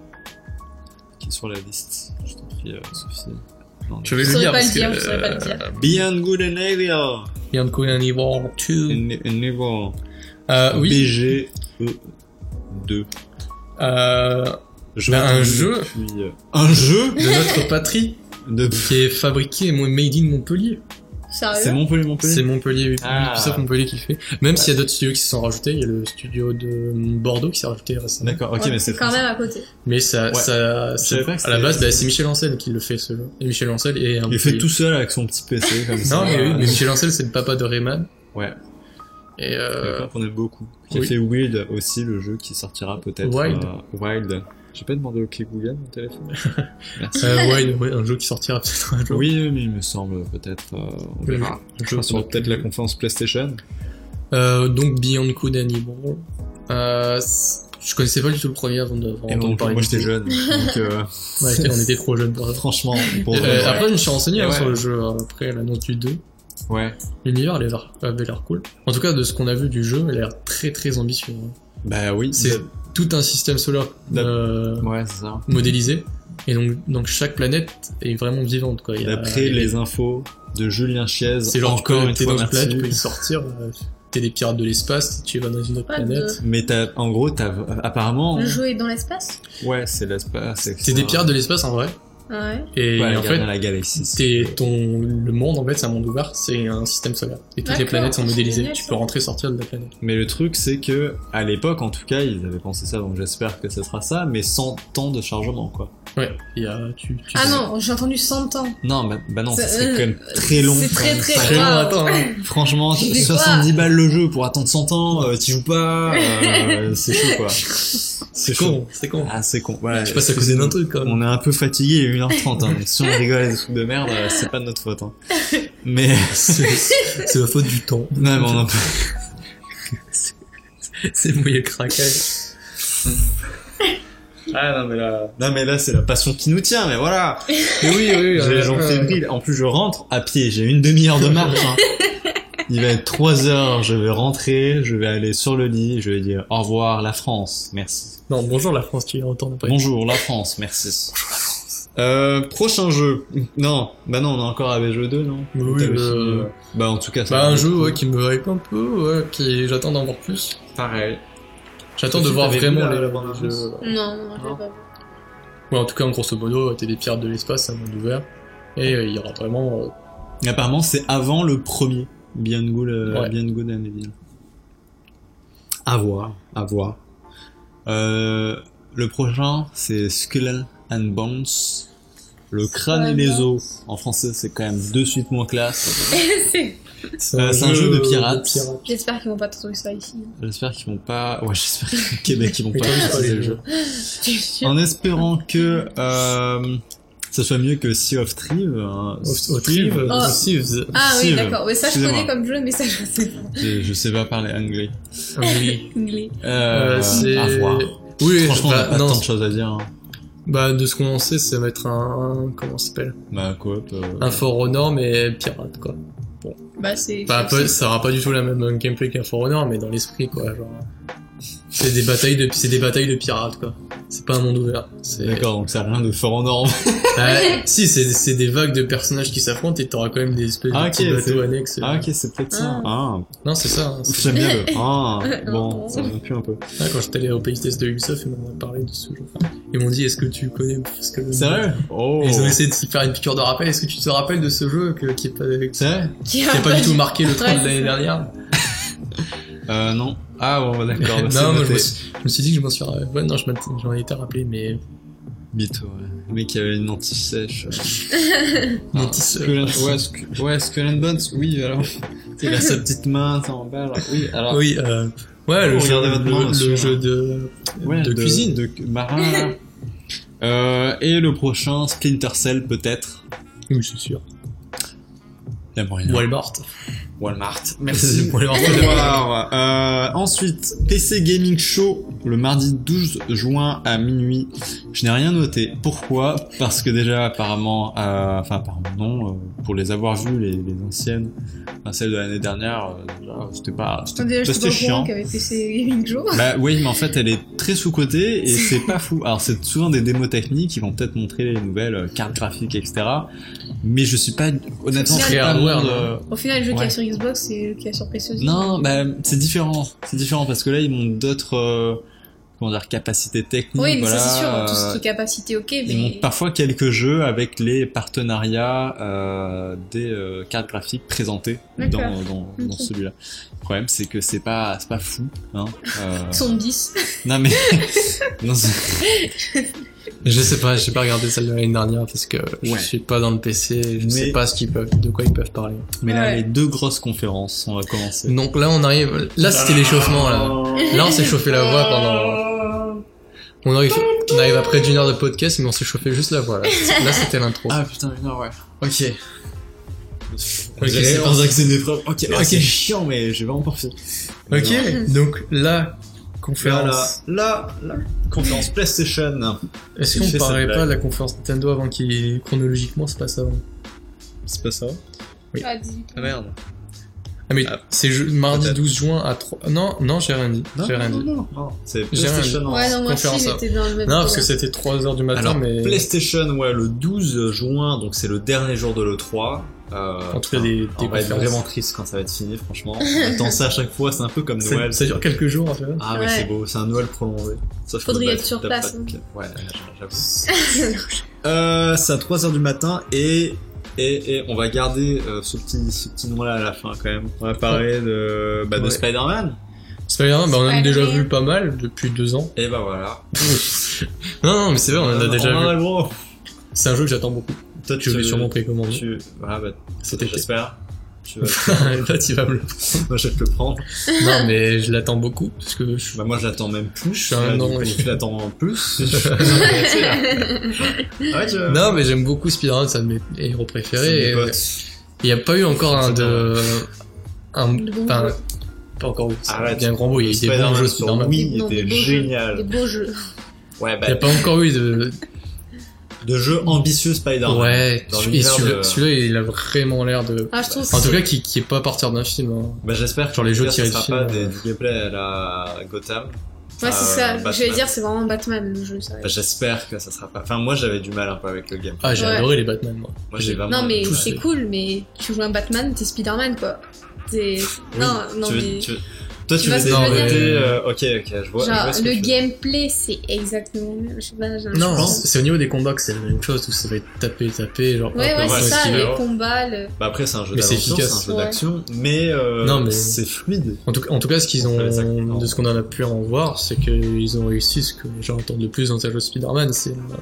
[SPEAKER 2] qui est sur la liste, je t'en prie euh, Sophie. Non,
[SPEAKER 1] Je vais
[SPEAKER 3] Je
[SPEAKER 1] le
[SPEAKER 3] saurais
[SPEAKER 1] dire
[SPEAKER 3] pas
[SPEAKER 1] parce
[SPEAKER 3] le dire,
[SPEAKER 1] que...
[SPEAKER 3] je saurais pas le dire.
[SPEAKER 1] euh,
[SPEAKER 2] Beyond Good and Evil.
[SPEAKER 1] Beyond Good and Evil 2.
[SPEAKER 2] N- Niveau
[SPEAKER 1] Euh, Mm. oui,
[SPEAKER 2] BGE 2.
[SPEAKER 1] euh, Ben, un jeu.
[SPEAKER 2] euh,
[SPEAKER 1] Ah
[SPEAKER 2] Un jeu
[SPEAKER 1] de notre patrie,
[SPEAKER 2] de...
[SPEAKER 1] qui est fabriqué et made in Montpellier.
[SPEAKER 2] C'est
[SPEAKER 3] Sérieux
[SPEAKER 2] Montpellier,
[SPEAKER 1] C'est
[SPEAKER 2] Montpellier.
[SPEAKER 1] Montpellier,
[SPEAKER 2] Ah.
[SPEAKER 1] Ubisoft Montpellier qui fait. Même s'il y a d'autres studios qui se sont rajoutés, il y a le studio de Bordeaux qui s'est rajouté récemment.
[SPEAKER 2] D'accord, ok,
[SPEAKER 3] Ouais,
[SPEAKER 2] mais
[SPEAKER 3] c'est
[SPEAKER 2] c'est
[SPEAKER 3] quand
[SPEAKER 2] français.
[SPEAKER 3] même à côté.
[SPEAKER 1] Mais ça,
[SPEAKER 2] Ouais.
[SPEAKER 1] ça,
[SPEAKER 2] Je
[SPEAKER 1] c'est-
[SPEAKER 2] savais pas que
[SPEAKER 1] à la
[SPEAKER 2] c'était-
[SPEAKER 1] base, bah, c'est Michel Ancel qui le fait ce jeu. Et Michel Ancel est un
[SPEAKER 2] Il fait
[SPEAKER 1] petit-
[SPEAKER 2] tout seul avec son petit PC comme ça.
[SPEAKER 1] Non, mais oui, mais Michel Ancel, c'est le papa de Rayman.
[SPEAKER 2] Ouais.
[SPEAKER 1] Et euh,
[SPEAKER 2] On aime beaucoup. Qui a
[SPEAKER 1] oui.
[SPEAKER 2] fait Wild aussi, le jeu qui sortira peut-être.
[SPEAKER 1] Wild.
[SPEAKER 2] euh, Wild. J'ai pas demandé au clé Google mon téléphone. Merci.
[SPEAKER 1] euh, ouais, ouais, un jeu qui sortira peut-être un jour.
[SPEAKER 2] Oui, oui, mais il me semble peut-être. euh, on
[SPEAKER 1] Le
[SPEAKER 2] verra.
[SPEAKER 1] jeu-
[SPEAKER 2] Je
[SPEAKER 1] jeu-
[SPEAKER 2] pense sur peut-être la conférence PlayStation.
[SPEAKER 1] Euh, donc Beyond Good and Evil. Euh, c- je connaissais pas du tout le premier avant de- avant
[SPEAKER 2] Et
[SPEAKER 1] d'entendre
[SPEAKER 2] donc,
[SPEAKER 1] parler.
[SPEAKER 2] moi
[SPEAKER 1] de
[SPEAKER 2] j'étais
[SPEAKER 1] ce jeu.
[SPEAKER 2] jeune.
[SPEAKER 1] (laughs)
[SPEAKER 2] Donc, euh,
[SPEAKER 1] Ouais, j'étais- on était trop jeunes pour ça.
[SPEAKER 2] franchement, pour
[SPEAKER 1] Et,
[SPEAKER 2] vrai,
[SPEAKER 1] euh, Après, je me suis renseigné
[SPEAKER 2] Et
[SPEAKER 1] hein,
[SPEAKER 2] ouais.
[SPEAKER 1] sur le jeu euh, après l'annonce du 2.
[SPEAKER 2] ouais.
[SPEAKER 1] L'univers avait l'air- avait l'air cool. En tout cas, de ce qu'on a vu du jeu, il a l'air très très ambitieux. hein.
[SPEAKER 2] Bah oui,
[SPEAKER 1] C'est tout un système solaire
[SPEAKER 2] D'ab-
[SPEAKER 1] euh,
[SPEAKER 2] Ouais, c'est ça.
[SPEAKER 1] modélisé. Et donc, donc chaque planète est vraiment vivante. quoi. Il y a-
[SPEAKER 2] D'après les infos de Julien Chiez,
[SPEAKER 1] euh, C'est genre,
[SPEAKER 2] encore une
[SPEAKER 1] t'es
[SPEAKER 2] fois,
[SPEAKER 1] dans une planète, tu peux y
[SPEAKER 2] merci.
[SPEAKER 1] sortir. euh, T'es des pirates de l'espace, tu vas dans une autre
[SPEAKER 3] Pas de-
[SPEAKER 1] planète.
[SPEAKER 2] Mais t'as, en gros, t'as, apparemment,
[SPEAKER 3] Le jeu est dans l'espace
[SPEAKER 2] ouais, c'est l'espace. etc.
[SPEAKER 1] T'es des pirates de l'espace en vrai.
[SPEAKER 3] Ah Ouais.
[SPEAKER 1] Et
[SPEAKER 2] Ouais,
[SPEAKER 1] en
[SPEAKER 2] regarde
[SPEAKER 1] fait,
[SPEAKER 2] dans la galaxie.
[SPEAKER 1] T'es- ton, le monde en fait c'est un monde ouvert, c'est un système solaire. Et toutes les
[SPEAKER 3] D'accord,
[SPEAKER 1] planètes sont
[SPEAKER 3] c'est
[SPEAKER 1] modélisées,
[SPEAKER 3] génial,
[SPEAKER 1] tu
[SPEAKER 3] ça.
[SPEAKER 1] peux rentrer sortir de la planète.
[SPEAKER 2] Mais le truc, c'est que, à l'époque, en tout cas, ils avaient pensé ça, donc j'espère que ça sera ça, mais sans temps de chargement, quoi.
[SPEAKER 1] Ouais, il y a, tu, tu
[SPEAKER 3] Ah non, j'ai entendu 100 ans.
[SPEAKER 2] Non, bah, bah non, ça
[SPEAKER 3] C'est-
[SPEAKER 2] serait
[SPEAKER 3] euh,
[SPEAKER 2] quand même très long.
[SPEAKER 3] C'est
[SPEAKER 2] quand
[SPEAKER 3] très
[SPEAKER 2] même.
[SPEAKER 3] très,
[SPEAKER 1] Très long à
[SPEAKER 3] grave.
[SPEAKER 1] attendre.
[SPEAKER 3] (laughs)
[SPEAKER 1] hein.
[SPEAKER 2] Franchement,
[SPEAKER 3] Je sais
[SPEAKER 2] 70 balles le jeu pour attendre 100 ans, euh, t'y joues
[SPEAKER 3] (laughs)
[SPEAKER 2] pas, euh, c'est chaud, quoi.
[SPEAKER 1] C'est con, c'est con.
[SPEAKER 2] Ah, c'est con. Voilà,
[SPEAKER 1] Je passe à causer d'un truc quand même.
[SPEAKER 2] On est un peu fatigué, il est 1h30, hein, donc si on rigole à des trucs de merde, euh, c'est pas de notre faute. Hein. Mais, (laughs)
[SPEAKER 1] C'est c'est la faute du temps.
[SPEAKER 2] non, mais on en peut-
[SPEAKER 1] (laughs) C'est mouillé craquage.
[SPEAKER 2] Ah, non, mais là, non, mais là, c'est la passion qui nous tient, mais voilà.
[SPEAKER 1] Mais oui, oui, euh,
[SPEAKER 2] J'ai les jambes fébriles. En plus, je rentre à pied, j'ai une demi-heure de marche. hein. Il va être 3 heures, je vais rentrer, je vais aller sur le lit, je vais dire au revoir la France, merci.
[SPEAKER 1] Non, bonjour la France, tu l'entends pas.
[SPEAKER 2] Bonjour la France, merci. Bonjour la France. Euh, prochain jeu. Non, bah non, on est encore à BGE 2, non
[SPEAKER 1] Oui,
[SPEAKER 2] T'avais
[SPEAKER 1] bah,
[SPEAKER 2] fini, euh, bah en tout cas, ça
[SPEAKER 1] Bah
[SPEAKER 2] va
[SPEAKER 1] un
[SPEAKER 2] être
[SPEAKER 1] jeu
[SPEAKER 2] cool.
[SPEAKER 1] ouais, qui me hype un peu, ouais, qui j'attends d'en voir plus.
[SPEAKER 2] Pareil.
[SPEAKER 1] J'attends de
[SPEAKER 2] Sophie,
[SPEAKER 1] voir
[SPEAKER 2] t'avais
[SPEAKER 1] vraiment
[SPEAKER 2] vu euh, la-
[SPEAKER 1] les
[SPEAKER 2] la bande-annonce
[SPEAKER 1] jeux.
[SPEAKER 3] Non, non, je
[SPEAKER 2] Non.
[SPEAKER 3] l'ai pas vu.
[SPEAKER 1] Ouais, en tout cas, en grosso modo, euh, t'es des pirates de l'espace, c'est un monde ouvert. Et euh, il y aura vraiment euh,
[SPEAKER 2] Et Apparemment, c'est avant le premier. Bien Good, euh,
[SPEAKER 1] Ouais.
[SPEAKER 2] Beyond Good and Evil. À voir, à voir. Euh, le prochain, c'est Skull and Bones. Le crâne et les os. En français, c'est quand même de suite moins classe.
[SPEAKER 3] (laughs) C'est-
[SPEAKER 1] C'est
[SPEAKER 2] Euh, c'est un jeu de pirates.
[SPEAKER 3] J'espère qu'ils vont pas trouver ça ici.
[SPEAKER 2] J'espère qu'ils vont pas. Ouais, j'espère qu'au Québec, ils vont
[SPEAKER 1] Mais
[SPEAKER 2] pas.
[SPEAKER 1] toi, c'est pas
[SPEAKER 2] utiliser
[SPEAKER 1] les
[SPEAKER 2] le
[SPEAKER 1] jeux.
[SPEAKER 2] jeu.
[SPEAKER 3] (laughs) Je suis sûre.
[SPEAKER 2] En espérant que euh, ça soit mieux que Sea of Thrive. hein.
[SPEAKER 1] Au, au Thrive,
[SPEAKER 2] Thrive.
[SPEAKER 1] euh,
[SPEAKER 3] Oh.
[SPEAKER 1] Thieves.
[SPEAKER 3] Ah oui,
[SPEAKER 2] Civ,
[SPEAKER 3] d'accord. Ouais, ça, je
[SPEAKER 2] excusez-moi.
[SPEAKER 3] connais comme jeu, mais ça, je sais pas.
[SPEAKER 2] Je, je sais pas parler anglais.
[SPEAKER 1] Oui.
[SPEAKER 3] Anglais.
[SPEAKER 2] Euh,
[SPEAKER 1] c'est-
[SPEAKER 2] à voir.
[SPEAKER 1] Oui,
[SPEAKER 2] Franchement, on
[SPEAKER 1] bah,
[SPEAKER 2] a pas
[SPEAKER 1] non,
[SPEAKER 2] tant de choses à dire. hein.
[SPEAKER 1] bah, de ce qu'on sait, ça va être un, comment ça s'appelle?
[SPEAKER 2] Bah, coop. euh,
[SPEAKER 1] Un For Honor, mais pirate, quoi.
[SPEAKER 3] Bah, c'est.
[SPEAKER 1] Bah, pas- ça aura pas du tout la même euh, gameplay qu'un For Honor, mais dans l'esprit, quoi, genre. C'est des batailles de, c'est des batailles de pirates, quoi. C'est pas un monde ouvert. C'est-
[SPEAKER 2] D'accord, donc ça a rien de fort en norme.
[SPEAKER 1] Bah, si, c'est, c'est des vagues de personnages qui s'affrontent et t'auras quand même des espèces
[SPEAKER 2] Ah,
[SPEAKER 1] de
[SPEAKER 2] ok,
[SPEAKER 1] petits bateaux
[SPEAKER 2] c'est-
[SPEAKER 1] annexes. euh.
[SPEAKER 2] Ah, ok, c'est peut-être ça. Ah,
[SPEAKER 1] Non, c'est ça. hein, c'est-
[SPEAKER 2] j'aime
[SPEAKER 3] (laughs)
[SPEAKER 2] bien le. Ah, bon,
[SPEAKER 3] Non.
[SPEAKER 2] ça me pue un peu.
[SPEAKER 1] Ah, quand j'étais allé au pays test de Ubisoft, ils m'ont parlé de ce jeu. Ils m'ont dit, est-ce que tu connais parce que le-
[SPEAKER 2] Sérieux Oh
[SPEAKER 1] Ils ont essayé de se faire une piqûre de rappel. Est-ce que tu te rappelles de ce jeu que, qui est pas, qui
[SPEAKER 2] Sérieux
[SPEAKER 3] Qui
[SPEAKER 1] a pas du tout marqué le
[SPEAKER 3] Ouais,
[SPEAKER 1] train de
[SPEAKER 3] c'est
[SPEAKER 1] l'année
[SPEAKER 3] ça.
[SPEAKER 1] dernière
[SPEAKER 2] Euh, non. Ah,
[SPEAKER 1] (laughs)
[SPEAKER 2] bon, d'accord. bah, c'est
[SPEAKER 1] Non, moi, je
[SPEAKER 2] noté.
[SPEAKER 1] me, suis, je me suis dit que je m'en suis. Ouais, non, je m'en- j'en étais rappelé, mais.
[SPEAKER 2] Bito, ouais. Le mec qui avait une anti-sèche.
[SPEAKER 1] Une
[SPEAKER 2] Ah,
[SPEAKER 1] anti-sèche.
[SPEAKER 2] Skull and- ouais, Sc- ouais, Skull and Bones, oui, alors. Il a sa petite main, ça en bas, alors. Oui, alors.
[SPEAKER 1] Oui, euh, ouais, le,
[SPEAKER 2] Oh,
[SPEAKER 1] jeu,
[SPEAKER 2] regardez votre main,
[SPEAKER 1] le,
[SPEAKER 2] monsieur.
[SPEAKER 1] le jeu de,
[SPEAKER 2] Ouais,
[SPEAKER 1] de, cuisine.
[SPEAKER 2] De
[SPEAKER 1] (laughs)
[SPEAKER 2] marin, là. Euh, et le prochain, Splinter Cell, peut-être.
[SPEAKER 1] Oui, c'est sûr.
[SPEAKER 2] Il y a moyen.
[SPEAKER 1] Walmart.
[SPEAKER 2] Walmart.
[SPEAKER 1] C'est (laughs) Walmart.
[SPEAKER 2] Bonsoir. Euh, ensuite, PC Gaming Show le mardi 12 juin à minuit. Je n'ai rien noté. Pourquoi Parce que déjà, apparemment, euh, enfin, apparemment, non, euh, pour les avoir vues, les, les anciennes, enfin, celles de l'année dernière, euh, déjà, c'était pas, c'était
[SPEAKER 3] Déjà, je
[SPEAKER 2] bah,
[SPEAKER 3] suis pas
[SPEAKER 2] c'était
[SPEAKER 3] au courant
[SPEAKER 2] chiant.
[SPEAKER 3] qu'avait fait (laughs) ses Living Joe.
[SPEAKER 2] Bah oui, mais en fait, elle est très sous-cotée et c'est pas fou. Alors, c'est souvent des démos techniques qui vont peut-être montrer les nouvelles euh, cartes graphiques, etc. Mais je suis pas, honnêtement,
[SPEAKER 3] C'est
[SPEAKER 2] je suis
[SPEAKER 1] très
[SPEAKER 2] pas
[SPEAKER 1] hardware,
[SPEAKER 2] monde,
[SPEAKER 1] non
[SPEAKER 2] euh,
[SPEAKER 3] Au final, le jeu qu'il y
[SPEAKER 2] Ouais.
[SPEAKER 3] a sur Xbox, c'est le qu'il y a sur PC aussi.
[SPEAKER 2] Non, bah, c'est différent. C'est différent parce que là, ils montrent d'autres, euh, comment dire, capacités techniques.
[SPEAKER 3] Oui, mais
[SPEAKER 2] voilà,
[SPEAKER 3] ça c'est sûr, hein, tout ce
[SPEAKER 2] euh,
[SPEAKER 3] qui est capacité, ok, mais.
[SPEAKER 2] Ils montent parfois quelques jeux avec les partenariats euh, des euh, cartes graphiques présentées dans,
[SPEAKER 3] D'accord.
[SPEAKER 2] dans, dans
[SPEAKER 3] Ok.
[SPEAKER 2] celui-là. Le problème, c'est que c'est pas, c'est pas fou. Hein. Euh,
[SPEAKER 3] Ils sont
[SPEAKER 2] (laughs)
[SPEAKER 3] 10. (laughs)
[SPEAKER 2] Non mais non, c'est-
[SPEAKER 1] Je sais pas, j'ai pas regardé celle de l'année dernière parce que je
[SPEAKER 2] Ouais.
[SPEAKER 1] suis pas dans le PC, je
[SPEAKER 2] Mais-
[SPEAKER 1] sais pas ce qu'ils peuvent, de quoi ils peuvent parler.
[SPEAKER 2] mais là
[SPEAKER 3] Ouais.
[SPEAKER 2] les deux grosses conférences, on va commencer.
[SPEAKER 1] Donc là on arrive, là Ah,
[SPEAKER 2] Ah.
[SPEAKER 1] c'était l'échauffement là. Là on s'est chauffé la voix pendant.
[SPEAKER 3] Euh,
[SPEAKER 1] On arrive, on arrive après d'une heure de podcast mais on s'est chauffé juste la voix là. Là c'était l'intro.
[SPEAKER 2] Ah putain, une heure, ouais. Ok.
[SPEAKER 1] Ok,
[SPEAKER 2] c'est
[SPEAKER 1] on-
[SPEAKER 2] pas ça que c'est une épreuve. Ok, ah,
[SPEAKER 1] Ok.
[SPEAKER 2] c'est chiant, mais je vais en profiter.
[SPEAKER 1] ok, donc la conférence.
[SPEAKER 2] Voilà, là, là, conférence PlayStation.
[SPEAKER 1] Est-ce
[SPEAKER 2] Il fait
[SPEAKER 1] qu'on
[SPEAKER 2] cette
[SPEAKER 1] parlerait pas
[SPEAKER 2] blague.
[SPEAKER 1] de la conférence Nintendo avant qu'il chronologiquement se passe avant
[SPEAKER 2] C'est pas ça
[SPEAKER 3] Ah, 18.
[SPEAKER 2] Ah merde.
[SPEAKER 1] Ah mais
[SPEAKER 2] Ah,
[SPEAKER 1] c'est je- mardi
[SPEAKER 2] peut-être.
[SPEAKER 1] 12 juin à 3... Non, non j'ai rien dit. J'ai rien dit.
[SPEAKER 2] non, non. C'est
[SPEAKER 1] J'ai rien
[SPEAKER 2] PlayStation en
[SPEAKER 3] Ouais, non, moi
[SPEAKER 1] conférence,
[SPEAKER 3] aussi,
[SPEAKER 1] ça.
[SPEAKER 3] j'étais dans le même.
[SPEAKER 1] Non parce que
[SPEAKER 3] programme.
[SPEAKER 1] c'était 3h du matin
[SPEAKER 2] Alors,
[SPEAKER 1] mais...
[SPEAKER 2] PlayStation, ouais, le 12 juin, donc c'est le dernier jour de l'E3. Euh,
[SPEAKER 1] En tout cas, des- des
[SPEAKER 2] on va être
[SPEAKER 1] conférences.
[SPEAKER 2] vraiment triste quand ça va être fini, franchement. On attend ça à chaque fois, c'est un peu comme
[SPEAKER 1] Ça,
[SPEAKER 2] Noël.
[SPEAKER 1] ça dure quelques jours en fait.
[SPEAKER 2] Ah oui,
[SPEAKER 3] Ouais.
[SPEAKER 2] c'est beau, c'est un Noël prolongé. Sauf que
[SPEAKER 3] Faudrait
[SPEAKER 2] bah,
[SPEAKER 3] être sur
[SPEAKER 2] t'as
[SPEAKER 3] place, hein.
[SPEAKER 2] pas de- Ouais, euh,
[SPEAKER 1] (laughs)
[SPEAKER 3] (laughs)
[SPEAKER 2] j'avoue.
[SPEAKER 3] Est-ce
[SPEAKER 2] Euh, c'est à 3h du matin et, et, et on va garder euh, ce petit, ce petit nom-là à la fin quand même. On va parler de, bah, de
[SPEAKER 1] Ouais.
[SPEAKER 2] Spider-Man.
[SPEAKER 1] C'est pas grave, bah, on en a déjà
[SPEAKER 3] Spider-Man.
[SPEAKER 1] vu pas mal depuis deux ans.
[SPEAKER 2] Et bah voilà.
[SPEAKER 1] Non, non, mais c'est vrai, on en a déjà
[SPEAKER 2] en
[SPEAKER 1] vu.
[SPEAKER 2] a gros.
[SPEAKER 1] C'est un jeu que j'attends beaucoup.
[SPEAKER 2] Toi,
[SPEAKER 1] Je vais sûrement précommander.
[SPEAKER 2] Tu... Voilà, bah,
[SPEAKER 1] Cet été.
[SPEAKER 2] j'espère. Tu vas- (laughs)
[SPEAKER 1] (laughs) Là, tu vas me le
[SPEAKER 2] Moi, je vais te le prendre.
[SPEAKER 1] Non, mais je l'attends beaucoup, parce que je...
[SPEAKER 2] Bah moi je l'attends même plus.
[SPEAKER 1] Je suis un
[SPEAKER 2] Là, du
[SPEAKER 1] an,
[SPEAKER 2] coup,
[SPEAKER 1] oui.
[SPEAKER 2] Je l'attends
[SPEAKER 1] (laughs)
[SPEAKER 2] en plus. (laughs) Je suis intéressé, là. ouais, je...
[SPEAKER 1] Non, euh, mais j'aime beaucoup Spider-Man, c'est un de mes héros préférés. et- Il n'y a pas eu encore un de... Un...
[SPEAKER 3] De bons
[SPEAKER 1] Enfin,
[SPEAKER 3] jeux.
[SPEAKER 1] pas encore, c'est
[SPEAKER 2] Arrête.
[SPEAKER 1] bien grand mot, il y a eu des bons jeux Spider-Man.
[SPEAKER 2] Oui, il
[SPEAKER 3] Non,
[SPEAKER 2] était
[SPEAKER 3] des beaux jeux. Des
[SPEAKER 2] génial.
[SPEAKER 3] beaux jeux.
[SPEAKER 2] Ouais,
[SPEAKER 1] Il n'y
[SPEAKER 2] bah,
[SPEAKER 1] a pas encore eu de...
[SPEAKER 2] de jeux ambitieux Spider-Man.
[SPEAKER 1] ouais,
[SPEAKER 2] dans
[SPEAKER 1] et
[SPEAKER 2] l'univers
[SPEAKER 1] celui-là,
[SPEAKER 2] de-
[SPEAKER 1] celui-là, il a vraiment l'air de...
[SPEAKER 3] Ah, je trouve
[SPEAKER 1] En tout
[SPEAKER 3] que
[SPEAKER 1] cas, qui, qui est pas à partir d'un film. hein.
[SPEAKER 2] Bah, j'espère que
[SPEAKER 1] Genre les jeux
[SPEAKER 2] ça
[SPEAKER 1] tirés
[SPEAKER 2] sera
[SPEAKER 1] du
[SPEAKER 2] pas des
[SPEAKER 1] film,
[SPEAKER 2] du gameplay à la Gotham.
[SPEAKER 3] Ouais, c'est
[SPEAKER 2] euh,
[SPEAKER 3] ça.
[SPEAKER 2] Batman.
[SPEAKER 3] J'allais dire, c'est vraiment Batman le jeu, ça.
[SPEAKER 2] Bah, j'espère que ça sera pas. Enfin, moi j'avais du mal un peu avec le game.
[SPEAKER 1] Ah, j'ai
[SPEAKER 3] Ouais.
[SPEAKER 1] adoré les Batman, moi.
[SPEAKER 2] Moi j'ai vraiment.
[SPEAKER 3] Non, mais
[SPEAKER 2] tout
[SPEAKER 3] c'est
[SPEAKER 2] fait.
[SPEAKER 3] cool, mais tu joues un Batman, t'es Spider-Man, quoi. T'es.
[SPEAKER 2] Oui,
[SPEAKER 3] Non, non,
[SPEAKER 2] tu veux-
[SPEAKER 3] mais.
[SPEAKER 2] tu veux- Toi tu,
[SPEAKER 3] Tu vois
[SPEAKER 2] veux
[SPEAKER 3] ce
[SPEAKER 2] des
[SPEAKER 3] que je veux
[SPEAKER 1] dire
[SPEAKER 2] côtés, euh, Ok, ok, je vois. je
[SPEAKER 3] Genre,
[SPEAKER 2] vois ce que
[SPEAKER 3] le
[SPEAKER 2] tu veux.
[SPEAKER 3] gameplay, c'est exactement. le même. Je sais pas, j'ai un-
[SPEAKER 1] Non,
[SPEAKER 2] pense.
[SPEAKER 1] c'est au niveau des combats que c'est la même chose, où ça va être tapé, tapé, genre...
[SPEAKER 3] Ouais,
[SPEAKER 1] hop,
[SPEAKER 3] ouais,
[SPEAKER 1] hop,
[SPEAKER 2] ouais,
[SPEAKER 3] c'est ça,
[SPEAKER 1] esquiver.
[SPEAKER 2] esquiver.
[SPEAKER 3] les combats, le.
[SPEAKER 2] Bah après c'est un jeu
[SPEAKER 1] Mais c'est
[SPEAKER 2] d'aventure, c'est un
[SPEAKER 1] efficace.
[SPEAKER 2] jeu
[SPEAKER 3] Ouais.
[SPEAKER 2] d'action, mais, euh,
[SPEAKER 1] Non, mais-
[SPEAKER 2] c'est fluide.
[SPEAKER 1] En tout, en tout cas, ce qu'ils
[SPEAKER 2] On
[SPEAKER 1] ont,
[SPEAKER 2] fait les actes.
[SPEAKER 1] de ce qu'on en a pu en voir, c'est qu'ils ont réussi ce que les gens attendent le plus dans un jeu Spider-Man, c'est euh,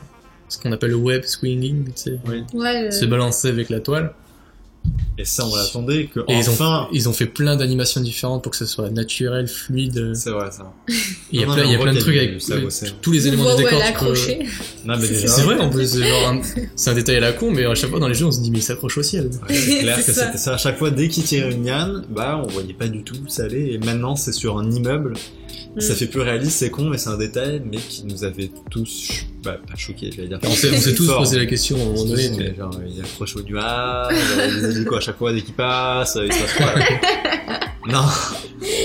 [SPEAKER 1] ce qu'on appelle le web swinging, c'est
[SPEAKER 3] Ouais, le-
[SPEAKER 1] se balancer avec la toile.
[SPEAKER 2] Et ça on l'attendait que
[SPEAKER 1] Et ils ont-
[SPEAKER 2] enfin.
[SPEAKER 1] Ils ont fait plein d'animations différentes pour que ce soit naturel, fluide.
[SPEAKER 2] C'est vrai ça.
[SPEAKER 1] Il y a
[SPEAKER 2] Non,
[SPEAKER 1] plein,
[SPEAKER 2] mais
[SPEAKER 1] il y a
[SPEAKER 2] on
[SPEAKER 1] plein de
[SPEAKER 2] voit qu'il
[SPEAKER 1] trucs
[SPEAKER 2] y a
[SPEAKER 1] avec
[SPEAKER 2] du sabot, c'est-
[SPEAKER 1] tous les éléments
[SPEAKER 3] Ouais,
[SPEAKER 1] du
[SPEAKER 3] ouais,
[SPEAKER 1] décor. tu peux-
[SPEAKER 3] l'accroché.
[SPEAKER 2] Non mais déjà.
[SPEAKER 1] C'est vrai, en plus, c'est genre un- c'est un détail à la con, mais à chaque fois dans les jeux, on se dit mais il s'accroche au ciel.
[SPEAKER 2] Ouais,
[SPEAKER 3] (laughs)
[SPEAKER 2] c'est clair que
[SPEAKER 3] C'est ça.
[SPEAKER 2] c'était ça. À chaque fois, dès qu'il tirait une liane, bah, on voyait pas du tout où ça allait. Et maintenant, c'est sur un immeuble.
[SPEAKER 3] Mm.
[SPEAKER 2] Ça fait plus réaliste, c'est con, mais c'est un détail, mais qui nous avait tous, ch- bah, pas choqués, j'allais dire.
[SPEAKER 1] On s'est on s'est tous
[SPEAKER 2] Fort.
[SPEAKER 1] posé la question à un moment donné. mais-
[SPEAKER 2] Mais genre, il approche au nuage, il dit quoi à chaque fois dès qu'il passe, euh, il se passe quoi là
[SPEAKER 3] (laughs)
[SPEAKER 2] Non.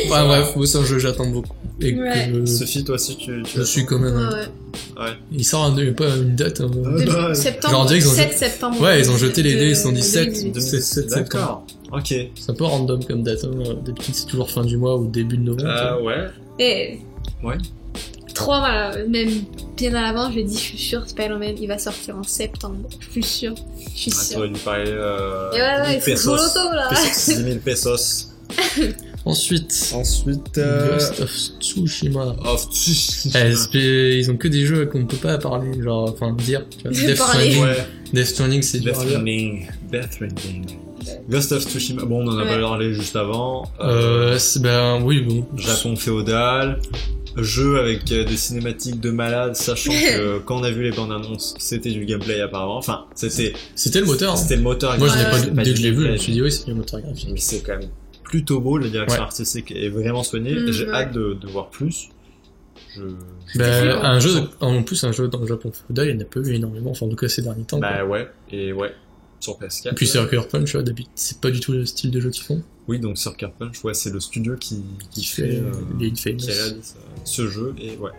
[SPEAKER 1] Enfin bref, moi, c'est un jeu que j'attends beaucoup. Et
[SPEAKER 3] Ouais.
[SPEAKER 1] que je,
[SPEAKER 2] Sophie, toi aussi, tu, tu
[SPEAKER 1] je suis quand même.
[SPEAKER 3] Ouais, ouais.
[SPEAKER 1] Il sort un- pas une date. hein.
[SPEAKER 2] Ouais, bah, ouais.
[SPEAKER 3] septembre,
[SPEAKER 1] Genre, on dirait qu'ils ont
[SPEAKER 3] 7 septembre.
[SPEAKER 1] Ouais, ils ont jeté les dés, ils se sont dit
[SPEAKER 3] de-
[SPEAKER 1] 7.
[SPEAKER 3] 2018.
[SPEAKER 1] C'est- c'est- c'est
[SPEAKER 2] D'accord. Ok.
[SPEAKER 1] C'est un peu random comme date. hein. D'habitude, c'est toujours fin du mois ou début de novembre.
[SPEAKER 2] Ah ouais.
[SPEAKER 3] Et.
[SPEAKER 2] Ouais.
[SPEAKER 3] Trois, voilà, même bien à l'avant, je dis, je suis sûre, Spider-Man, il va sortir en septembre. Je suis sûre. Je suis
[SPEAKER 2] Ah, tu
[SPEAKER 3] sûre.
[SPEAKER 2] aurais dû parler, euh,
[SPEAKER 3] Et ouais, ouais,
[SPEAKER 2] 1000
[SPEAKER 3] il faut jouer au
[SPEAKER 2] pesos.
[SPEAKER 3] loto, là.
[SPEAKER 2] Pesos, 10 000 pesos.
[SPEAKER 1] Ensuite, euh,
[SPEAKER 2] Ensuite, euh,
[SPEAKER 1] Ghost of Tsushima.
[SPEAKER 2] Of
[SPEAKER 1] Eh, c'est- ils ont que des jeux qu'on ne peut pas parler, genre, enfin, dire. tu vois. Death
[SPEAKER 3] Parler.
[SPEAKER 1] Stranding,
[SPEAKER 2] Ouais,
[SPEAKER 1] Death Stranding, c'est
[SPEAKER 2] Death
[SPEAKER 1] dur à dire.
[SPEAKER 2] Stranding. Death Stranding. Ghost of Tsushima. Bon, on en a
[SPEAKER 3] Ouais.
[SPEAKER 2] pas parlé juste avant.
[SPEAKER 1] Euh, c'est- ben oui, bon.
[SPEAKER 2] Japon féodal. Jeu avec euh, des cinématiques de malade,
[SPEAKER 3] (laughs)
[SPEAKER 2] sachant que quand on a vu les bandes annonces, c'était du gameplay apparemment. Enfin, c'était
[SPEAKER 1] C'était le moteur. hein.
[SPEAKER 2] c'était le moteur.
[SPEAKER 1] Moi, je
[SPEAKER 2] graphique,
[SPEAKER 1] n'ai pas,
[SPEAKER 2] c'était
[SPEAKER 1] dès
[SPEAKER 2] du
[SPEAKER 1] que je l'ai vu, je
[SPEAKER 2] gameplay.
[SPEAKER 1] me suis dit, oui, c'est le moteur graphique.
[SPEAKER 2] Mais c'est quand même plutôt beau, la direction
[SPEAKER 1] Ouais.
[SPEAKER 2] artistique est vraiment soignée.
[SPEAKER 3] Mm,
[SPEAKER 2] J'ai
[SPEAKER 3] ouais.
[SPEAKER 2] hâte de, de voir plus. Je...
[SPEAKER 1] Bah,
[SPEAKER 3] fou,
[SPEAKER 1] un jeu, en plus, un jeu dans le Japon Fouda, il n'y en a pas eu énormément, enfin, en tout cas ces derniers temps. quoi.
[SPEAKER 2] Bah ouais, et ouais, sur PS4.
[SPEAKER 1] Et puis
[SPEAKER 2] ouais.
[SPEAKER 1] Circular Punch, ouais, d'habitude, c'est pas du tout le style de jeu qu'ils font.
[SPEAKER 2] Oui, donc sur Card Punch, ouais, c'est le studio qui, qui
[SPEAKER 1] Qui
[SPEAKER 2] fait,
[SPEAKER 1] fait
[SPEAKER 2] euh,
[SPEAKER 1] les Infamous.
[SPEAKER 2] qui réalise euh, ce jeu et ouais.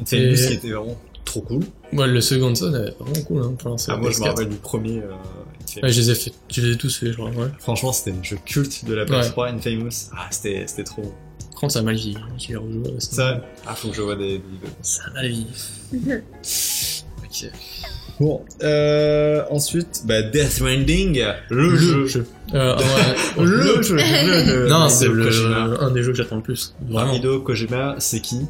[SPEAKER 2] Infamous
[SPEAKER 1] Et-
[SPEAKER 2] qui était vraiment trop cool.
[SPEAKER 1] Ouais, le second son est vraiment cool, hein, pour lancer
[SPEAKER 2] Ah,
[SPEAKER 1] la
[SPEAKER 2] moi je me
[SPEAKER 1] PS4.
[SPEAKER 2] rappelle du premier. euh, Infamous.
[SPEAKER 1] Ouais, je les ai fait, je les ai tous fait, je crois, ouais.
[SPEAKER 2] Franchement, c'était le jeu culte de la PS3, Infamous. Ah, c'était c'était trop. bon.
[SPEAKER 1] Par contre, ça m'a vieilli, hein, j'ai rejoué. ouais,
[SPEAKER 2] Ça, ah, faut que je vois des, des vidéos.
[SPEAKER 1] Ça m'a vieilli.
[SPEAKER 2] Ok. Bon, euh, ensuite, bah, Death Winding, le, jeu.
[SPEAKER 1] (laughs) Euh, ouais.
[SPEAKER 2] Le (laughs) jeu. le jeu.
[SPEAKER 1] Non,
[SPEAKER 2] Hideo
[SPEAKER 1] c'est le,
[SPEAKER 2] Kojima.
[SPEAKER 1] un des jeux que j'attends le plus. Vraiment.
[SPEAKER 2] Hideo Kojima, c'est qui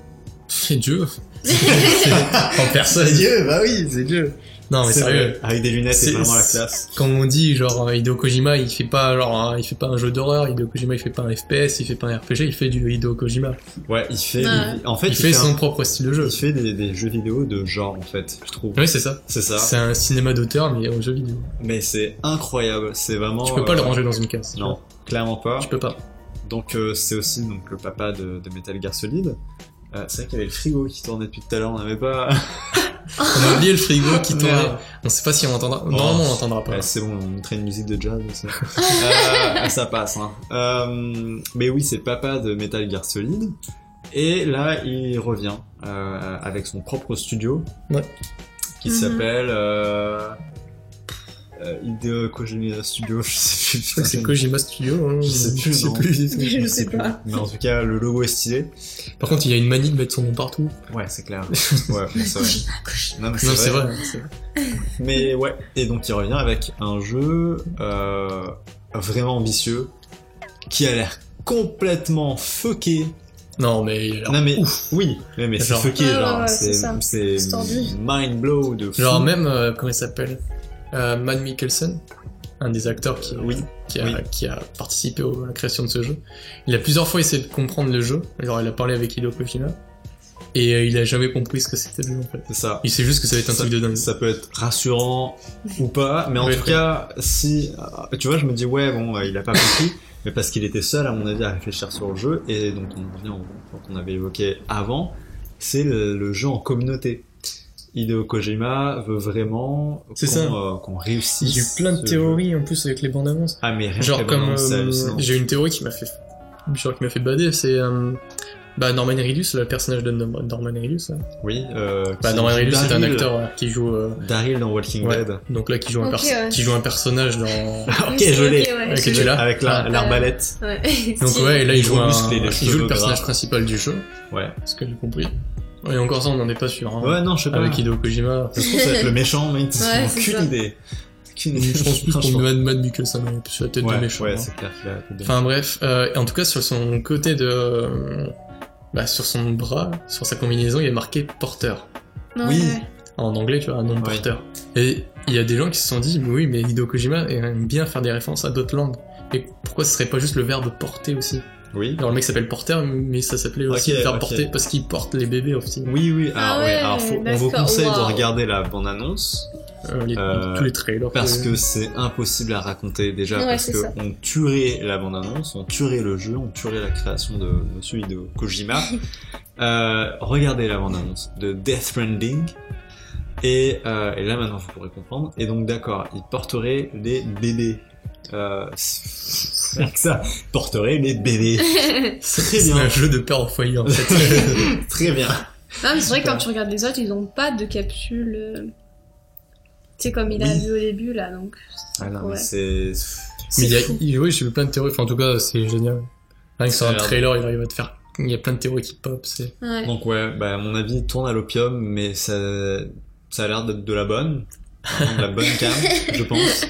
[SPEAKER 1] C'est
[SPEAKER 2] (laughs)
[SPEAKER 1] Dieu. En personne.
[SPEAKER 2] Dieu, bah oui, c'est Dieu.
[SPEAKER 1] Non, mais
[SPEAKER 2] C'est
[SPEAKER 1] sérieux.
[SPEAKER 2] vrai. Avec des lunettes, c'est
[SPEAKER 1] C'est-
[SPEAKER 2] vraiment la
[SPEAKER 1] c'est-
[SPEAKER 2] classe.
[SPEAKER 1] Comme on dit, genre, euh, Hideo Kojima, il fait pas, genre, un- il fait pas un jeu d'horreur, Hideo Kojima, il fait pas un FPS, il fait pas un RPG, il fait du Hideo Kojima.
[SPEAKER 2] Ouais, il fait.
[SPEAKER 3] Ouais.
[SPEAKER 2] il- en fait,
[SPEAKER 1] Il, fait,
[SPEAKER 2] un-
[SPEAKER 1] son propre style de jeu.
[SPEAKER 2] il fait des, des jeux vidéo de genre, en fait, je trouve.
[SPEAKER 1] Oui, c'est ça.
[SPEAKER 2] C'est ça.
[SPEAKER 1] C'est un cinéma d'auteur, mais en jeu vidéo.
[SPEAKER 2] Mais c'est incroyable. C'est vraiment.
[SPEAKER 1] tu peux pas le
[SPEAKER 2] euh,
[SPEAKER 1] ranger dans une case.
[SPEAKER 2] Non, clairement pas.
[SPEAKER 1] Tu peux pas.
[SPEAKER 2] Donc, euh, c'est aussi donc, le papa de, de Metal Gear Solid. Euh, c'est vrai qu'il y avait le frigo qui tournait depuis tout à l'heure, on n'avait pas.
[SPEAKER 1] On a oublié le frigo
[SPEAKER 2] (laughs)
[SPEAKER 1] qui tournait.
[SPEAKER 2] Merde.
[SPEAKER 1] On sait pas si on entendra. Normalement, on l'entendra pas.
[SPEAKER 2] Ouais, c'est bon, on mettrait une musique de jazz
[SPEAKER 1] (laughs)
[SPEAKER 2] aussi. Euh, ça passe. Hein. Euh, mais oui, c'est papa de Metal Gear Solid. Et là, il revient euh, avec son propre studio.
[SPEAKER 1] Ouais.
[SPEAKER 2] Qui
[SPEAKER 3] Mhm.
[SPEAKER 2] s'appelle... Euh, euh, Hideo Kojima Studio, je sais plus.
[SPEAKER 1] C'est Kojima Studio. hein.
[SPEAKER 2] Je sais plus, non.
[SPEAKER 1] du tout.
[SPEAKER 3] Je
[SPEAKER 2] Je
[SPEAKER 3] sais
[SPEAKER 2] plus.
[SPEAKER 3] pas.
[SPEAKER 2] Mais en tout cas, le logo est stylé.
[SPEAKER 1] Par contre, il y a une manie de mettre son nom partout.
[SPEAKER 2] Ouais, c'est
[SPEAKER 1] (laughs)
[SPEAKER 2] clair. Ouais,
[SPEAKER 3] (laughs)
[SPEAKER 2] c'est vrai.
[SPEAKER 3] Kojima, Kojima.
[SPEAKER 2] Non, mais
[SPEAKER 1] Non, c'est vrai. c'est vrai.
[SPEAKER 2] Mais ouais, et donc il revient avec un jeu euh, vraiment ambitieux qui a l'air complètement fucké.
[SPEAKER 1] Non, mais il a l'air
[SPEAKER 2] non mais
[SPEAKER 1] ouf.
[SPEAKER 2] oui, mais, mais c'est
[SPEAKER 1] Genre.
[SPEAKER 2] fucké,
[SPEAKER 3] Ouais,
[SPEAKER 2] genre
[SPEAKER 3] ouais, ouais, c'est ça.
[SPEAKER 2] c'est
[SPEAKER 3] C'est tordu.
[SPEAKER 2] c'est mind blow de fou.
[SPEAKER 1] Genre même, euh, comment il s'appelle euh, Matt Mikkelsen, un des acteurs qui,
[SPEAKER 2] oui,
[SPEAKER 1] qui, a,
[SPEAKER 2] oui.
[SPEAKER 1] qui a participé au- à la création de ce jeu. Il a plusieurs fois essayé de comprendre le jeu, genre il a parlé avec Hideo Kojima, et euh, il a jamais compris ce que c'était le jeu en fait.
[SPEAKER 2] c'est ça.
[SPEAKER 1] Il sait juste que ça va être un
[SPEAKER 2] Ça-
[SPEAKER 1] truc de dingue.
[SPEAKER 2] Ça peut être rassurant ou pas, mais en
[SPEAKER 1] Oui,
[SPEAKER 2] tout
[SPEAKER 1] oui.
[SPEAKER 2] cas, si euh, tu vois, je me dis ouais, bon, euh, il a pas compris, (laughs) mais parce qu'il était seul à mon avis à réfléchir sur le jeu et donc on revient au point qu'on avait évoqué avant, c'est le, le jeu en communauté. Hideo Kojima veut vraiment qu'on
[SPEAKER 1] C'est ça.
[SPEAKER 2] euh, qu'on réussisse.
[SPEAKER 1] J'ai eu plein de
[SPEAKER 2] ce
[SPEAKER 1] théories en plus avec les bandes annonces.
[SPEAKER 2] jeu. Ah mais rien que
[SPEAKER 1] Genre
[SPEAKER 2] la
[SPEAKER 1] comme
[SPEAKER 2] bande-annonce, c'est
[SPEAKER 1] euh,
[SPEAKER 2] hallucinant.
[SPEAKER 1] j'ai une théorie qui m'a fait genre qui m'a fait bader, c'est euh, bah Norman Reedus, le personnage de Norman Norman Reedus. hein.
[SPEAKER 2] Oui. Euh,
[SPEAKER 1] Bah
[SPEAKER 2] qui-
[SPEAKER 1] Norman Reedus c'est un
[SPEAKER 2] Daryl-
[SPEAKER 1] acteur ouais, qui joue euh,
[SPEAKER 2] Daryl dans Walking
[SPEAKER 1] ouais,
[SPEAKER 2] Dead.
[SPEAKER 1] donc là qui joue un
[SPEAKER 3] Ok,
[SPEAKER 1] perso-
[SPEAKER 3] ouais.
[SPEAKER 1] qui joue un
[SPEAKER 3] (laughs)
[SPEAKER 1] personnage dans
[SPEAKER 2] (laughs) ok,
[SPEAKER 3] Ah, Oui,
[SPEAKER 2] je
[SPEAKER 3] c'est-
[SPEAKER 2] l'ai.
[SPEAKER 3] ouais,
[SPEAKER 1] Ok,
[SPEAKER 3] je
[SPEAKER 1] tu
[SPEAKER 3] l'ai.
[SPEAKER 1] l'as
[SPEAKER 2] Avec la-
[SPEAKER 1] Ah.
[SPEAKER 2] l'arbalète.
[SPEAKER 3] Ouais.
[SPEAKER 1] Donc ouais, et là
[SPEAKER 2] Les
[SPEAKER 1] il joue,
[SPEAKER 2] gros
[SPEAKER 1] un-
[SPEAKER 2] muscles et les
[SPEAKER 1] il joue
[SPEAKER 2] cheveux
[SPEAKER 1] le personnage
[SPEAKER 2] gras.
[SPEAKER 1] principal du jeu,
[SPEAKER 2] Ouais.
[SPEAKER 1] ce que j'ai compris. Et encore ça, on n'en est pas sûr. hein.
[SPEAKER 2] Ouais, non, je sais pas.
[SPEAKER 1] Avec Hideo Kojima,
[SPEAKER 2] Ça se trouve, ça va être le
[SPEAKER 3] (laughs)
[SPEAKER 2] méchant, mais ils
[SPEAKER 3] Ouais,
[SPEAKER 2] n'ont
[SPEAKER 3] c'est
[SPEAKER 2] aucune
[SPEAKER 3] ça.
[SPEAKER 2] idée. Aucune idée.
[SPEAKER 1] (laughs) je pense plus
[SPEAKER 2] Franchement.
[SPEAKER 1] pour Mad Mad Mikkelsen, hein, plus la tête
[SPEAKER 2] Ouais,
[SPEAKER 1] de méchant.
[SPEAKER 2] ouais,
[SPEAKER 1] hein.
[SPEAKER 2] c'est clair qu'il a la tête de
[SPEAKER 1] Enfin bref, euh, et en tout cas sur son côté de, euh, bah, sur son bras, sur sa combinaison, il est marqué porteur.
[SPEAKER 3] Ouais,
[SPEAKER 2] Oui.
[SPEAKER 3] ouais.
[SPEAKER 1] En anglais, tu vois, un nom de
[SPEAKER 2] Ouais.
[SPEAKER 1] porteur. Et il y a des gens qui se sont dit, mais oui, mais Hideo Kojima aime bien faire des références à d'autres langues. Et pourquoi ce serait pas juste le verbe porter aussi
[SPEAKER 2] méchant. Oui.
[SPEAKER 1] Alors le mec s'appelle porteur, mais ça s'appelait aussi
[SPEAKER 2] Ok,
[SPEAKER 1] le verbe
[SPEAKER 2] ok.
[SPEAKER 1] porter parce qu'il porte les bébés aussi.
[SPEAKER 2] Oui, oui. Alors,
[SPEAKER 3] Ah
[SPEAKER 2] ouais,
[SPEAKER 3] ouais,
[SPEAKER 2] alors faut- on vous
[SPEAKER 3] d'accord,
[SPEAKER 2] conseille de
[SPEAKER 3] waouh.
[SPEAKER 2] regarder la bande-annonce
[SPEAKER 1] Euh, les-
[SPEAKER 2] Euh,
[SPEAKER 1] tous les trailers.
[SPEAKER 2] parce
[SPEAKER 1] euh,
[SPEAKER 2] que c'est impossible à raconter déjà
[SPEAKER 3] Ouais,
[SPEAKER 2] parce
[SPEAKER 3] c'est
[SPEAKER 2] que
[SPEAKER 3] ça.
[SPEAKER 2] on tuerait la bande-annonce, on tuerait le jeu, on tuerait la création de Monsieur Hideo
[SPEAKER 3] (laughs)
[SPEAKER 2] Kojima. euh, regardez la bande-annonce de Death Stranding. Et, euh, et là maintenant vous pourrez comprendre. Et donc d'accord, il porterait les bébés. Euh, (laughs) c'est- rien que ça, il porterait les
[SPEAKER 3] (laughs)
[SPEAKER 2] bébés. Très
[SPEAKER 1] C'est
[SPEAKER 2] bien.
[SPEAKER 1] un jeu de père au foyer en hein. fait.
[SPEAKER 2] (laughs)
[SPEAKER 3] (laughs)
[SPEAKER 2] Très bien.
[SPEAKER 3] Non, mais c'est vrai que quand tu regardes les autres, ils ont pas de capsule. euh, Tu sais, comme il a
[SPEAKER 2] Oui.
[SPEAKER 3] vu au début, là, donc.
[SPEAKER 2] Ah non, mais
[SPEAKER 3] Ouais.
[SPEAKER 2] (laughs) c'est.
[SPEAKER 1] mais il y a,
[SPEAKER 3] C'est fou.
[SPEAKER 1] il- oui, j'ai vu plein de théories. Enfin, en tout cas, c'est génial. Rien que sur
[SPEAKER 2] Ça a
[SPEAKER 1] un
[SPEAKER 2] l'air
[SPEAKER 1] trailer, il arrive à te faire. Il y a plein de théories qui pop. C'est.
[SPEAKER 3] Ouais.
[SPEAKER 2] Donc, ouais, bah, à mon avis, il tourne à l'opium, mais ça, ça a l'air d'être de la bonne. Vraiment De la bonne
[SPEAKER 3] (laughs)
[SPEAKER 2] cam, je pense.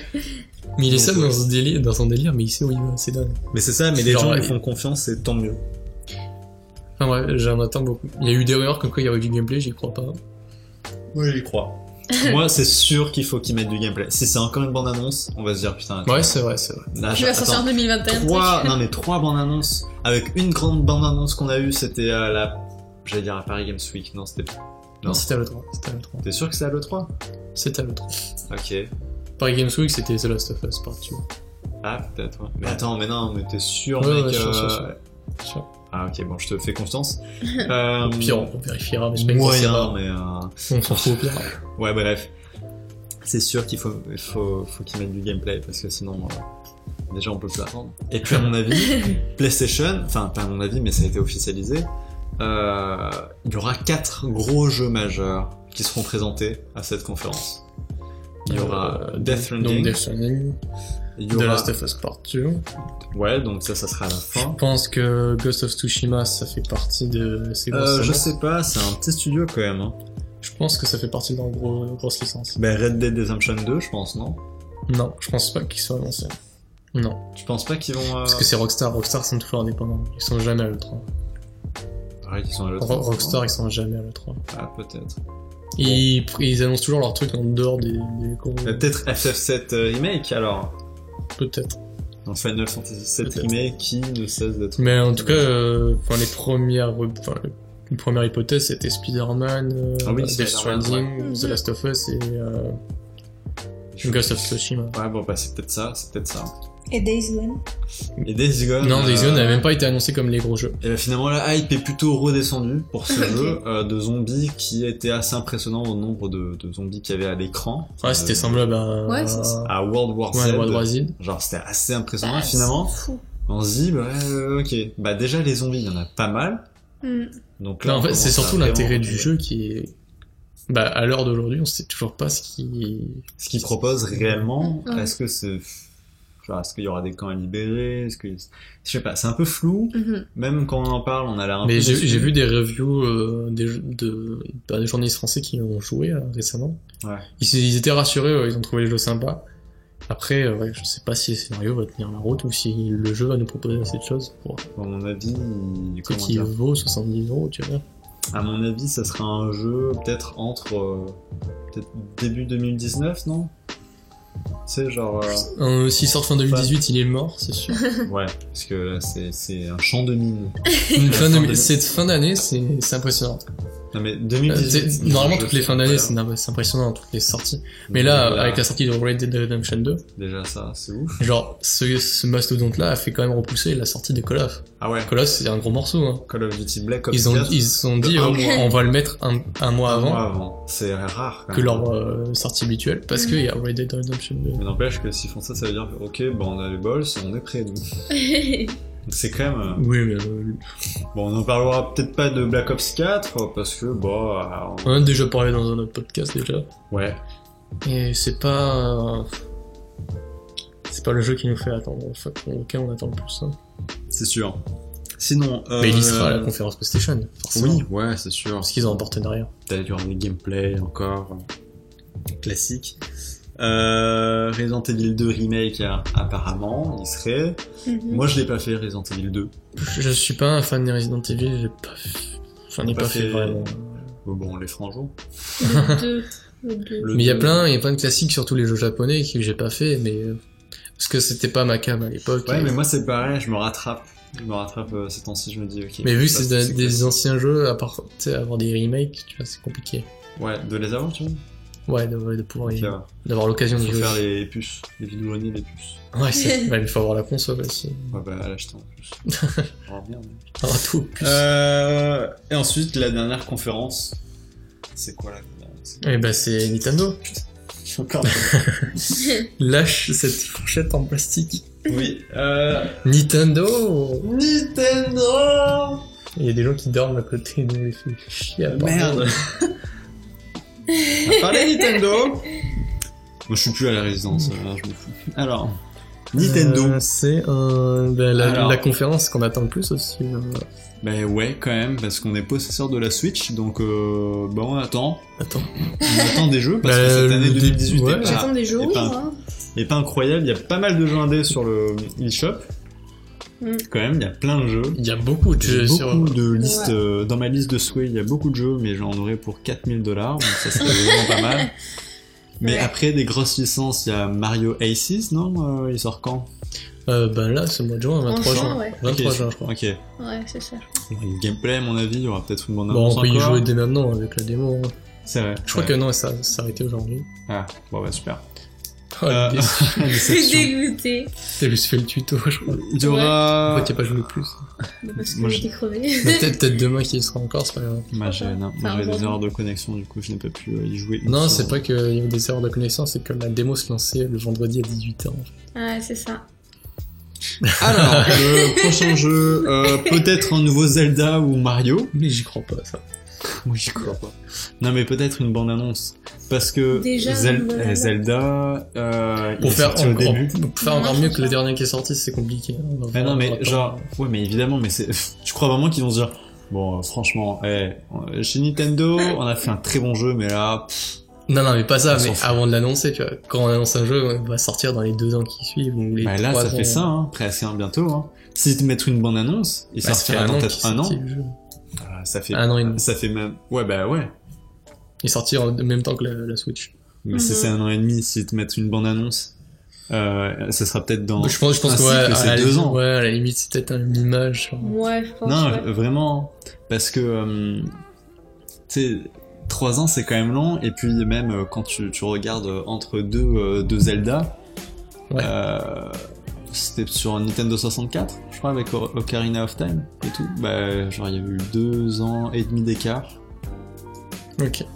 [SPEAKER 1] Mais il est
[SPEAKER 2] Donc,
[SPEAKER 1] seul
[SPEAKER 2] ouais.
[SPEAKER 1] dans son délire, dans son délire, mais il sait où il va. C'est dingue.
[SPEAKER 2] Mais c'est ça, mais les
[SPEAKER 1] Genre,
[SPEAKER 2] gens lui
[SPEAKER 1] il-
[SPEAKER 2] font confiance et tant mieux.
[SPEAKER 1] Enfin bref, j'en attends beaucoup. Il y a eu des rumeurs comme quoi il y aurait du gameplay, j'y crois pas.
[SPEAKER 2] Moi, j'y crois. Moi, c'est sûr qu'il faut qu'ils mettent du gameplay. Si c'est encore une bande annonce, on va se dire putain.
[SPEAKER 1] Ouais, c'est vrai, c'est vrai.
[SPEAKER 2] là,
[SPEAKER 3] Tu vas sortir en 2021. le
[SPEAKER 2] trois,
[SPEAKER 3] truc.
[SPEAKER 2] non mais trois bandes annonces avec une grande bande annonce qu'on a eue, c'était à la, j'allais dire à Paris Games Week, non c'était,
[SPEAKER 1] Non,
[SPEAKER 2] Non.
[SPEAKER 1] c'était à l'E3. C'était à l'E3.
[SPEAKER 2] t'es sûr que c'est à l'E3
[SPEAKER 1] C'était à l'E3.
[SPEAKER 2] Ok.
[SPEAKER 1] Paris Games Week, c'était The Last of Us, par tu vois.
[SPEAKER 2] Ah peut-être. ouais. Mais attends, mais non, mais t'es sûr
[SPEAKER 1] Ouais,
[SPEAKER 2] mec
[SPEAKER 1] ouais, sûr,
[SPEAKER 2] euh,
[SPEAKER 1] sûr, sûr. Sûr.
[SPEAKER 2] Ah ok, bon, je te fais confiance. Euh,
[SPEAKER 1] Au pire, on vérifiera, mais je pense que c'est
[SPEAKER 2] moyen,
[SPEAKER 1] rare.
[SPEAKER 2] mais... euh,
[SPEAKER 1] On s'en fout au pire.
[SPEAKER 2] Ouais, bref. C'est sûr qu'il faut, il faut, faut qu'ils mettent du gameplay parce que sinon, euh, déjà, on peut plus attendre. Et puis, à mon avis, PlayStation, enfin, pas à mon avis, mais ça a été officialisé, euh, il y aura quatre gros jeux majeurs qui seront présentés à cette conférence. Il y aura
[SPEAKER 1] Euh,
[SPEAKER 2] Death
[SPEAKER 1] Donc
[SPEAKER 2] Stranding,
[SPEAKER 1] Death Stranding,
[SPEAKER 2] il y
[SPEAKER 1] The
[SPEAKER 2] aura...
[SPEAKER 1] Last of Us Part 2.
[SPEAKER 2] Ouais, donc ça, ça sera à la
[SPEAKER 1] Je
[SPEAKER 2] fin.
[SPEAKER 1] pense que Ghost of Tsushima, ça fait partie de ces grosses
[SPEAKER 2] Euh, je
[SPEAKER 1] annonces.
[SPEAKER 2] sais pas, c'est un petit studio quand même. Hein.
[SPEAKER 1] Je pense que ça fait partie de leur gros, grosse licence.
[SPEAKER 2] Ben, Red Dead Redemption 2, je pense, non
[SPEAKER 1] Non, je pense pas qu'ils soient annoncés. Non,
[SPEAKER 2] Tu penses pas qu'ils vont... Euh...
[SPEAKER 1] parce que c'est Rockstar. Rockstar sont toujours indépendants. Ils sont jamais à l'E3.
[SPEAKER 2] Ouais, qu'ils sont à l'autre
[SPEAKER 1] Ro-
[SPEAKER 2] sens,
[SPEAKER 1] Rockstar,
[SPEAKER 2] non
[SPEAKER 1] ils sont jamais à l'E3.
[SPEAKER 2] Ah, peut-être.
[SPEAKER 1] Ils, ils annoncent toujours leurs trucs en dehors des, des gros-
[SPEAKER 2] Mais Peut-être FF7 euh, Remake, alors
[SPEAKER 1] Peut-être.
[SPEAKER 2] Donc Final Fantasy VII
[SPEAKER 1] Peut-être. Mm.
[SPEAKER 2] Remake qui ne cesse d'être...
[SPEAKER 1] Mais en tout cas, euh, enfin, les premières, enfin, une première hypothèse, c'était Spider-Man, euh,
[SPEAKER 2] Ah oui,
[SPEAKER 1] Death
[SPEAKER 2] Spider-Man,
[SPEAKER 1] Stranding,
[SPEAKER 3] ouais.
[SPEAKER 1] The Last of Us et euh,
[SPEAKER 2] Je-
[SPEAKER 1] Ghost of Tsushima.
[SPEAKER 2] Ouais, bon, bah c'est peut-être ça, c'est peut-être ça.
[SPEAKER 4] Et Days Gone.
[SPEAKER 2] Et Days Gone...
[SPEAKER 1] Non, Days
[SPEAKER 2] euh,
[SPEAKER 1] Gone n'avait même pas été annoncé comme les gros jeux.
[SPEAKER 2] Et bah, finalement, la hype est plutôt redescendue pour
[SPEAKER 1] (laughs)
[SPEAKER 2] ce
[SPEAKER 3] Ok.
[SPEAKER 2] jeu euh, de zombies qui était assez impressionnant au nombre de, de zombies qu'il y avait à l'écran.
[SPEAKER 1] Ouais,
[SPEAKER 2] Euh,
[SPEAKER 1] Ah,
[SPEAKER 2] Ah,
[SPEAKER 1] c'était semblable à.
[SPEAKER 3] Ouais, c'est ça.
[SPEAKER 2] À World War
[SPEAKER 1] Ouais,
[SPEAKER 2] Z.
[SPEAKER 1] World War Z.
[SPEAKER 2] Genre, c'était assez impressionnant.
[SPEAKER 3] Bah,
[SPEAKER 2] Et finalement,
[SPEAKER 3] c'est fou.
[SPEAKER 2] on se dit, bah, euh, ok. Bah déjà, les zombies, il y en a pas mal.
[SPEAKER 3] Hmm.
[SPEAKER 2] Donc là,
[SPEAKER 1] Non, en
[SPEAKER 2] on
[SPEAKER 1] fait,
[SPEAKER 2] commence
[SPEAKER 1] c'est surtout
[SPEAKER 2] à vraiment-
[SPEAKER 1] l'intérêt du jeu qui est. Bah, à l'heure d'aujourd'hui, on sait toujours pas ce qui.
[SPEAKER 2] ce qu'ils proposent réellement.
[SPEAKER 3] Ouais.
[SPEAKER 2] Est-ce que c'est, genre, est-ce qu'il y aura des camps à libérer Est-ce que, je sais pas, c'est un peu flou.
[SPEAKER 3] Mhm.
[SPEAKER 2] Même quand on en parle, on a l'air un peu
[SPEAKER 1] Mais j'ai
[SPEAKER 2] déçu.
[SPEAKER 1] j'ai vu des reviews euh, des, jeux- de, bah, des journalistes français qui ont joué euh, récemment.
[SPEAKER 2] Ouais.
[SPEAKER 1] Ils, se- ils étaient rassurés, ouais, ils ont trouvé le jeu sympa. Après, euh, ouais, je sais pas si le scénario va tenir la route ou si le jeu va nous proposer assez de choses pour
[SPEAKER 2] À mon avis,
[SPEAKER 1] ce
[SPEAKER 2] comment
[SPEAKER 1] qui
[SPEAKER 2] dire
[SPEAKER 1] vaut 70 euros, tu vois.
[SPEAKER 2] À mon avis, ça sera un jeu peut-être entre euh, peut-être début 2019, non C'est genre euh,
[SPEAKER 1] Euh, S'il sort fin 2018, il est mort, c'est sûr.
[SPEAKER 2] ouais, parce que là, c'est c'est un champ de mine.
[SPEAKER 1] Une fin
[SPEAKER 2] Fin
[SPEAKER 1] de-
[SPEAKER 2] de-
[SPEAKER 1] Cette fin d'année, c'est c'est impressionnant.
[SPEAKER 2] Non mais
[SPEAKER 1] Euh,
[SPEAKER 2] 2018.
[SPEAKER 1] c'est- Normalement,
[SPEAKER 2] je
[SPEAKER 1] toutes les
[SPEAKER 2] sais
[SPEAKER 1] fins
[SPEAKER 2] pas.
[SPEAKER 1] d'année, c'est c'est impressionnant, toutes les sorties. Mais là,
[SPEAKER 2] Déjà-
[SPEAKER 1] avec la sortie de Red Dead Redemption 2,
[SPEAKER 2] déjà ça, c'est ouf.
[SPEAKER 1] genre, ce, ce mastodonte-là a fait quand même repousser la sortie de Call of.
[SPEAKER 2] Ah ouais,
[SPEAKER 1] Call of, c'est un gros morceau. Hein.
[SPEAKER 2] Call of Duty Black Ops
[SPEAKER 1] Ils ont,
[SPEAKER 2] 4,
[SPEAKER 1] ils se sont dit,
[SPEAKER 2] euh, un
[SPEAKER 1] oh,
[SPEAKER 2] mois.
[SPEAKER 1] on va le mettre un, un mois
[SPEAKER 2] un
[SPEAKER 1] avant
[SPEAKER 2] mois avant. C'est rare. quand
[SPEAKER 1] que
[SPEAKER 2] même.
[SPEAKER 1] leur euh, sortie habituelle, parce qu'il y a Red Dead Redemption 2.
[SPEAKER 2] Mais n'empêche que s'ils font ça, ça veut dire que, ok, bah on a les balls, on est prêts nous. Donc c'est quand même. euh,
[SPEAKER 1] Oui, mais euh,
[SPEAKER 2] Bon, on en parlera peut-être pas de Black Ops 4 parce que bah. euh,
[SPEAKER 1] on en a déjà parlé dans un autre podcast déjà.
[SPEAKER 2] Ouais.
[SPEAKER 1] Et c'est pas. euh, C'est pas le jeu qui nous fait attendre, en fait, auquel on attend le plus. hein.
[SPEAKER 2] C'est sûr. Sinon. Euh...
[SPEAKER 1] Mais il y sera à la conférence PlayStation, forcément.
[SPEAKER 2] Oui, ouais, c'est sûr.
[SPEAKER 1] Parce qu'ils ont un partenariat.
[SPEAKER 2] Peut-être qu'il y aura du gameplay encore. Classique. Euh, Resident Evil 2 Remake, hein, apparemment, il serait.
[SPEAKER 3] Mhm.
[SPEAKER 2] Moi, je l'ai pas fait, Resident Evil 2.
[SPEAKER 1] Je suis pas un fan des Resident Evil, j'ai pas. J'en ai pas, fait, vraiment.
[SPEAKER 2] Bon, euh, bon, les frangeons.
[SPEAKER 3] Le deux. Le deux.
[SPEAKER 2] Le
[SPEAKER 1] Mais il y a
[SPEAKER 2] 2.
[SPEAKER 1] plein, il y a plein de classiques sur tous les jeux japonais que j'ai pas fait, mais euh, parce que c'était pas ma cam à l'époque.
[SPEAKER 2] Ouais,
[SPEAKER 1] Et-
[SPEAKER 2] mais moi, c'est pareil, je me rattrape. Je me rattrape euh, ces temps-ci, je me dis, ok.
[SPEAKER 1] mais vu que
[SPEAKER 2] ça,
[SPEAKER 1] c'est des, des
[SPEAKER 2] classique.
[SPEAKER 1] anciens jeux, à part tu sais, avoir des remakes, tu vois, c'est compliqué.
[SPEAKER 2] Ouais, de les avoir, tu vois.
[SPEAKER 1] Ouais, de, de pouvoir y-
[SPEAKER 2] Ok, ouais.
[SPEAKER 1] d'avoir l'occasion de
[SPEAKER 2] Faut
[SPEAKER 1] jouer.
[SPEAKER 2] faire les puces, les vidourniers, les puces.
[SPEAKER 1] Ouais, c'est- ouais, mais faut avoir la console aussi.
[SPEAKER 2] Ouais, bah, à l'acheter en
[SPEAKER 1] (laughs)
[SPEAKER 2] plus. Oh, merde.
[SPEAKER 1] Avoir tout. plus.
[SPEAKER 2] Euh, et ensuite, la dernière conférence. C'est quoi la conférence
[SPEAKER 1] Et bah c'est Nintendo.
[SPEAKER 2] Encore.
[SPEAKER 1] Lâche cette fourchette en plastique.
[SPEAKER 2] oui. Euh,
[SPEAKER 1] Nintendo
[SPEAKER 2] Nintendo
[SPEAKER 1] Il y a des gens qui dorment à côté de nous, ils font chier à parler.
[SPEAKER 2] Merde (laughs) On va parler Nintendo Moi, je suis plus à la résidence, là, je m'en fous. Alors, Nintendo.
[SPEAKER 1] Euh, c'est euh, bah, la,
[SPEAKER 2] Alors.
[SPEAKER 1] la conférence qu'on attend le plus aussi. euh,
[SPEAKER 2] Ben ouais, quand même, parce qu'on est possesseur de la Switch, donc euh, ben on attend.
[SPEAKER 1] Attends.
[SPEAKER 2] On (laughs) attend des jeux, parce que
[SPEAKER 1] Bah,
[SPEAKER 2] cette
[SPEAKER 1] le
[SPEAKER 2] année
[SPEAKER 1] début-
[SPEAKER 2] 2018
[SPEAKER 1] ouais.
[SPEAKER 2] est,
[SPEAKER 3] J'attends
[SPEAKER 2] pas,
[SPEAKER 3] des hein. jeux,
[SPEAKER 2] Ah, et
[SPEAKER 3] oui,
[SPEAKER 2] pas-
[SPEAKER 3] moi.
[SPEAKER 2] est pas incroyable. Il y a pas mal de jeux indés sur le eShop.
[SPEAKER 3] Mm.
[SPEAKER 2] Quand même, il y a plein de jeux.
[SPEAKER 1] Il y a beaucoup de jeux
[SPEAKER 2] J'ai beaucoup
[SPEAKER 1] sur.
[SPEAKER 2] de listes euh, dans ma liste de souhaits, il y a beaucoup de jeux, mais j'en aurais pour 4000 dollars, donc ça serait vraiment pas mal. Mais
[SPEAKER 3] Ouais.
[SPEAKER 2] après des grosses licences, il y a Mario Aces, non euh, Il sort quand
[SPEAKER 1] Euh, bah là, ce mois de juin, 23
[SPEAKER 3] En juin,
[SPEAKER 1] juin.
[SPEAKER 3] ouais.
[SPEAKER 1] 23
[SPEAKER 2] Ok.
[SPEAKER 1] juin, je crois.
[SPEAKER 2] Ok.
[SPEAKER 3] Ouais, c'est ça.
[SPEAKER 2] Il y aura du gameplay, à mon avis, il y aura peut-être une bande
[SPEAKER 1] Bon,
[SPEAKER 2] annonce
[SPEAKER 1] on peut y
[SPEAKER 2] encore.
[SPEAKER 1] jouer dès maintenant avec la démo. hein.
[SPEAKER 2] C'est vrai.
[SPEAKER 1] Je crois
[SPEAKER 2] ouais.
[SPEAKER 1] que non, ça ça s'est arrêté aujourd'hui.
[SPEAKER 2] Ah, bon, bah super.
[SPEAKER 1] Oh,
[SPEAKER 2] Euh,
[SPEAKER 1] le déçu.
[SPEAKER 2] (laughs)
[SPEAKER 3] Je suis
[SPEAKER 2] déception. Euh.
[SPEAKER 3] dégoûtée.
[SPEAKER 1] T'as juste fait le tuto, je crois.
[SPEAKER 2] Il y aura.
[SPEAKER 1] Pourquoi t'y as pas joué plus
[SPEAKER 3] Parce que
[SPEAKER 2] Moi,
[SPEAKER 3] j'étais crevée.
[SPEAKER 1] (laughs) Mais Peut-être peut-être demain qu'il sera encore, c'est pas grave.
[SPEAKER 2] Moi j'ai non, hein. moi,
[SPEAKER 3] Enfin,
[SPEAKER 2] j'avais des
[SPEAKER 3] bon.
[SPEAKER 2] erreurs de connexion, du coup je n'ai pas pu euh, y jouer.
[SPEAKER 1] Non, c'est pas qu'il y avait des erreurs de connexion, c'est que la démo se lançait le vendredi à 18h.
[SPEAKER 3] Ah, c'est ça.
[SPEAKER 1] (laughs)
[SPEAKER 2] Alors, le prochain jeu, euh, peut-être un nouveau Zelda ou Mario. (laughs)
[SPEAKER 1] Mais j'y crois pas, ça.
[SPEAKER 2] Oui, je crois pas. Non, mais peut-être une bande-annonce. Parce que
[SPEAKER 3] Déjà,
[SPEAKER 2] Zel-
[SPEAKER 3] une bande-annonce.
[SPEAKER 2] eh, Zelda, euh, il
[SPEAKER 1] Pour
[SPEAKER 2] est
[SPEAKER 1] faire
[SPEAKER 2] sorti au
[SPEAKER 1] encore,
[SPEAKER 2] début.
[SPEAKER 1] pour faire
[SPEAKER 3] Non,
[SPEAKER 1] encore
[SPEAKER 3] je
[SPEAKER 1] mieux
[SPEAKER 3] sais
[SPEAKER 1] que le
[SPEAKER 3] pas.
[SPEAKER 1] dernier qui est sorti, c'est compliqué. On va
[SPEAKER 2] Mais
[SPEAKER 1] voir,
[SPEAKER 2] non,
[SPEAKER 1] on va
[SPEAKER 2] mais
[SPEAKER 1] pas-
[SPEAKER 2] genre, ouais, mais évidemment, mais c'est, (laughs) tu crois vraiment qu'ils vont se dire, bon, euh, franchement, eh, euh, chez Nintendo, on a fait un très bon jeu, mais là, pff,
[SPEAKER 1] Non, non, mais pas ça,
[SPEAKER 2] On
[SPEAKER 1] mais
[SPEAKER 2] s'en fout.
[SPEAKER 1] avant de l'annoncer, tu vois. Quand on annonce un jeu, on va sortir dans les deux ans qui suivent, ou les
[SPEAKER 2] bah là,
[SPEAKER 1] trois
[SPEAKER 2] ça
[SPEAKER 1] ans.
[SPEAKER 2] fait ça, hein, presque un bientôt, hein. Si tu mettre une bande-annonce, il
[SPEAKER 1] Bah, ça fait
[SPEAKER 2] sortira
[SPEAKER 1] un
[SPEAKER 2] dans
[SPEAKER 1] an
[SPEAKER 2] peut-être
[SPEAKER 1] qu'il
[SPEAKER 2] un an.
[SPEAKER 1] sortit, le jeu.
[SPEAKER 2] Ah, ça fait,
[SPEAKER 1] Un an et demi.
[SPEAKER 2] ça fait même, ouais, bah ouais.
[SPEAKER 1] Il sortit en même temps que la, la Switch.
[SPEAKER 2] Mais si
[SPEAKER 3] Mhm.
[SPEAKER 2] c'est un an et demi, si te mettent une bande-annonce, euh, ça sera peut-être dans.
[SPEAKER 1] je pense, je pense
[SPEAKER 2] un
[SPEAKER 1] que, ouais,
[SPEAKER 2] cycle,
[SPEAKER 1] à
[SPEAKER 2] c'est
[SPEAKER 1] la
[SPEAKER 2] deux
[SPEAKER 1] limite-
[SPEAKER 2] ans.
[SPEAKER 1] ouais, à la limite, c'est peut-être une image. genre.
[SPEAKER 3] Moi, je pense.
[SPEAKER 2] Non,
[SPEAKER 3] ouais.
[SPEAKER 2] vraiment, parce que euh, tu sais, 3 ans c'est quand même long, et puis même euh, quand tu, tu regardes euh, entre deux, euh, deux Zelda,
[SPEAKER 1] Ouais.
[SPEAKER 2] euh, c'était sur Nintendo 64, je crois, avec O- Ocarina of Time et tout, bah, genre il y a eu 2 ans et demi d'écart.
[SPEAKER 1] Ok.
[SPEAKER 2] Oh,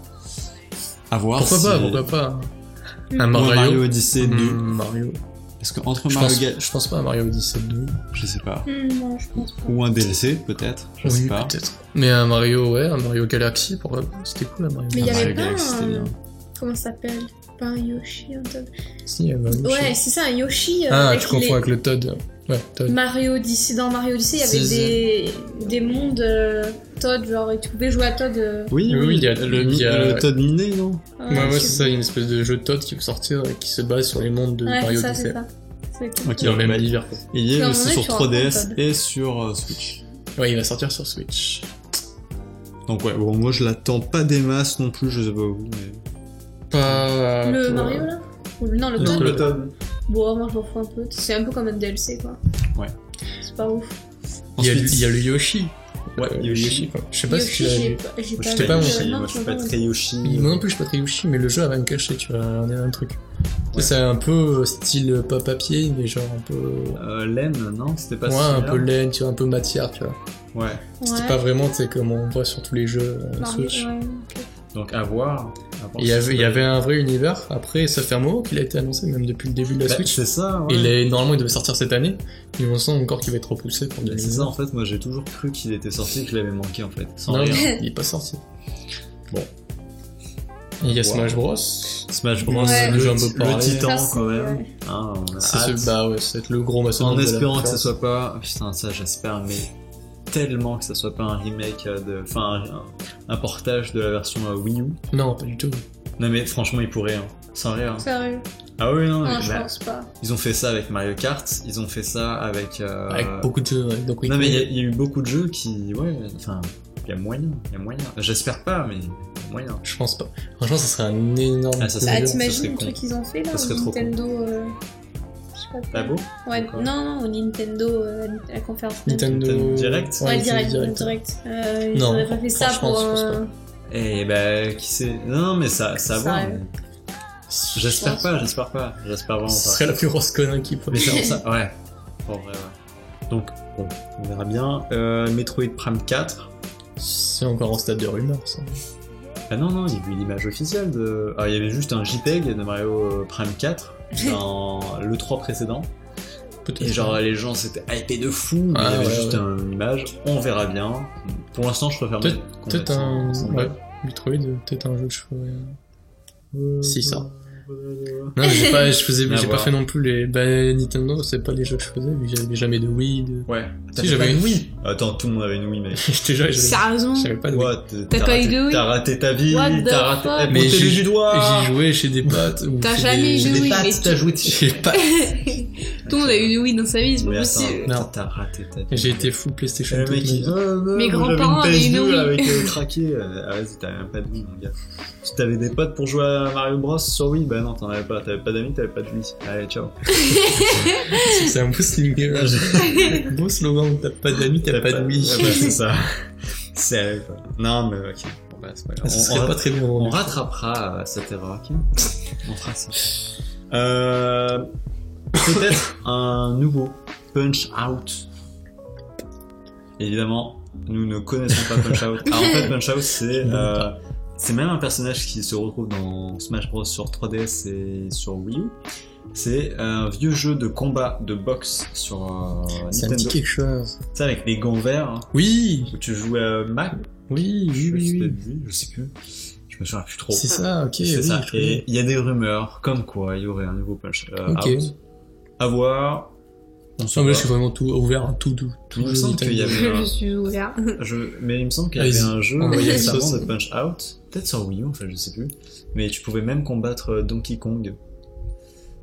[SPEAKER 2] À voir
[SPEAKER 1] Pourquoi
[SPEAKER 2] si-
[SPEAKER 1] pas, pourquoi pas. hein. Un
[SPEAKER 2] Ou un
[SPEAKER 1] Mario.
[SPEAKER 2] Mario, Odyssey 2.
[SPEAKER 1] Hmm, Mario.
[SPEAKER 2] Parce que entre
[SPEAKER 1] Je
[SPEAKER 2] Mario
[SPEAKER 1] pense,
[SPEAKER 2] Gal-
[SPEAKER 1] je pense pas à Mario Odyssey 2.
[SPEAKER 2] je sais pas.
[SPEAKER 3] Hmm, non, je pense pas.
[SPEAKER 2] Ou un DLC peut-être, je
[SPEAKER 1] Oui,
[SPEAKER 2] sais pas.
[SPEAKER 1] peut-être. Mais un Mario, ouais, un Mario Galaxy, pour... c'était cool, un Mario
[SPEAKER 3] Mais il y
[SPEAKER 1] Galaxy.
[SPEAKER 3] avait
[SPEAKER 2] Mario
[SPEAKER 3] pas
[SPEAKER 2] Galaxy, c'était
[SPEAKER 3] un...
[SPEAKER 2] bien.
[SPEAKER 3] Comment ça s'appelle Pas un Yoshi, un Todd.
[SPEAKER 1] Si, il y avait un Yoshi.
[SPEAKER 3] Ouais, c'est ça, un Yoshi. euh,
[SPEAKER 1] Ah,
[SPEAKER 3] avec
[SPEAKER 1] tu confonds
[SPEAKER 3] les-
[SPEAKER 1] avec le Todd. Ouais, Todd.
[SPEAKER 3] Mario Odyssey, dans Mario Odyssey, il y
[SPEAKER 1] Si,
[SPEAKER 3] avait des, des mondes euh, Todd, genre, et tu pouvais jouer à Todd. euh,
[SPEAKER 2] Oui,
[SPEAKER 1] Oui,
[SPEAKER 2] oui,
[SPEAKER 1] il y a
[SPEAKER 2] le,
[SPEAKER 1] il y a-
[SPEAKER 2] le Todd Minet, non
[SPEAKER 3] ouais,
[SPEAKER 1] Ouais, ouais,
[SPEAKER 3] je-
[SPEAKER 1] c'est ça, il y a une espèce de jeu de Todd qui peut sortir et qui se base sur les mondes de
[SPEAKER 3] Ouais, c'est
[SPEAKER 1] Mario
[SPEAKER 3] ça, c'est
[SPEAKER 1] Odyssey.
[SPEAKER 3] ça. C'est cool.
[SPEAKER 2] Ok.
[SPEAKER 1] Dans le même
[SPEAKER 2] Bah,
[SPEAKER 1] univers. quoi.
[SPEAKER 2] Il y
[SPEAKER 3] Tu
[SPEAKER 2] est
[SPEAKER 3] vas
[SPEAKER 2] aussi
[SPEAKER 3] emmener
[SPEAKER 2] sur
[SPEAKER 3] sur un
[SPEAKER 2] 3DS
[SPEAKER 3] portable.
[SPEAKER 2] et sur euh, Switch.
[SPEAKER 1] Ouais, il va sortir sur Switch.
[SPEAKER 2] Donc ouais, bon, moi je l'attends pas des masses non plus, je sais pas vous, mais...
[SPEAKER 1] Pas. euh,
[SPEAKER 3] Le
[SPEAKER 1] pour-
[SPEAKER 3] Mario, là Ou- Non, le
[SPEAKER 1] Non,
[SPEAKER 3] Todd.
[SPEAKER 1] le
[SPEAKER 2] Todd.
[SPEAKER 3] Bon, moi, je m'en fous un peu. C'est un peu comme un DLC, quoi.
[SPEAKER 2] Ouais.
[SPEAKER 3] C'est pas ouf.
[SPEAKER 1] Il y, a,
[SPEAKER 2] Ensuite-
[SPEAKER 1] il y a le Yoshi.
[SPEAKER 2] Ouais,
[SPEAKER 1] Euh,
[SPEAKER 2] Yoshi.
[SPEAKER 1] quoi. Je sais pas si tu l'as
[SPEAKER 3] j'ai
[SPEAKER 1] vu.
[SPEAKER 3] pas- j'ai
[SPEAKER 1] Je t'ai pas
[SPEAKER 3] vu,
[SPEAKER 1] montré,
[SPEAKER 3] euh, non, tu m'as pas montré.
[SPEAKER 2] Yoshi.
[SPEAKER 1] Moi non plus, je suis pas très Yoshi, mais le jeu avait un cachet, tu vois, on est dans un truc. C'est un peu euh, style pas papier, mais genre un peu.
[SPEAKER 2] Euh, Len, non C'était pas
[SPEAKER 1] ouais,
[SPEAKER 2] celui-là
[SPEAKER 1] un peu laine, tu vois, un peu matière, tu vois.
[SPEAKER 2] Ouais,
[SPEAKER 1] C'était
[SPEAKER 3] Ouais.
[SPEAKER 1] pas vraiment, tu sais, comme on voit sur tous les jeux euh,
[SPEAKER 3] Mario,
[SPEAKER 1] Switch.
[SPEAKER 3] ouais.
[SPEAKER 2] donc à voir. À voir
[SPEAKER 1] Il y,
[SPEAKER 2] si
[SPEAKER 1] avait,
[SPEAKER 2] c'est-
[SPEAKER 1] il y avait un vrai univers, après ça fait un moment qu'il a été annoncé, même depuis le début de la
[SPEAKER 2] Bah,
[SPEAKER 1] Switch.
[SPEAKER 2] C'est ça, ouais.
[SPEAKER 1] Il est, normalement il devait sortir cette année, mais on sent encore qu'il va être repoussé pour
[SPEAKER 2] Mais C'est ça,
[SPEAKER 1] 2020.
[SPEAKER 2] en fait, moi j'ai toujours cru qu'il était sorti, que je l'avais manqué, en fait. Sans
[SPEAKER 1] Non,
[SPEAKER 2] rire.
[SPEAKER 1] il est pas sorti.
[SPEAKER 2] Bon.
[SPEAKER 1] Il y a
[SPEAKER 2] Wow.
[SPEAKER 1] Smash Bros.
[SPEAKER 2] Smash Bros,
[SPEAKER 3] Ouais.
[SPEAKER 2] le,
[SPEAKER 1] J'en peux
[SPEAKER 2] le
[SPEAKER 1] parler.
[SPEAKER 2] titan,
[SPEAKER 3] Ça, c'est-
[SPEAKER 2] quand même. Hein, on a
[SPEAKER 1] C'est
[SPEAKER 2] hâte.
[SPEAKER 1] ce, bah ouais, c'est le gros maçon.
[SPEAKER 2] En espérant que ça soit pas. ah, Putain, ça j'espère, mais tellement que ça soit pas un remake euh, de. Enfin, un, un portage de la version euh, Wii U.
[SPEAKER 1] Non, pas du tout.
[SPEAKER 2] Non, mais franchement, ils pourraient, hein. Sans rire. hein.
[SPEAKER 3] Sérieux
[SPEAKER 2] Ah oui, non, mais
[SPEAKER 3] Non, je
[SPEAKER 2] bah,
[SPEAKER 3] pense pas. Ah,
[SPEAKER 2] ils ont fait ça avec Mario Kart, ils ont fait ça avec. euh,
[SPEAKER 1] Avec beaucoup de jeux, ouais, donc oui.
[SPEAKER 2] Non, mais il y a- il y, a eu beaucoup de jeux qui. Ouais, enfin, il y a moyen, il y a moyen. J'espère pas, mais il y a moyen.
[SPEAKER 1] Je pense pas. Franchement, ça serait un énorme.
[SPEAKER 2] Ah, ça
[SPEAKER 1] projet.
[SPEAKER 3] Ah,
[SPEAKER 2] serait- ça
[SPEAKER 3] t'imagines le
[SPEAKER 2] con.
[SPEAKER 3] truc qu'ils ont fait là
[SPEAKER 2] Ça serait
[SPEAKER 3] au
[SPEAKER 2] trop con.
[SPEAKER 3] Nintendo. euh, Je sais pas. quoi.
[SPEAKER 2] Pas beau
[SPEAKER 3] Ouais,
[SPEAKER 2] D'accord.
[SPEAKER 3] non, non, au Nintendo, euh, à la conférence.
[SPEAKER 1] Nintendo
[SPEAKER 2] Nintendo Direct
[SPEAKER 3] Ouais,
[SPEAKER 1] Nintendo
[SPEAKER 3] direct, direct. Euh,
[SPEAKER 1] Non,
[SPEAKER 3] ils auraient pas fait ça
[SPEAKER 1] franchement,
[SPEAKER 3] pour
[SPEAKER 1] je pense
[SPEAKER 3] un.
[SPEAKER 2] Et bah, qui sait. Non, mais ça, ça
[SPEAKER 3] Ça
[SPEAKER 2] va.
[SPEAKER 3] arrive.
[SPEAKER 2] mais- J'espère
[SPEAKER 3] Je pense.
[SPEAKER 2] pas, j'espère pas. J'espère vraiment
[SPEAKER 1] Ce
[SPEAKER 2] pas.
[SPEAKER 1] serait la plus grosse connerie qui pourrait
[SPEAKER 2] Mais c'est pour ça, ouais. Pour vrai, ouais. Donc, bon, on verra bien. Euh, Metroid Prime 4.
[SPEAKER 1] (laughs) C'est encore en stade de rumeur, ça.
[SPEAKER 2] Ah non, non, il y a eu l'image officielle de. Ah, il y avait juste un JPEG de Mario euh, Prime
[SPEAKER 1] (laughs)
[SPEAKER 2] 4 dans le 3 précédent.
[SPEAKER 1] Peut-être.
[SPEAKER 2] Et genre, les gens s'étaient hypés de fou, mais
[SPEAKER 1] Ah,
[SPEAKER 2] il y avait
[SPEAKER 1] ouais,
[SPEAKER 2] juste
[SPEAKER 1] ouais.
[SPEAKER 2] une image. On verra bien. Pour l'instant, je préfère
[SPEAKER 1] Peut-être-
[SPEAKER 2] mettre qu'on
[SPEAKER 1] peut-être
[SPEAKER 2] reste
[SPEAKER 1] un-
[SPEAKER 2] ensemble.
[SPEAKER 1] ouais. Metroid, peut-être un jeu que je ferais. Si, ça.
[SPEAKER 2] Ouais,
[SPEAKER 1] Non, mais j'ai pas, je faisais,
[SPEAKER 2] (laughs) À
[SPEAKER 1] j'ai pas
[SPEAKER 2] voir.
[SPEAKER 1] fait non plus les. Bah, Nintendo, c'est pas les jeux que je faisais, mais j'avais jamais de Wii. De...
[SPEAKER 2] T'as
[SPEAKER 1] Si,
[SPEAKER 2] fait
[SPEAKER 1] j'avais
[SPEAKER 2] pas
[SPEAKER 1] une
[SPEAKER 2] de Wii. Attends, tout le monde avait une Wii, mais.
[SPEAKER 1] (laughs) je te jure, j'avais
[SPEAKER 3] Sérieusement (laughs)
[SPEAKER 1] j'avais pas de Wii.
[SPEAKER 2] Quoi, t'as-
[SPEAKER 3] T'as
[SPEAKER 2] t'as
[SPEAKER 3] pas eu
[SPEAKER 2] raté-
[SPEAKER 3] de Wii
[SPEAKER 2] T'as raté ta vie,
[SPEAKER 3] What the
[SPEAKER 2] t'as raté.
[SPEAKER 3] fuck
[SPEAKER 2] Eh,
[SPEAKER 1] Mais
[SPEAKER 2] pointez-lui
[SPEAKER 1] j'ai-
[SPEAKER 2] du doigt
[SPEAKER 1] J'y jouais chez des potes. ou
[SPEAKER 3] T'as
[SPEAKER 1] chez
[SPEAKER 3] jamais
[SPEAKER 1] des-
[SPEAKER 3] joué
[SPEAKER 2] Des
[SPEAKER 3] oui,
[SPEAKER 2] pattes,
[SPEAKER 3] mais
[SPEAKER 2] t'as joué
[SPEAKER 1] (laughs)
[SPEAKER 2] dessus.
[SPEAKER 1] J'ai pas.
[SPEAKER 3] Tout le monde a eu une Wii dans sa vie, c'est
[SPEAKER 2] Mais
[SPEAKER 3] pas
[SPEAKER 2] attends,
[SPEAKER 3] possible.
[SPEAKER 1] Non.
[SPEAKER 2] t'as raté ta vie.
[SPEAKER 1] J'ai été full PlayStation.
[SPEAKER 2] Le
[SPEAKER 1] toute
[SPEAKER 2] mec,
[SPEAKER 1] ma
[SPEAKER 2] il
[SPEAKER 1] vie.
[SPEAKER 2] dit, Oh, non,
[SPEAKER 3] Mes
[SPEAKER 2] moi, j'avais
[SPEAKER 3] grands-parents avaient une
[SPEAKER 2] PS2
[SPEAKER 3] Wii.
[SPEAKER 2] avec euh, craqué. Euh, Ah vas-y, t'avais même pas de Wii, mon gars. Si t'avais des potes pour jouer à Mario Bros sur Wii, bah non, t'en avais pas. T'avais pas d'amis, t'avais pas de Wii. Allez, ciao.
[SPEAKER 1] C'est un beau slogan. (laughs) beau slogan. T'as pas d'amis, t'as pas de Wii.
[SPEAKER 2] Ah bah,
[SPEAKER 3] (laughs)
[SPEAKER 2] c'est ça. (laughs) C'est vrai, quoi. Non, mais ok.
[SPEAKER 1] (laughs)
[SPEAKER 2] Bon, bah, c'est pas grave.
[SPEAKER 1] Ce
[SPEAKER 2] On-
[SPEAKER 1] serait
[SPEAKER 2] on-
[SPEAKER 1] pas très bien.
[SPEAKER 2] On
[SPEAKER 1] vendu.
[SPEAKER 2] rattrapera euh, cette erreur, ok On fera ça. Euh, Peut-être un nouveau Punch Out. Évidemment, nous ne connaissons pas Punch Out. Alors, en fait, Punch Out, c'est euh, c'est même un personnage qui se retrouve dans Smash Bros sur 3DS et sur Wii U. C'est un vieux jeu de combat de boxe sur
[SPEAKER 4] Ça me
[SPEAKER 2] euh,
[SPEAKER 4] dit
[SPEAKER 2] Nintendo.
[SPEAKER 4] quelque chose.
[SPEAKER 2] C'est avec les gants verts hein,
[SPEAKER 1] Oui,
[SPEAKER 2] où tu joues à Mac.
[SPEAKER 1] oui, oui,
[SPEAKER 2] Je sais
[SPEAKER 1] oui, oui.
[SPEAKER 2] plus, je sais plus. Je me souviens plus trop.
[SPEAKER 4] C'est ça, ok.
[SPEAKER 2] C'est
[SPEAKER 4] oui,
[SPEAKER 2] ça.
[SPEAKER 4] je connais.
[SPEAKER 2] Et il y a des rumeurs comme quoi il y aurait un nouveau Punch euh,
[SPEAKER 4] Ok.
[SPEAKER 2] Out. À voir. On
[SPEAKER 1] Ah,
[SPEAKER 2] sait
[SPEAKER 1] mais
[SPEAKER 2] pas.
[SPEAKER 1] je suis vraiment tout ouvert à tout, tout, tout.
[SPEAKER 2] Il me
[SPEAKER 1] jeu
[SPEAKER 2] semble qu'il y
[SPEAKER 1] Nintendo.
[SPEAKER 3] (laughs)
[SPEAKER 2] avait
[SPEAKER 3] Je
[SPEAKER 2] un
[SPEAKER 3] suis ouvert.
[SPEAKER 2] jeu, mais il me semble qu'il y avait
[SPEAKER 1] Allez-y.
[SPEAKER 2] un jeu
[SPEAKER 1] On va y aller
[SPEAKER 2] justement
[SPEAKER 1] ça.
[SPEAKER 2] de Punch Out, peut-être sur Wii U, enfin je sais plus, mais tu pouvais même combattre euh, Donkey Kong.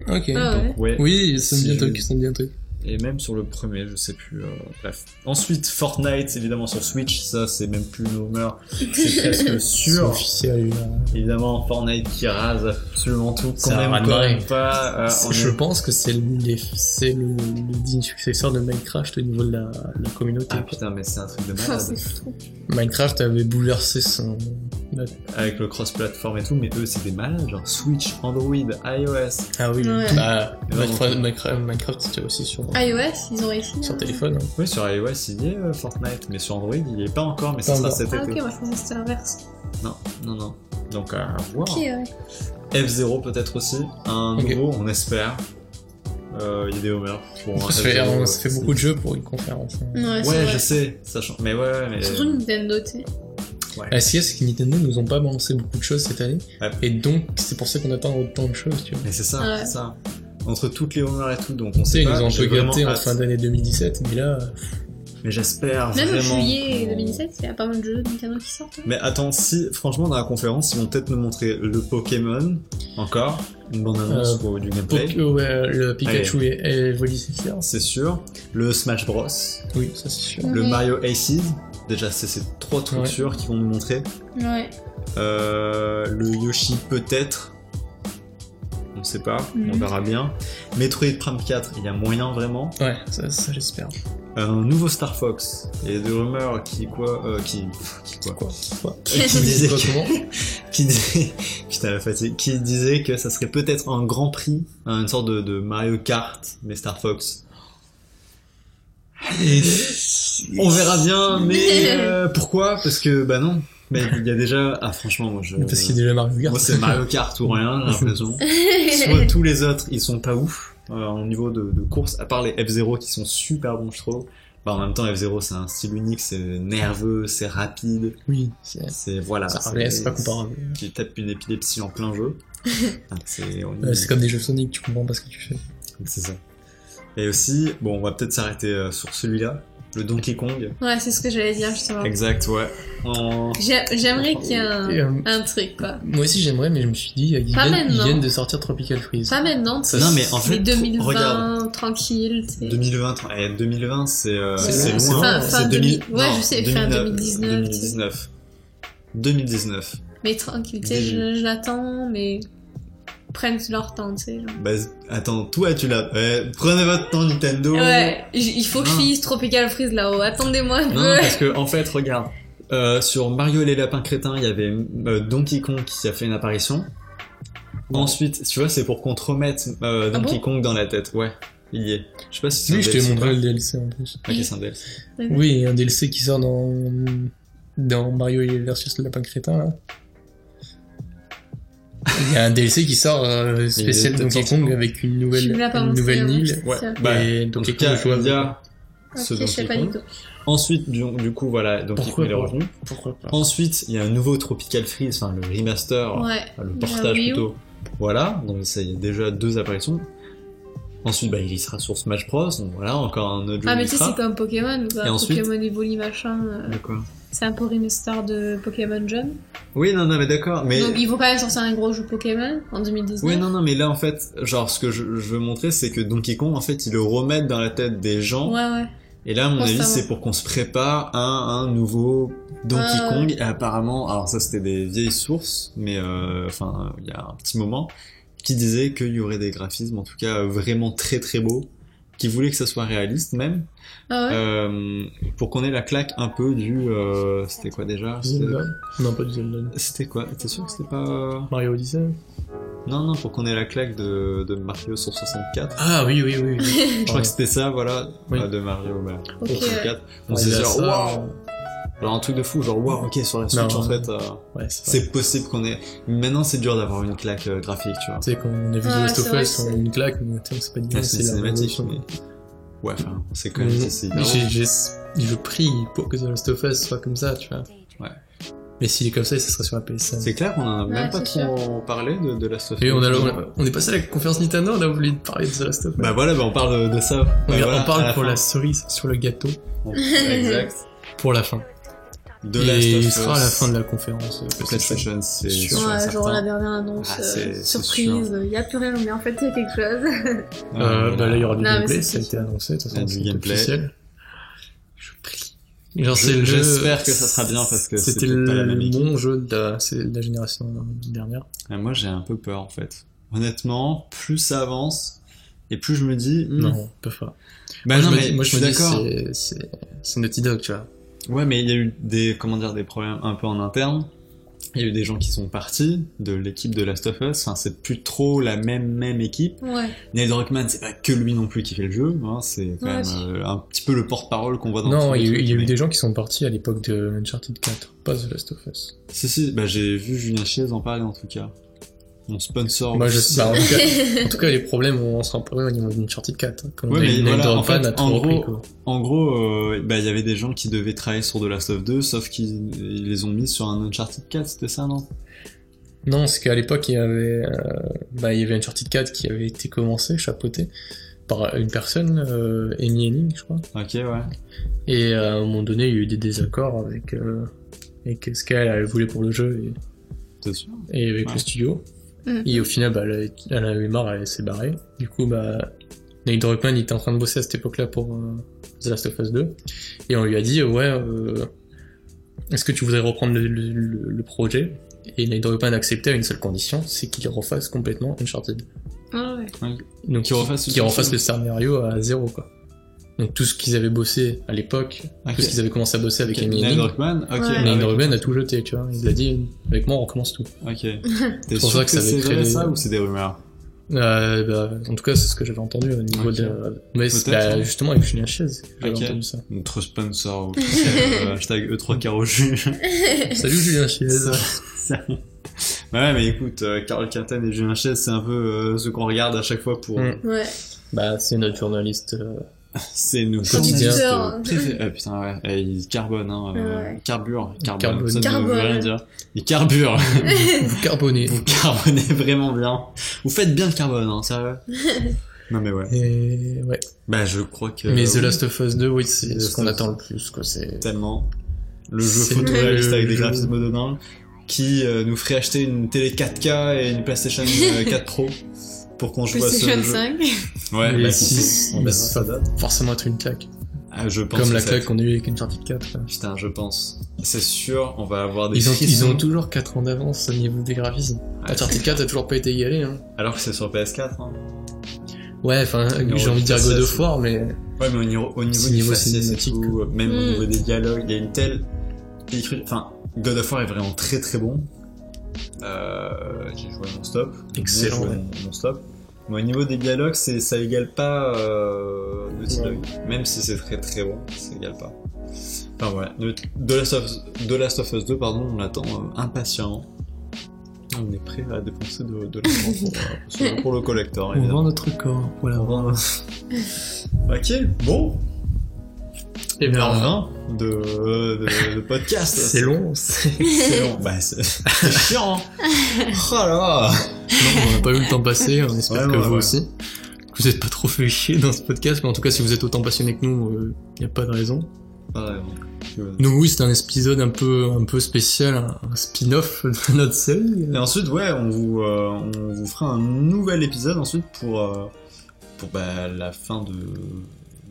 [SPEAKER 1] Ok.
[SPEAKER 3] Ah ouais.
[SPEAKER 2] Ouais.
[SPEAKER 1] Oui, ça me
[SPEAKER 2] Si
[SPEAKER 1] dit un
[SPEAKER 2] je-
[SPEAKER 1] truc, ça me dit un truc.
[SPEAKER 2] Et même sur le premier, je sais plus. euh, bref. Ensuite, Fortnite, évidemment sur Switch, ça c'est même plus une rumeur, c'est
[SPEAKER 4] (laughs)
[SPEAKER 2] presque
[SPEAKER 1] C'est
[SPEAKER 2] sûr.
[SPEAKER 1] officiel. là.
[SPEAKER 2] Évidemment, Fortnite qui rase absolument tout,
[SPEAKER 1] C'est
[SPEAKER 2] quand
[SPEAKER 1] un
[SPEAKER 2] même, quand
[SPEAKER 1] raz-de-marée.
[SPEAKER 2] même pas. euh,
[SPEAKER 1] C'est-
[SPEAKER 2] on
[SPEAKER 1] je
[SPEAKER 2] est-
[SPEAKER 1] pense que c'est le, les- c'est le, le digne successeur de Minecraft au niveau de la, la communauté.
[SPEAKER 2] Ah putain, mais c'est un truc de
[SPEAKER 3] Ah,
[SPEAKER 2] malade.
[SPEAKER 3] (laughs) c'est fou.
[SPEAKER 1] Minecraft avait bouleversé son.
[SPEAKER 2] Avec le cross-platform et tout, mais eux c'est des malades, genre Switch, Android, iOS.
[SPEAKER 1] Ah oui.
[SPEAKER 3] Ouais. Ah.
[SPEAKER 1] Bah,
[SPEAKER 2] Vraiment.
[SPEAKER 1] Minecraft, Minecraft, Minecraft, c'était aussi sur,
[SPEAKER 3] iOS, ils ont réussi.
[SPEAKER 1] sur
[SPEAKER 3] hein.
[SPEAKER 1] téléphone. hein.
[SPEAKER 2] Oui, sur iOS il y est euh, Fortnite, mais sur Android il y est pas encore, mais ça
[SPEAKER 1] Pas
[SPEAKER 2] sera
[SPEAKER 1] encore.
[SPEAKER 2] cet
[SPEAKER 3] Ah, ok,
[SPEAKER 2] été.
[SPEAKER 3] moi je pensais que c'était l'inverse.
[SPEAKER 2] Non, non, non. Donc euh, à voir.
[SPEAKER 3] Ok, ouais.
[SPEAKER 2] F0 peut-être aussi, un
[SPEAKER 1] Ok.
[SPEAKER 2] nouveau, on espère. Euh, il y a des rumeurs pour un
[SPEAKER 1] Ça fait,
[SPEAKER 2] F0,
[SPEAKER 1] on- ça fait
[SPEAKER 2] c'est-
[SPEAKER 1] beaucoup de jeux pour une conférence. hein.
[SPEAKER 3] Ouais, c'est
[SPEAKER 2] Ouais,
[SPEAKER 3] vrai.
[SPEAKER 2] je sais, sachant. Mais ouais, ouais, mais.
[SPEAKER 3] Surtout Nintendo, tu sais.
[SPEAKER 1] La CS, c'est que Nintendo nous ont pas balancé beaucoup de choses cette année.
[SPEAKER 2] Ouais.
[SPEAKER 1] Et donc, c'est pour ça qu'on attend autant de choses, tu vois.
[SPEAKER 2] Mais c'est ça,
[SPEAKER 3] Ouais.
[SPEAKER 2] c'est ça. Entre toutes les rumeurs et tout, donc on
[SPEAKER 1] Tu sais,
[SPEAKER 2] sait
[SPEAKER 1] ils
[SPEAKER 2] pas.
[SPEAKER 1] nous ont un peu
[SPEAKER 2] j'ai vraiment
[SPEAKER 1] gâtés en
[SPEAKER 2] hâte.
[SPEAKER 1] fin d'année 2017, mais là,
[SPEAKER 2] Mais j'espère
[SPEAKER 3] Même
[SPEAKER 2] vraiment.
[SPEAKER 3] en juillet
[SPEAKER 2] qu'on-
[SPEAKER 3] 2017, il y a pas mal de jeux Nintendo qui sortent. hein.
[SPEAKER 2] Mais attends, si, franchement, dans la conférence, ils vont peut-être nous montrer le Pokémon, encore, une bande annonce
[SPEAKER 1] Euh,
[SPEAKER 2] pour du gameplay,
[SPEAKER 1] Pok- ouais, le Pikachu et, et Volicephalus.
[SPEAKER 2] c'est sûr, le Smash Bros,
[SPEAKER 1] Oui, ça c'est sûr.
[SPEAKER 2] le
[SPEAKER 3] Ouais.
[SPEAKER 2] Mario Aces, déjà, c'est ces trois trucs
[SPEAKER 1] Ouais.
[SPEAKER 2] sûrs qu'ils vont nous montrer,
[SPEAKER 3] Ouais.
[SPEAKER 2] euh, le Yoshi peut-être, on sait pas, on
[SPEAKER 3] Mhm.
[SPEAKER 2] verra bien, Metroid Prime 4, il y a moyen vraiment, Euh,
[SPEAKER 1] Ouais, ça, ça j'espère.
[SPEAKER 2] un nouveau Star Fox, il y a des rumeurs qui quoi, euh, qui, qui quoi,
[SPEAKER 1] Quoi Quoi
[SPEAKER 2] Euh, qui disaient
[SPEAKER 1] Quoi,
[SPEAKER 2] que-
[SPEAKER 1] comment
[SPEAKER 2] qui disait, (laughs) putain la fatigue, qui disait que ça serait peut-être un Grand Prix, hein, une sorte de, de Mario Kart, mais Star Fox. Et on verra bien, mais euh, pourquoi Parce que bah non, mais il y a déjà, ah franchement moi je,
[SPEAKER 1] Parce qu'il y a déjà Mario Kart.
[SPEAKER 2] moi c'est Mario Kart ou rien, j'ai l'impression. Soit tous les autres ils sont pas ouf euh, au niveau de, de course, à part les F0 qui sont super bons je trouve. Bah, en même temps F0 c'est un style unique, c'est nerveux, c'est rapide,
[SPEAKER 1] Oui, c'est
[SPEAKER 2] c'est voilà.
[SPEAKER 1] ça revient, c'est pas comparable.
[SPEAKER 2] Tu tapes une épilepsie en plein jeu. Ah, c'est
[SPEAKER 1] Euh, c'est comme des jeux Sonic, tu comprends pas ce que tu fais.
[SPEAKER 2] C'est ça. Et aussi, bon, on va peut-être s'arrêter euh, sur celui-là, le Donkey Kong.
[SPEAKER 3] (laughs) Ouais, c'est ce que j'allais dire justement.
[SPEAKER 2] Exact, ouais. En-
[SPEAKER 3] J'ai- J'aimerais qu'il y ait
[SPEAKER 1] Et,
[SPEAKER 3] un,
[SPEAKER 1] euh,
[SPEAKER 3] un truc, quoi.
[SPEAKER 1] moi aussi j'aimerais, mais je me suis dit, ils
[SPEAKER 3] Pas
[SPEAKER 1] viennent, ils
[SPEAKER 3] maintenant.
[SPEAKER 1] viennent de sortir Tropical Freeze.
[SPEAKER 3] Pas maintenant, tu sais.
[SPEAKER 2] Non, mais en fait,
[SPEAKER 3] Mais 2020,
[SPEAKER 2] regarde.
[SPEAKER 3] tranquille, tu sais.
[SPEAKER 2] 2020, eh, 2020 c'est euh,
[SPEAKER 1] C'est
[SPEAKER 2] c'est
[SPEAKER 1] loin, c'est
[SPEAKER 2] loin.
[SPEAKER 1] fin-
[SPEAKER 2] C'est
[SPEAKER 3] fin
[SPEAKER 2] 2000
[SPEAKER 3] demi- ouais,
[SPEAKER 2] non,
[SPEAKER 3] je sais, fin 2019,
[SPEAKER 2] 2019. 2019.
[SPEAKER 3] Mais tranquille, tu sais, je, je l'attends, mais prennent leur temps, tu sais. genre.
[SPEAKER 2] Bah, attends, toi tu l'as. eh, prenez votre temps, Nintendo.
[SPEAKER 3] Ouais, j- il faut que je
[SPEAKER 2] Oh. Non.
[SPEAKER 3] finisse Tropical Freeze là-haut, attendez-moi un
[SPEAKER 2] Non,
[SPEAKER 3] peu.
[SPEAKER 2] parce que en fait, regarde, euh, sur Mario et les lapins crétins, il y avait euh, Donkey Kong qui a fait une apparition. Ensuite, tu vois, c'est pour qu'on te remette euh,
[SPEAKER 3] Ah
[SPEAKER 2] Donkey
[SPEAKER 3] bon
[SPEAKER 2] Kong dans la tête. Ouais, il y est. Je sais pas si c'est
[SPEAKER 1] Oui,
[SPEAKER 2] un
[SPEAKER 1] je
[SPEAKER 2] DLC
[SPEAKER 1] t'ai
[SPEAKER 2] ou
[SPEAKER 1] montré
[SPEAKER 2] pas.
[SPEAKER 1] le DLC en plus.
[SPEAKER 2] Ok,
[SPEAKER 3] (laughs)
[SPEAKER 2] c'est un DLC.
[SPEAKER 1] Oui, un DLC qui sort dans, dans Mario versus le lapin crétin, là. Il y a un DLC qui sort euh, spécial
[SPEAKER 2] peut-être
[SPEAKER 1] Donkey
[SPEAKER 2] sorti
[SPEAKER 1] Kong
[SPEAKER 2] quand
[SPEAKER 1] avec une
[SPEAKER 3] Tu
[SPEAKER 1] nouvelle,
[SPEAKER 3] me l'as pas
[SPEAKER 1] une
[SPEAKER 3] montré,
[SPEAKER 1] nouvelle
[SPEAKER 3] hein,
[SPEAKER 1] île.
[SPEAKER 3] c'est ça.
[SPEAKER 2] Ouais, bah,
[SPEAKER 1] et
[SPEAKER 2] en
[SPEAKER 1] Donkey
[SPEAKER 2] tout
[SPEAKER 1] Kong
[SPEAKER 2] cas,
[SPEAKER 1] jouable.
[SPEAKER 2] il y a ce
[SPEAKER 3] Ok, je sais
[SPEAKER 2] Donkey
[SPEAKER 3] pas du
[SPEAKER 2] Kong.
[SPEAKER 3] tout.
[SPEAKER 2] Ensuite, du, du coup, voilà, Donkey
[SPEAKER 1] Pourquoi
[SPEAKER 2] Kong il est
[SPEAKER 1] pas
[SPEAKER 2] revenu.
[SPEAKER 1] Pourquoi
[SPEAKER 2] Ah,
[SPEAKER 1] pas
[SPEAKER 2] Ensuite, il y a un nouveau Tropical Freeze, enfin le remaster,
[SPEAKER 3] Ouais,
[SPEAKER 2] enfin, le
[SPEAKER 3] La
[SPEAKER 2] portage
[SPEAKER 3] Wii U.
[SPEAKER 2] plutôt. Voilà, donc ça, il y a déjà deux apparitions. Ensuite, bah, il y sera sur Smash Bros. Donc voilà, encore un autre jeu.
[SPEAKER 3] ah, mais
[SPEAKER 2] où il
[SPEAKER 3] tu sais,
[SPEAKER 2] sera.
[SPEAKER 3] c'est comme Pokémon, quoi.
[SPEAKER 2] Et ensuite
[SPEAKER 3] Pokémon Evoli, machin. euh,
[SPEAKER 2] De quoi
[SPEAKER 3] C'est un peu remaster de Pokémon Jeune.
[SPEAKER 2] Oui, non, non, mais d'accord. Mais
[SPEAKER 3] Donc, ils vont quand même sortir un gros jeu Pokémon en 2019.
[SPEAKER 2] Oui, non, non, mais là, en fait, genre, ce que je, je veux montrer, c'est que Donkey Kong, en fait, ils le remettent dans la tête des gens.
[SPEAKER 3] Ouais, ouais.
[SPEAKER 2] Et là, à mon avis,
[SPEAKER 3] Constamment.
[SPEAKER 2] c'est pour qu'on se prépare à un nouveau Donkey
[SPEAKER 3] Ouais,
[SPEAKER 2] Kong. Et apparemment, alors ça, c'était des vieilles sources, mais euh, enfin, il y a un petit moment, qui disait qu'il y aurait des graphismes, en tout cas, euh, vraiment très, très beaux, qui voulaient que ça soit réaliste, même,
[SPEAKER 3] Ah ouais.
[SPEAKER 2] euh, pour qu'on ait la claque un peu du... euh, c'était quoi, déjà C'était-
[SPEAKER 1] Zelda Non, pas du Zelda.
[SPEAKER 2] C'était quoi T'es sûr que c'était pas...
[SPEAKER 1] Mario Odyssey
[SPEAKER 2] Non, non, pour qu'on ait la claque de, de Mario sur 64.
[SPEAKER 1] Ah oui, oui, oui. oui.
[SPEAKER 2] Je crois que c'était ça, voilà,
[SPEAKER 1] Oui.
[SPEAKER 2] euh, de Mario bah,
[SPEAKER 3] (laughs) Ok,
[SPEAKER 2] sur 64. On
[SPEAKER 1] Ouais,
[SPEAKER 2] s'est
[SPEAKER 1] il y
[SPEAKER 2] dit,
[SPEAKER 1] a
[SPEAKER 2] genre,
[SPEAKER 1] ça.
[SPEAKER 2] waouh Genre un truc de fou, genre, waouh, ok, sur la Switch,
[SPEAKER 1] Non.
[SPEAKER 2] en fait, euh,
[SPEAKER 1] Ouais, c'est vrai.
[SPEAKER 2] c'est possible qu'on ait... Maintenant, c'est dur d'avoir une claque euh, graphique, tu vois.
[SPEAKER 1] Tu sais, quand on a vu
[SPEAKER 3] Ouais,
[SPEAKER 1] The Last
[SPEAKER 3] c'est
[SPEAKER 1] of
[SPEAKER 3] vrai
[SPEAKER 1] Us,
[SPEAKER 3] que
[SPEAKER 1] on
[SPEAKER 3] c'est-
[SPEAKER 1] une claque, mais tu sais, on sait pas du
[SPEAKER 2] Ouais,
[SPEAKER 1] tout,
[SPEAKER 2] c'est
[SPEAKER 1] c'est
[SPEAKER 2] une
[SPEAKER 1] la
[SPEAKER 2] cinématique,
[SPEAKER 1] révolution.
[SPEAKER 2] mais... Ouais, enfin, c'est quand même c'est énorme.
[SPEAKER 1] J'ai- j'ai- Je prie pour que The Last of Us soit comme ça, tu vois.
[SPEAKER 2] Ouais.
[SPEAKER 1] Mais s'il est comme ça, ça serait sur la PS5.
[SPEAKER 2] C'est clair, on en a même
[SPEAKER 3] Ouais,
[SPEAKER 2] pas
[SPEAKER 3] c'est
[SPEAKER 2] trop parlé de, de Last of
[SPEAKER 1] Et on, a,
[SPEAKER 2] Us.
[SPEAKER 1] on, a- on est passé à la conférence Nintendo, on a oublié de parler de The Last of Us.
[SPEAKER 2] Bah voilà, bah on parle de ça.
[SPEAKER 1] on,
[SPEAKER 2] Bah
[SPEAKER 1] on
[SPEAKER 2] voilà, à
[SPEAKER 1] parle pour
[SPEAKER 2] fin.
[SPEAKER 1] la cerise sur le gâteau,
[SPEAKER 2] Bon, exact.
[SPEAKER 1] pour la fin.
[SPEAKER 2] De
[SPEAKER 1] Et
[SPEAKER 2] Last of
[SPEAKER 1] il
[SPEAKER 2] Us.
[SPEAKER 1] sera à la fin de la conférence. euh, PlayStation.
[SPEAKER 2] PlayStation, c'est
[SPEAKER 1] Sûr.
[SPEAKER 2] sûr. et
[SPEAKER 3] Ouais, genre
[SPEAKER 2] certain.
[SPEAKER 3] la dernière annonce,
[SPEAKER 2] Ah,
[SPEAKER 3] euh,
[SPEAKER 2] c'est- c'est
[SPEAKER 3] surprise, il n'y a plus rien, mais en fait il y a quelque chose.
[SPEAKER 2] Ouais,
[SPEAKER 1] Euh,
[SPEAKER 2] voilà.
[SPEAKER 1] bah là, il y aura du
[SPEAKER 3] Non, mais
[SPEAKER 1] gameplay,
[SPEAKER 3] c'est
[SPEAKER 1] ça a
[SPEAKER 3] sûr.
[SPEAKER 1] été annoncé, de toute
[SPEAKER 2] Il y a
[SPEAKER 1] façon,
[SPEAKER 2] du
[SPEAKER 1] c'est
[SPEAKER 2] gameplay.
[SPEAKER 1] officiel. Je prie. Genre,
[SPEAKER 2] Je-
[SPEAKER 1] c'est le jeu.
[SPEAKER 2] j'espère que ça sera bien, parce que
[SPEAKER 1] c'était
[SPEAKER 2] c'est peut-être pas la
[SPEAKER 1] le
[SPEAKER 2] même équipe.
[SPEAKER 1] bon jeu de la, c'est de la génération dernière.
[SPEAKER 2] Ah, moi, j'ai un peu peur, en fait. Honnêtement, plus ça avance, et plus je me dis... hmm,
[SPEAKER 1] Non, peut pas. Moi,
[SPEAKER 2] Bah non,
[SPEAKER 1] je me
[SPEAKER 2] mais
[SPEAKER 1] dis- moi,
[SPEAKER 2] je
[SPEAKER 1] je
[SPEAKER 2] suis
[SPEAKER 1] me dis,
[SPEAKER 2] d'accord.
[SPEAKER 1] c'est- c'est- c'est Naughty Dog, tu vois.
[SPEAKER 2] Ouais, mais il y a eu des, comment dire, des problèmes un peu en interne. Il y a eu des gens qui sont partis de l'équipe de Last of Us. Enfin, c'est plus trop la même même équipe.
[SPEAKER 3] Ouais,
[SPEAKER 2] (laughs) Neil Druckmann, c'est pas que lui non plus qui fait le jeu. hein, c'est quand
[SPEAKER 3] Ouais.
[SPEAKER 2] même euh, un petit peu le porte-parole qu'on voit dans
[SPEAKER 1] Non,
[SPEAKER 2] tous les
[SPEAKER 1] il y a eu-
[SPEAKER 2] trucs,
[SPEAKER 1] il y a eu
[SPEAKER 2] mais-
[SPEAKER 1] des gens qui sont partis à l'époque de Uncharted 4, pas The Last of Us.
[SPEAKER 2] Si, si, bah, j'ai vu Julien Chiez en parler en tout cas. Mon sponsor.
[SPEAKER 1] Moi, je sais
[SPEAKER 2] officiel.
[SPEAKER 1] en, tout
[SPEAKER 2] (laughs)
[SPEAKER 3] (laughs)
[SPEAKER 1] cas, en tout cas, les problèmes, on s'en parlait au niveau d'Uncharted 4. hein, Comme
[SPEAKER 2] Ouais,
[SPEAKER 1] on a
[SPEAKER 2] mais
[SPEAKER 1] eu
[SPEAKER 2] voilà,
[SPEAKER 1] Nathan
[SPEAKER 2] en fait,
[SPEAKER 1] Fan à
[SPEAKER 2] en
[SPEAKER 1] trois reprises,
[SPEAKER 2] gros,
[SPEAKER 1] quoi.
[SPEAKER 2] En gros, euh, bah, il y avait des gens qui devaient travailler sur The Last of 2, sauf qu'ils ils les ont mis sur un Uncharted 4, c'était ça, non
[SPEAKER 1] Non, c'est qu'à l'époque, il y avait, euh, bah, il y avait Uncharted 4 qui avait été commencé, chapeauté, par une personne, euh, Amy Henning, je crois.
[SPEAKER 2] Ok, ouais.
[SPEAKER 1] Et euh, à un moment donné, il y a eu des désaccords avec, euh, avec ce qu'elle elle voulait pour le jeu et
[SPEAKER 2] C'est sûr.
[SPEAKER 1] et avec
[SPEAKER 2] Ouais.
[SPEAKER 1] le studio.
[SPEAKER 3] Mhm.
[SPEAKER 1] Et au final, bah, elle, a- elle en avait marre, elle s'est barrée. Du coup, bah, Nate Druckmann il était en train de bosser à cette époque-là pour euh, The Last of Us 2. Et on lui a dit, euh, ouais, euh, est-ce que tu voudrais reprendre le, le- le- le projet Et Nate Druckmann a accepté à une seule condition, c'est qu'il refasse complètement Uncharted.
[SPEAKER 3] Ah ouais, ouais.
[SPEAKER 1] Donc,
[SPEAKER 2] Qu'il refasse
[SPEAKER 1] qu'il
[SPEAKER 2] tout le
[SPEAKER 1] refasse
[SPEAKER 2] film.
[SPEAKER 1] le scénario à zéro, quoi. Donc tout ce qu'ils avaient bossé à l'époque,
[SPEAKER 2] Ok.
[SPEAKER 1] tout ce qu'ils avaient commencé à bosser avec
[SPEAKER 2] Ok,
[SPEAKER 1] Amy
[SPEAKER 2] Neil
[SPEAKER 1] Hennig,
[SPEAKER 2] Druckmann, ok.
[SPEAKER 3] Ouais.
[SPEAKER 1] Nate
[SPEAKER 2] avec-
[SPEAKER 1] Druckmann a tout jeté, tu vois. Il a dit, avec moi on recommence tout.
[SPEAKER 2] Ok. T'es
[SPEAKER 1] C'est pour
[SPEAKER 2] sûr
[SPEAKER 1] ça
[SPEAKER 2] que,
[SPEAKER 1] que ça avait
[SPEAKER 2] c'est
[SPEAKER 1] créé-
[SPEAKER 2] vrai ça ou c'est des rumeurs
[SPEAKER 1] Euh, bah, en tout cas, c'est ce que j'avais entendu au niveau
[SPEAKER 2] Ok.
[SPEAKER 1] de. Mais c'est-
[SPEAKER 2] Peut-être,
[SPEAKER 1] bah,
[SPEAKER 2] hein.
[SPEAKER 1] justement avec Julien Chiez, que j'avais
[SPEAKER 2] Ok.
[SPEAKER 1] entendu ça. (laughs)
[SPEAKER 2] Notre sponsor officiel, euh, hashtag E3 Caro Jus.
[SPEAKER 1] Salut Julien Chiez.
[SPEAKER 2] (laughs) Ça- ouais, mais écoute, euh, Carl Carton et Julien Chies, c'est un peu euh, ce qu'on regarde à chaque fois pour. euh,
[SPEAKER 1] Mm.
[SPEAKER 3] ouais.
[SPEAKER 1] bah, c'est notre journaliste. euh,
[SPEAKER 2] C'est nos
[SPEAKER 1] Quotidien.
[SPEAKER 2] journalistes
[SPEAKER 3] Producteur.
[SPEAKER 2] (laughs) préférés. Ah, putain, ouais. Et ils carbonent, hein. euh,
[SPEAKER 3] Ouais.
[SPEAKER 2] Carbure. Carbone.
[SPEAKER 1] Carbone.
[SPEAKER 2] Ça ne veut
[SPEAKER 3] Carbone.
[SPEAKER 2] rien dire. Ils carburent. (laughs)
[SPEAKER 1] carboné.
[SPEAKER 2] Vous carbonez vraiment bien. Vous faites bien le carbone, hein,
[SPEAKER 3] (laughs)
[SPEAKER 2] sérieux. non, mais ouais.
[SPEAKER 1] Et ouais.
[SPEAKER 2] Bah, je crois que.
[SPEAKER 1] Mais The
[SPEAKER 2] oui,
[SPEAKER 1] Last of Us 2, oui,
[SPEAKER 2] The
[SPEAKER 1] c'est
[SPEAKER 2] Last
[SPEAKER 1] ce qu'on
[SPEAKER 2] of
[SPEAKER 1] attend le plus, quoi. C'est.
[SPEAKER 2] Tellement. Le jeu
[SPEAKER 1] C'est
[SPEAKER 2] photoréaliste
[SPEAKER 1] le
[SPEAKER 2] avec des
[SPEAKER 1] jeu.
[SPEAKER 2] graphismes de dingue qui euh, nous ferait acheter une télé 4K et une PlayStation euh, 4 Pro pour qu'on joue à ce
[SPEAKER 3] PlayStation
[SPEAKER 2] jeu.
[SPEAKER 3] 5.
[SPEAKER 2] Ouais,
[SPEAKER 1] Mais
[SPEAKER 2] bah,
[SPEAKER 1] si,
[SPEAKER 2] si, on
[SPEAKER 1] mais
[SPEAKER 2] verra,
[SPEAKER 1] si.
[SPEAKER 2] ça date.
[SPEAKER 1] Forcément être une claque.
[SPEAKER 2] Ah, je pense
[SPEAKER 1] Comme
[SPEAKER 2] que
[SPEAKER 1] la
[SPEAKER 2] ça-
[SPEAKER 1] claque qu'on a eue avec Uncharted 4. quoi.
[SPEAKER 2] Putain, je pense. C'est sûr, on hein. va avoir des
[SPEAKER 1] Ils ont, ils
[SPEAKER 2] frissons.
[SPEAKER 1] ont toujours 4 ans d'avance au niveau des graphismes.
[SPEAKER 2] Ouais.
[SPEAKER 1] Uncharted 4 a toujours pas été égalé, hein.
[SPEAKER 2] Alors que c'est sur PS4. Hein.
[SPEAKER 1] Ouais, enfin,
[SPEAKER 2] Non,
[SPEAKER 1] j'ai envie de dire
[SPEAKER 2] ça,
[SPEAKER 1] God
[SPEAKER 2] c'est-
[SPEAKER 1] of War, mais.
[SPEAKER 2] Ouais, mais au niveau, au niveau
[SPEAKER 1] C'est
[SPEAKER 2] du
[SPEAKER 1] niveau
[SPEAKER 2] faciès et
[SPEAKER 1] cinématique,
[SPEAKER 2] tout, euh, même au
[SPEAKER 3] Mm.
[SPEAKER 2] niveau des dialogues, il y a une telle écrit- Enfin, God of War est vraiment très très bon. Euh, J'ai joué non-stop. J'ai
[SPEAKER 1] Excellent,
[SPEAKER 2] joué
[SPEAKER 1] ouais.
[SPEAKER 2] non- non-stop. Mais au niveau des dialogues, c'est ça égale pas euh, Naughty
[SPEAKER 1] Ouais.
[SPEAKER 2] Dog. Même si c'est très très bon, ça égale pas. Enfin voilà. Le- The Last of, The Last of Us 2, pardon, on l'attend euh, impatiemment. On est prêt à dépenser de, de l'argent pour, euh, pour ce- pour le
[SPEAKER 1] (laughs)
[SPEAKER 2] collector,
[SPEAKER 1] On
[SPEAKER 2] évidemment.
[SPEAKER 1] vend notre corps, voilà.
[SPEAKER 2] Ok, bon,
[SPEAKER 1] Et
[SPEAKER 2] Une heure
[SPEAKER 1] ben,
[SPEAKER 2] vingt de, de, de podcast.
[SPEAKER 1] (laughs) c'est long, c'est.
[SPEAKER 2] (laughs) C'est
[SPEAKER 1] (laughs)
[SPEAKER 2] long. Bah, c'est c'est chiant. (laughs) Oh là là.
[SPEAKER 1] Non, on n'a pas eu le temps passer, on espère
[SPEAKER 2] Ouais,
[SPEAKER 1] que
[SPEAKER 2] ouais,
[SPEAKER 1] vous
[SPEAKER 2] ouais.
[SPEAKER 1] aussi. Que vous n'êtes pas trop fait chier dans ce podcast, mais en tout cas, si vous êtes autant passionné que nous, il n'y a pas de raison.
[SPEAKER 2] Ah,
[SPEAKER 1] Nous, oui, c'est un épisode un peu, un peu spécial, un, un spin-off de notre série.
[SPEAKER 2] Et ensuite, ouais, on vous, euh, on vous fera un nouvel épisode ensuite pour, euh, pour bah, la fin de,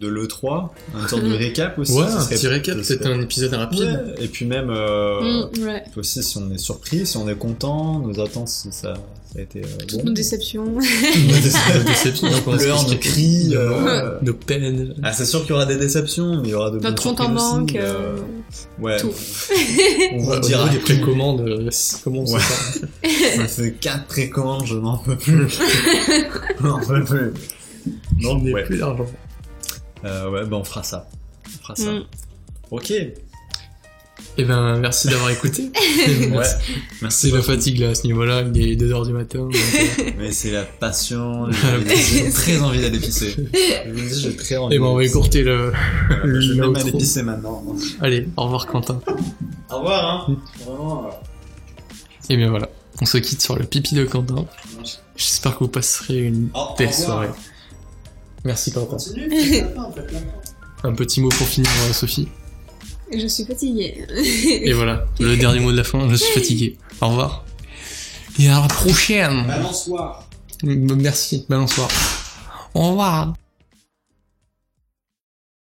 [SPEAKER 2] de l'E3, un sorte de
[SPEAKER 3] Mm.
[SPEAKER 2] récap aussi.
[SPEAKER 1] ouais,
[SPEAKER 2] ce
[SPEAKER 1] un
[SPEAKER 2] serait-
[SPEAKER 1] petit récap,
[SPEAKER 2] ce
[SPEAKER 1] c'était
[SPEAKER 2] serait-
[SPEAKER 1] un épisode rapide.
[SPEAKER 2] (laughs) Ouais, Et puis même, euh,
[SPEAKER 3] Mm, ouais.
[SPEAKER 2] aussi si on est surpris, si on est content, nos attentes, si ça, ça a été euh,
[SPEAKER 3] Toutes
[SPEAKER 2] bon.
[SPEAKER 3] nos déceptions.
[SPEAKER 1] De déception,
[SPEAKER 2] Nos
[SPEAKER 1] donc on
[SPEAKER 2] pleurs, nos
[SPEAKER 1] explique.
[SPEAKER 2] cris. euh,
[SPEAKER 1] Nos peines.
[SPEAKER 2] Ah, c'est sûr qu'il y aura des déceptions, mais il y aura de bonnes
[SPEAKER 3] Notre compte en
[SPEAKER 2] surprises aussi,
[SPEAKER 3] banque.
[SPEAKER 2] euh,
[SPEAKER 3] euh,
[SPEAKER 2] Ouais.
[SPEAKER 3] tout.
[SPEAKER 2] On
[SPEAKER 1] Ouais,
[SPEAKER 2] vous
[SPEAKER 1] au
[SPEAKER 2] dira.
[SPEAKER 1] niveau des précommandes, euh, c'est- comment on
[SPEAKER 2] Ouais.
[SPEAKER 1] se sent
[SPEAKER 2] Ça fait 4 précommandes, je n'en peux plus. je n'en peux plus.
[SPEAKER 1] Non, mais
[SPEAKER 2] Ouais.
[SPEAKER 1] plus d'argent.
[SPEAKER 2] Euh, ouais, ben on fera ça. On fera ça.
[SPEAKER 3] Mm.
[SPEAKER 2] (laughs) Ok.
[SPEAKER 1] Eh ben, merci d'avoir
[SPEAKER 2] (laughs)
[SPEAKER 1] écouté.
[SPEAKER 2] Ouais.
[SPEAKER 1] Merci. C'est
[SPEAKER 2] Merci.
[SPEAKER 1] la fatigue là à ce niveau-là, il est 2h du matin.
[SPEAKER 2] (laughs)
[SPEAKER 1] donc, euh,
[SPEAKER 2] Mais c'est la (laughs) passion.
[SPEAKER 1] La
[SPEAKER 2] J'ai j'ai très envie d'aller pisser. Je vous le dis, j'ai très envie.
[SPEAKER 1] Eh ben, on va
[SPEAKER 2] d'aller pisser.
[SPEAKER 1] écourter le.
[SPEAKER 2] Voilà, Je vais
[SPEAKER 1] l'outro.
[SPEAKER 2] même aller pisser maintenant.
[SPEAKER 1] Allez, au revoir Quentin.
[SPEAKER 2] Au revoir, hein. Vraiment. euh,
[SPEAKER 1] Et bien voilà, on se quitte sur le pipi de Quentin. J'espère que vous passerez une
[SPEAKER 2] Au- au
[SPEAKER 1] belle
[SPEAKER 2] revoir.
[SPEAKER 1] soirée. Merci Quentin.
[SPEAKER 2] Continue. faites la fin, faites la fin.
[SPEAKER 1] Un petit mot pour finir, euh, Sophie.
[SPEAKER 3] Je suis fatiguée.
[SPEAKER 1] Et voilà, le dernier mot de la fin, je suis fatigué. Au revoir. Et à la prochaine.
[SPEAKER 2] Balançoire.
[SPEAKER 1] Merci, balançoire. Au revoir.